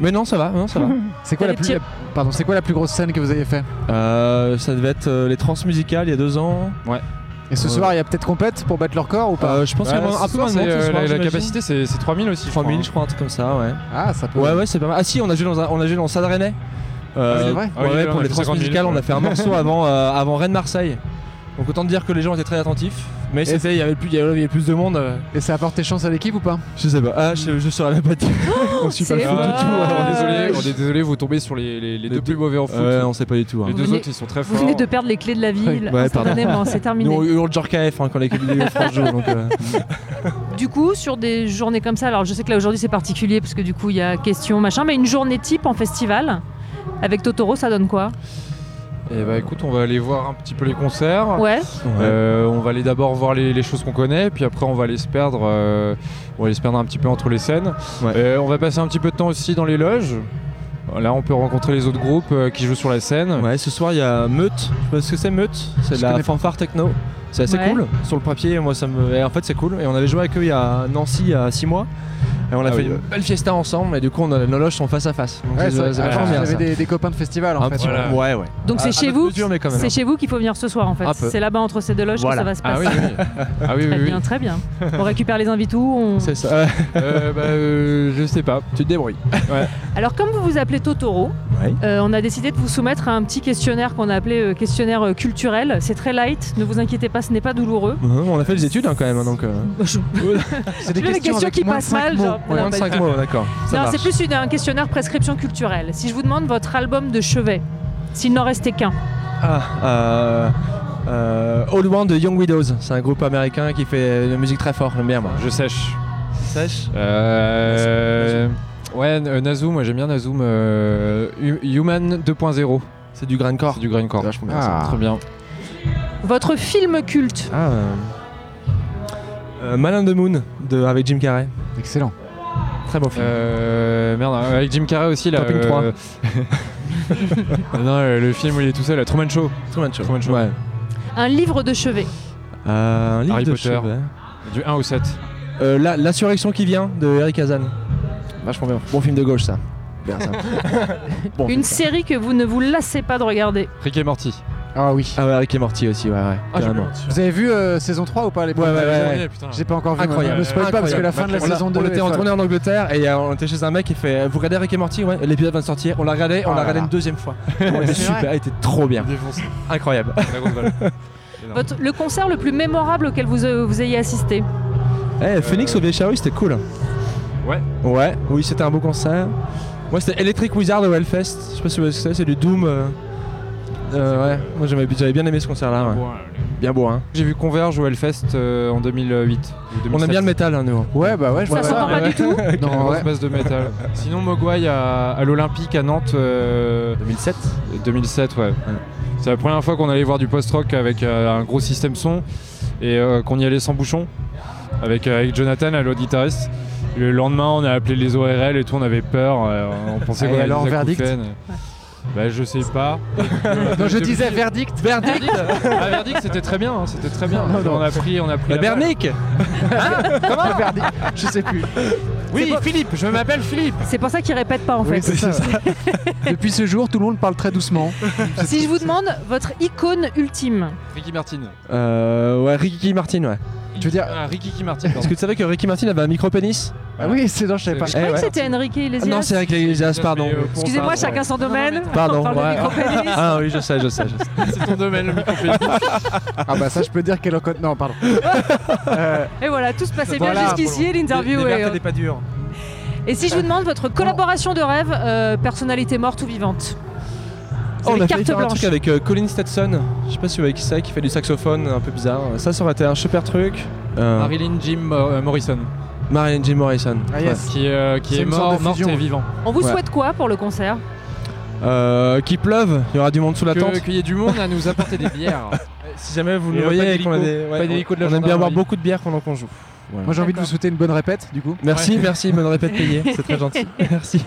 C: Mais non, ça va, non, ça va.
D: C'est quoi la plus la- pardon, c'est quoi la plus grosse scène que vous avez fait
C: Euh, ça devait être euh, les trans musicales il y a deux ans.
S: Ouais.
D: Et ce
C: Euh,
D: soir, il y a peut-être compète pour battre leur corps ou pas
C: Euh, je pense qu'il y a moins- un peu moins de monde ce soir,
S: euh, la, la
C: j'imagine.
S: capacité, c'est c'est 3000 aussi. hein.
C: 3000, je crois, un truc comme ça, ouais.
D: Ah, ça peut.
C: Ouais, ouais, c'est pas mal. Ah, si, on a joué dans, un- on a joué dans Stade Rennais. Euh,
D: Ah, c'est vrai
C: ouais,
D: Ah oui,
C: ouais,
D: là, on
C: pour
D: a
C: les
D: fait
C: trans
D: 50 000,
C: musicales, on a
D: ouais.
C: fait un morceau avant, euh, avant Rennes-Marseille. Donc autant te dire que les gens étaient très attentifs. Mais
D: Et
C: c'était, il y avait plus, il y avait il y avait plus de monde. euh.
D: Et ça apporte tes chances à l'équipe ou pas
C: Je sais pas. Ah, je, je saurais même pas dire. on suit pas le
S: Ah,
C: foot Oh, du tout.
S: on est désolé, on est désolé, vous tombez sur les, les- les deux plus mauvais en foot.
C: Ouais, on sait pas du tout. hein.
S: Les deux
B: venez-
S: autres, ils sont très
B: Vous
S: forts.
B: venez de perdre les clés de la ville.
C: Ouais, pardon.
B: instantanément, c'est terminé.
C: Nous, on hurle genre KF hein, quand l'équipe de France joue. Donc, euh,
B: Du coup, sur des journées comme ça, alors je sais que là aujourd'hui c'est particulier parce que du coup il y a question machin, mais une journée type en festival, Avec Totoro, ça donne quoi
P: Et bah écoute, on va aller voir un petit peu les concerts.
B: Ouais.
P: Euh, on va aller d'abord voir les, les choses qu'on connaît, puis après on va aller se perdre, euh, on va aller se perdre un petit peu entre les scènes. Euh, on va passer un petit peu de temps aussi dans les loges. Là, on peut rencontrer les autres groupes euh, qui jouent sur la scène.
S: Ouais, ce soir il y a Meute. Je sais pas ce que c'est Meute. C'est
P: Je
S: de la
P: connais pas.
S: fanfare techno. C'est assez
P: Ouais.
S: cool. Sur le papier, moi ça me. et en fait, c'est cool. Et on avait joué avec eux il y a à Nancy il y a 6 mois. Et on a Ah fait oui. une belle fiesta ensemble. Et du coup, on a, nos loges sont face à face. Donc,
D: Ouais,
S: c'est-
D: c'est vrai.
S: c'est
D: Ah,
S: vachement
D: vous
S: bien,
D: avez
S: ça.
D: des, des copains de festival en
P: Ah,
S: Un
D: fait. Ah,
S: petit peu. Ouais, ouais.
B: Donc c'est
S: Un-
B: chez
S: un peu
B: vous
S: plus dur, mais quand même.
B: C'est chez vous qu'il faut venir ce soir en fait.
S: Un peu.
B: C'est là-bas entre ces deux loges
S: Voilà.
B: que ça va se
S: Ah
B: passer.
S: oui, oui.
P: Ah oui,
B: très
P: oui, oui.
B: bien, très bien. On récupère les invités où on...
S: C'est ça.
P: Euh, bah, euh, je sais pas.
S: Tu te débrouilles.
P: Ouais.
B: Alors comme vous vous appelez Totoro,
S: Ouais.
B: euh, on a décidé de vous soumettre à un petit questionnaire qu'on a appelé euh, questionnaire euh, culturel. C'est très light, ne vous inquiétez pas, ce n'est pas douloureux.
S: Mhm, on a fait des études hein, quand même. hein, donc, euh.
B: C'est des Tu veux les questions questions avec qui moins de passent cinq mal, mots. genre,
S: Ouais,
B: non,
S: moins de
B: pas
S: 5
B: du tout.
S: mots, d'accord. Ça
B: non,
S: marche.
B: c'est plus une- un questionnaire prescription culturelle. Si je vous demande votre album de chevet, s'il n'en restait qu'un,
S: Ah, euh, euh, All One de Young Widows, c'est un groupe américain qui fait de la musique très fort, j'aime bien moi.
P: Je sèche.
S: Sèche
P: Euh, Ouais, N- euh, Nazoom, moi j'aime bien Nazoom. euh, Hu- Human 2.0.
S: C'est du grindcore.
P: C'est du grindcore. Ah. Vachement
S: bien, ça.
P: Très bien.
B: votre film culte,
S: Ah, euh, euh, Man on the Moon de, avec Jim Carrey. Excellent. Très beau film.
P: Euh, merde, euh, avec Jim Carrey aussi là.
S: Topping
P: euh,
S: 3.
P: non, euh, le film où il est tout seul, la Truman Show.
S: Truman Show.
P: Ouais.
B: un livre de chevet.
S: Euh, un livre
P: Harry
S: de
P: Potter.
S: chevet.
P: Du 1 au 7.
S: Euh, La- L'insurrection qui vient de Eric Hazan. Vachement bien. Bon film de gauche ça. Bien ça. Bon,
B: une série que vous ne vous lassez pas de regarder.
P: Rick et Morty. Ah,
S: Ah oui. Ah ouais, Rick et Morty aussi, ouais, ouais. carrément.
D: Vous avez vu euh, saison 3 ou pas les
S: Ouais, ouais, ouais, ouais.
D: J'ai pas encore vu. moi.
S: Incroyable.
D: Ne spoil pas parce que la fin de la
S: On a-
D: saison 2
S: On
D: est
S: était en
D: folle.
S: tournée en Angleterre et euh, on était chez un mec qui fait Vous regardez Rick et Morty Ouais, l'épisode vient de sortir. On l'a regardé, on Oh l'a là regardé là. une deuxième fois. On était C'est super, vrai il était trop bien.
P: Défoncé.
S: Incroyable.
B: Votre- le concert le plus mémorable auquel vous, euh, vous ayez assisté
S: Eh, Phoenix au Vieille Charrue, c'était cool.
P: Ouais.
S: Ouais, oui, c'était un beau concert. Moi, c'était Electric Wizard au Hellfest. Je sais pas si vous voyez ce que c'est, c'est du Doom. euh, euh, ouais, moi j'aimais- j'avais bien aimé ce concert-là. ouais. Bien beau, hein.
P: J'ai vu Converge au Hellfest euh, en 2008. ou
S: On aime
P: 2007.
S: bien le métal, hein, nous.
D: Ouais, bah ouais,
S: je Ça vois ça. s'entend pas du tout
P: Non,
S: Non,
P: grosse
S: ouais.
P: base de métal. Sinon, Mogwai à, à l'Olympique à Nantes. euh,
S: 2007
P: 2007, ouais. C'est la première fois qu'on allait voir du post-rock avec euh, un gros système son et euh, qu'on y allait sans bouchon avec, euh, avec Jonathan, à guitariste. Le lendemain, on a appelé les ORL et tout, on avait peur. euh, on pensait
D: Ah, Et
P: qu'on allait
D: alors,
P: des
D: verdict
P: acouphènes. Bah, je sais pas.
D: Non, je disais verdict.
S: Verdict.
P: Ah, verdict, c'était très bien, hein, c'était très bien.
D: Non, non.
P: On a pris, on a pris.
S: Bah,
P: la balle.
S: Bernick
D: Comment verdict Je sais plus.
P: Oui, Philippe, je m'appelle Philippe.
B: C'est pour ça qu'ils répètent pas en fait.
D: Oui, c'est ça. Depuis ce jour, tout le monde parle très doucement.
B: si je vous demande votre icône ultime,
P: Ricky Martin.
S: Euh, ouais, Ricky Martin, ouais.
D: Tu veux dire.
P: Ah, Ricky Martin.
S: Est-ce que tu savais que Ricky Martin avait un micro-pénis
D: Ah oui, c'est non, je savais
S: pas.
D: pas.
S: Je
B: je
S: Eh
B: croyais
S: ouais. Ah
B: que c'était Enrique Iglesias.
S: Non, c'est avec les Elias, pardon.
B: Excusez-moi, chacun son domaine.
S: Pardon,
B: On parle de
S: ouais.
B: micro-pénis.
S: Ah oui, je sais, je sais, je sais.
P: C'est ton domaine, le micro
D: Ah bah ça, je peux dire qu'elle en connaît. Non, pardon. Euh,
B: Et voilà, tout se passait bien
D: Voilà,
B: jusqu'ici, et l'interview. est, euh,
S: pas dure.
B: Et si je vous demande votre collaboration de rêve, euh, personnalité morte ou vivante Vous
S: Oh,
B: avez
S: on a
B: carte
S: failli faire un
B: blanche.
S: truc avec euh, Colin Stetson. Je sais pas si vous voyez qui c'est, qui fait du saxophone un peu bizarre. Ça, ça aurait été un super truc. Euh,
P: Marilyn Jim euh, Morrison.
S: Marilyn Jim Morrison.
L: Ah,
S: Ouais.
P: Qui, euh, qui
S: Ah, C'est
P: est
S: une sorte
P: mort,
S: de
P: morte
S: fusion.
P: et vivant.
B: On vous
S: Ouais.
B: souhaite quoi pour le concert
S: Euh, Qui pleuve, il y aura du monde sous la
P: Que-
S: tente.
P: Qu'il y ait du monde à nous apporter des bières.
S: Si jamais
P: Et,
S: vous nous
P: euh, pas
S: voyez, et
P: d'hélico.
S: qu'on a des-
P: Pas d'hélico de la
S: on aime bien boire
P: gendarmerie.
S: beaucoup de bière pendant qu'on joue. Voilà.
D: Moi, j'ai envie de vous souhaiter une bonne répète, du coup.
S: Merci,
D: Ouais.
S: merci, bonne répète payée, c'est très gentil. Merci.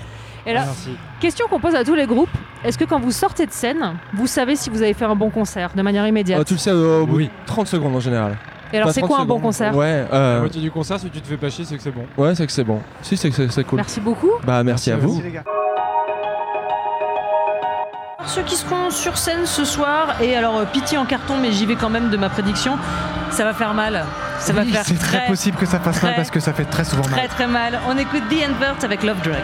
B: Et là,
S: Merci.
B: question qu'on pose à tous les groupes est-ce que quand vous sortez de scène, vous savez si vous avez fait un bon concert de manière immédiate
S: Euh, tu le sais au, au bout de 30 secondes en général.
B: Et alors,
S: Pas
B: c'est
S: 30
B: quoi un bon
S: secondes.
B: concert
S: Ouais,
P: La
S: euh,
P: moitié du concert, si tu te fais pas chier, c'est que c'est bon.
S: ouais c'est que c'est bon. Si, c'est que c'est- c'est cool.
B: Merci beaucoup.
S: Bah, merci, à vous.
C: Ceux qui seront sur scène ce soir, et alors euh, pitié en carton, mais j'y vais quand même de ma prédiction, ça va faire mal. Ça va
Z: Oui,
C: faire
Z: C'est
C: très,
Z: très possible que ça fasse mal
C: très,
Z: parce que ça fait très souvent mal.
C: très très mal. On écoute The Invert avec Love Drag.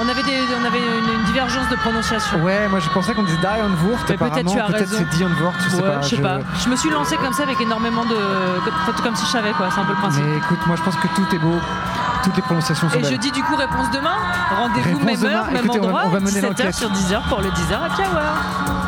C: On avait, des- on avait une, une divergence de prononciation.
Z: Ouais, moi je pensais qu'on disait Diane Wurt.
C: Mais peut-être
Z: apparemment.
C: tu as
Z: Peut-être
C: raison.
Z: c'est Diane Wurt, je sais
C: Ouais,
Z: pas.
C: Je sais pas. Je me suis lancée comme ça avec énormément de. Comme, comme si je savais quoi, c'est un peu le principe.
Z: Mais écoute, moi je pense que tout est beau. Toutes les prononciations sont
C: Et je
Z: belles.
C: dis du coup réponse demain. Rendez-vous
Z: Réponse
C: même
Z: demain.
C: heure, même
Z: Écoutez, on va-
C: endroit,
Z: on va mener
C: 17h
Z: l'enquête.
C: sur 10h pour le 10h Happy Hour.